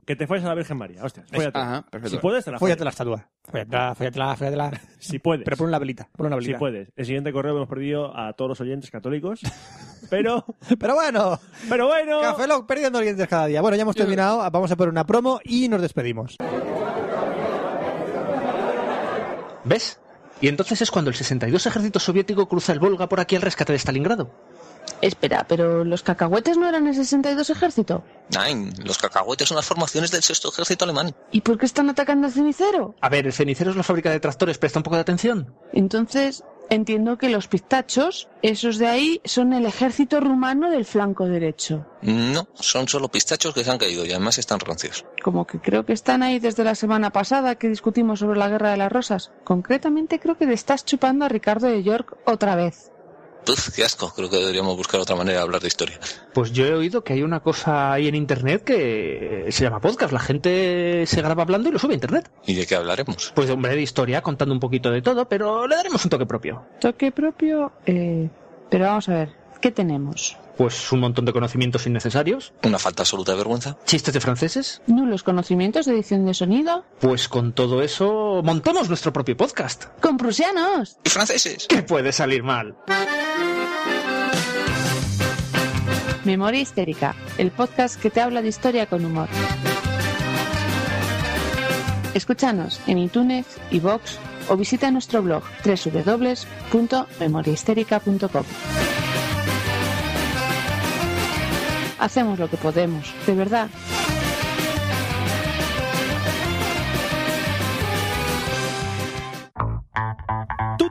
Que te fueras a la Virgen María, hostia. Fóllate.
Ajá, perfecto.
Si puedes, te la
Fóllate
follas.
la estatua. Fóllatela, fóllatela, fóllatela.
Si puedes.
Pero pon una velita, pon una
si
velita.
puedes. El siguiente correo hemos perdido a todos los oyentes católicos. <laughs> Pero,
<laughs> Pero bueno,
pero bueno.
Café Lock perdiendo oyentes cada día. Bueno, ya hemos terminado. Vamos a poner una promo y nos despedimos.
¿Ves? Y entonces es cuando el 62 ejército soviético cruza el Volga por aquí al rescate de Stalingrado.
Espera, pero los cacahuetes no eran el 62 ejército.
Nein, los cacahuetes son las formaciones del sexto ejército alemán.
¿Y por qué están atacando al cenicero?
A ver, el cenicero es la fábrica de tractores, presta un poco de atención.
Entonces, entiendo que los pistachos, esos de ahí, son el ejército rumano del flanco derecho.
No, son solo pistachos que se han caído y además están rancios.
Como que creo que están ahí desde la semana pasada que discutimos sobre la guerra de las rosas. Concretamente creo que le estás chupando a Ricardo de York otra vez.
Puf, qué asco. Creo que deberíamos buscar otra manera de hablar de historia.
Pues yo he oído que hay una cosa ahí en internet que eh, se llama podcast. La gente se graba hablando y lo sube a internet.
¿Y de qué hablaremos?
Pues de hombre de historia, contando un poquito de todo, pero le daremos un toque propio.
Toque propio, eh, pero vamos a ver, ¿qué tenemos?
Pues un montón de conocimientos innecesarios,
¿Una falta absoluta de vergüenza?
chistes de franceses.
Nulos conocimientos de edición de sonido.
Pues con todo eso, montamos nuestro propio podcast.
¡Con prusianos!
¿Y franceses?
¿Qué puede salir mal?
Memoria Histérica, el podcast que te habla de historia con humor. Escúchanos en iTunes, iVox o visita nuestro blog www.memoriahistérica.com. Hacemos lo que podemos, de verdad.
Tú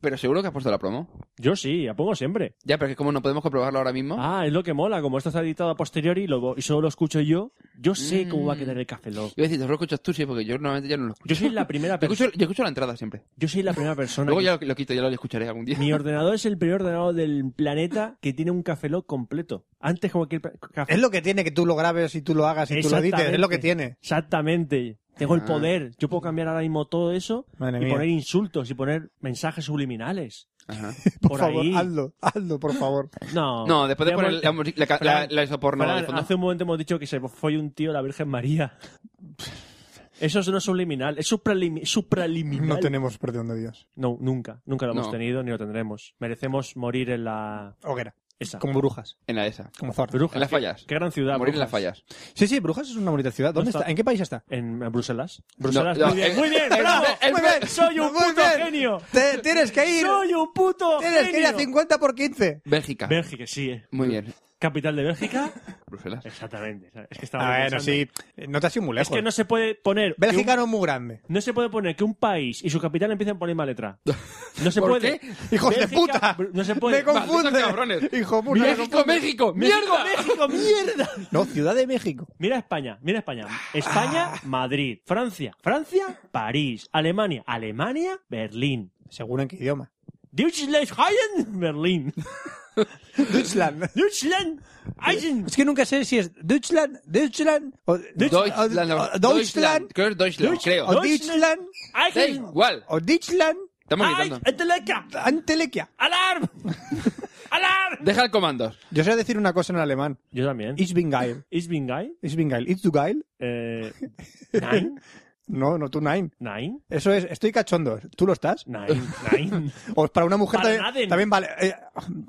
Pero seguro que has puesto la promo.
Yo sí, la pongo siempre.
Ya, pero es que como no podemos comprobarlo ahora mismo.
Ah, es lo que mola. Como esto está editado a posteriori lo- y solo lo escucho yo, yo sé cómo va a
Mm.
quedar el Cafelog.
Iba a decir, te lo escuchas tú, sí, porque yo normalmente ya no lo escucho.
Yo soy la
<laughs>
primera
Yo escucho,
persona.
yo escucho la entrada siempre.
Yo soy la primera persona.
Luego
que-
ya lo, lo quito, ya lo escucharé algún día.
Mi ordenador es el primer ordenador del planeta que tiene un Cafelog completo. Antes que cualquier pla- café.
Es lo que tiene que tú lo grabes y tú lo hagas y tú lo edites. Es lo que
Exactamente.
tiene.
Exactamente. Tengo el
Ah.
poder. Yo puedo cambiar ahora mismo todo eso
Madre
y
mía.
poner insultos y poner mensajes subliminales.
Ajá.
<laughs> Por,
por
favor,
ahí.
hazlo, hazlo, por favor.
No.
No, después de
Ya
poner
hemos-
la, music- la, ca- la,
Fran,
la eso porno
Fran,
de fondo.
hace un momento hemos dicho que se fue un tío la Virgen María. Eso no es subliminal, es supralimi- supraliminal.
No tenemos perdón de Dios.
No, nunca, nunca lo hemos
No.
tenido ni lo tendremos. Merecemos morir en la
Hoguera.
esa.
Como brujas.
En la esa.
Como Thor.
Brujas.
En las fallas.
Qué gran ciudad.
Morir en las
Brujas.
fallas.
Sí, sí, Brujas es una bonita ciudad. ¿Dónde
No
está?
está.
¿En qué país está?
En en Bruselas. Bruselas.
no,
muy bien,
eh,
muy bien,
eh,
bravo.
eh,
Muy bien, soy un
Muy
puto
bien.
genio.
Te- tienes que ir.
Soy un puto
Tienes que ir a
genio.
50 por 15.
Bélgica.
Bélgica, sí. eh.
Muy bien.
Capital de Bélgica. <laughs>
Bruselas.
Exactamente. Es que estaba
Ah, bueno,
pensando.
sí. No te has ido muy
Es
lejos.
que no se puede poner. que
Bélgica no es muy grande.
un- no se puede poner que un país y su capital empiecen por la misma
<laughs>
letra. No se
¿Por
puede.
qué?
¡Hijos de
Bélgica-
puta!
Br- No se puede.
¡Me confunde!
Malditos cabrones.
¡Hijo puta! me
México, México, mierda.
México, mierda.
confunde. No, Ciudad de México.
Mira España, mira España.
Ah.
España, Madrid. Francia, Francia, París. Alemania, Alemania, Berlín.
Seguro en qué idioma.
Deutschland, Berlín.
Deutschland.
Deutschland, Eisen.
Es que nunca sé si es Deutschland, Deutschland o
ah,
Deutschland.
o- o-
Deutschland.
Deutschland
Creo que es Deutschland,
Deutsch-
creo.
o Deutschland
Da
Eisen.
igual.
o Deutschland
Estamos gritando.
eh.
Antelequia.
<laughs> ¡Alarm! ¡Alarm!
Deja el comando.
Yo sé decir una cosa en alemán.
Yo también.
Ich bin geil.
Ich bin geil.
Ich bin geil. It's du geil.
<laughs> Eh, nein,
No, no, tú nein.
nein,
Eso es, estoy cachondo. ¿Tú lo estás?
nein, <laughs> nein.
O para una mujer
Para
también,
Naden.
también vale. Eh,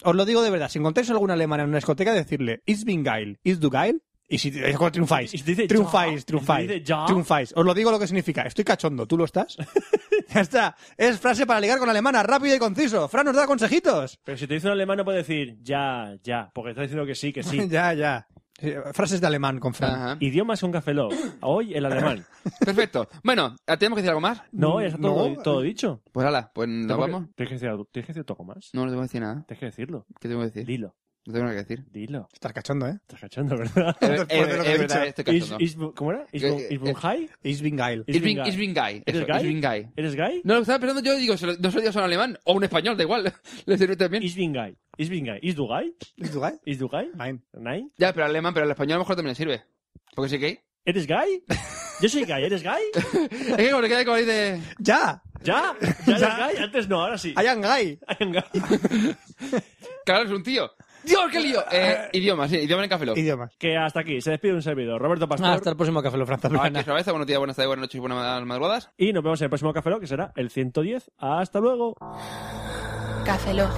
os lo digo de verdad, si encontráis algún alemán en una discoteca, decirle It's bin geil, It's du geil. Y si es cuando triunfáis,
Y si dice
triunfáis,
ya, y
triunfáis,
si dice ya.
triunfáis. Os lo digo lo que significa. Estoy cachondo, ¿tú
<laughs>
lo estás? ya está. Es frase para ligar con alemana, rápido y conciso. Fran nos da consejitos.
Pero si te dice un alemán no puedes decir ya, ya, porque está diciendo que sí, que <laughs> sí.
<laughs>
Ah.
ya, ya. Sí, Frases de alemán con Fran.
Ajá.
Idiomas con café Lock. Hoy el alemán.
Perfecto. Bueno, ¿ah, ¿tenemos que decir algo más?
<laughs> No, eh, ya está todo,
No.
todo dicho.
Pues hala, pues nos
Tengo que-
vamos.
Tienes que decir, algo- tienes que decir algo más.
No, no tengo que decir nada.
Tienes que decirlo.
¿Qué tengo que decir?
Dilo,
No tengo nada que decir.
dilo.
Estás cachondo, ¿eh?
Estás cachando, ¿verdad? <laughs>
Es
Después de lo que he
es verdad,
dicho.
estoy
Is-
cachondo.
is- ¿Cómo era? ¿Is,
este Eh,
bu-
eh,
is bu-
eh.
high?
It's
<laughs>
bin geil.
Is
It's been,
bin
it's been guy.
¿Eres
Eso,
guy?
it's been guy.
¿Eres gay?
No, lo estaba pensando yo, digo, se lo- no se lo digas a un alemán o a un español, da igual. <laughs> Le sirve también.
Is bin gay. Is bin gay. Is du gay?
It's du geil.
Is du gay?
Nein.
Nein.
Ya, pero al alemán, pero al español a lo mejor también le sirve. Porque sí que.
¿Eres gay? Yo soy gay, ¿eres gay?
Es que como le queda como ahí de.
Ya.
¿Ya? ¿Ya eres gay? Antes no, ahora sí.
I am gay.
I am gay.
Claro, es un tío. ¡Dios, qué lío!
<laughs>
Eh, idioma, sí, idioma en el café. Lock.
Idioma.
Que hasta aquí, se despide un servidor, Roberto Pastor.
Ah, Hasta el próximo Café Lo Franza.
Aquí es Rabeza, buenos días, buenas tardes, buenas noches y buenas ma- madrugadas.
Y nos vemos en el próximo Café Lock, que será el 110. ¡Hasta luego!
Café Lock.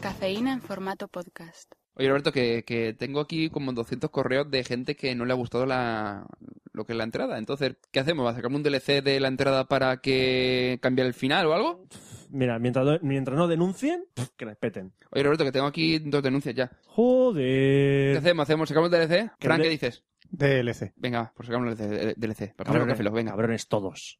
Cafeína en formato podcast.
Oye, Roberto, que, que tengo aquí como 200 correos de gente que no le ha gustado la, lo que es la entrada. Entonces, ¿qué hacemos? ¿Va a sacarme un DLC de la entrada para que cambie el final o algo?
Mira, mientras, no- mientras no denuncien, pff, que respeten.
Oye, Roberto, que tengo aquí dos denuncias ya. ¿Qué
Joder.
hacemos? ¿Hacemos? ¿Sacamos el DLC? Fran,
le-
¿qué dices?
DLC.
DLC. Venga, va, pues sacamos el DLC. Venga,
Cabrones todos.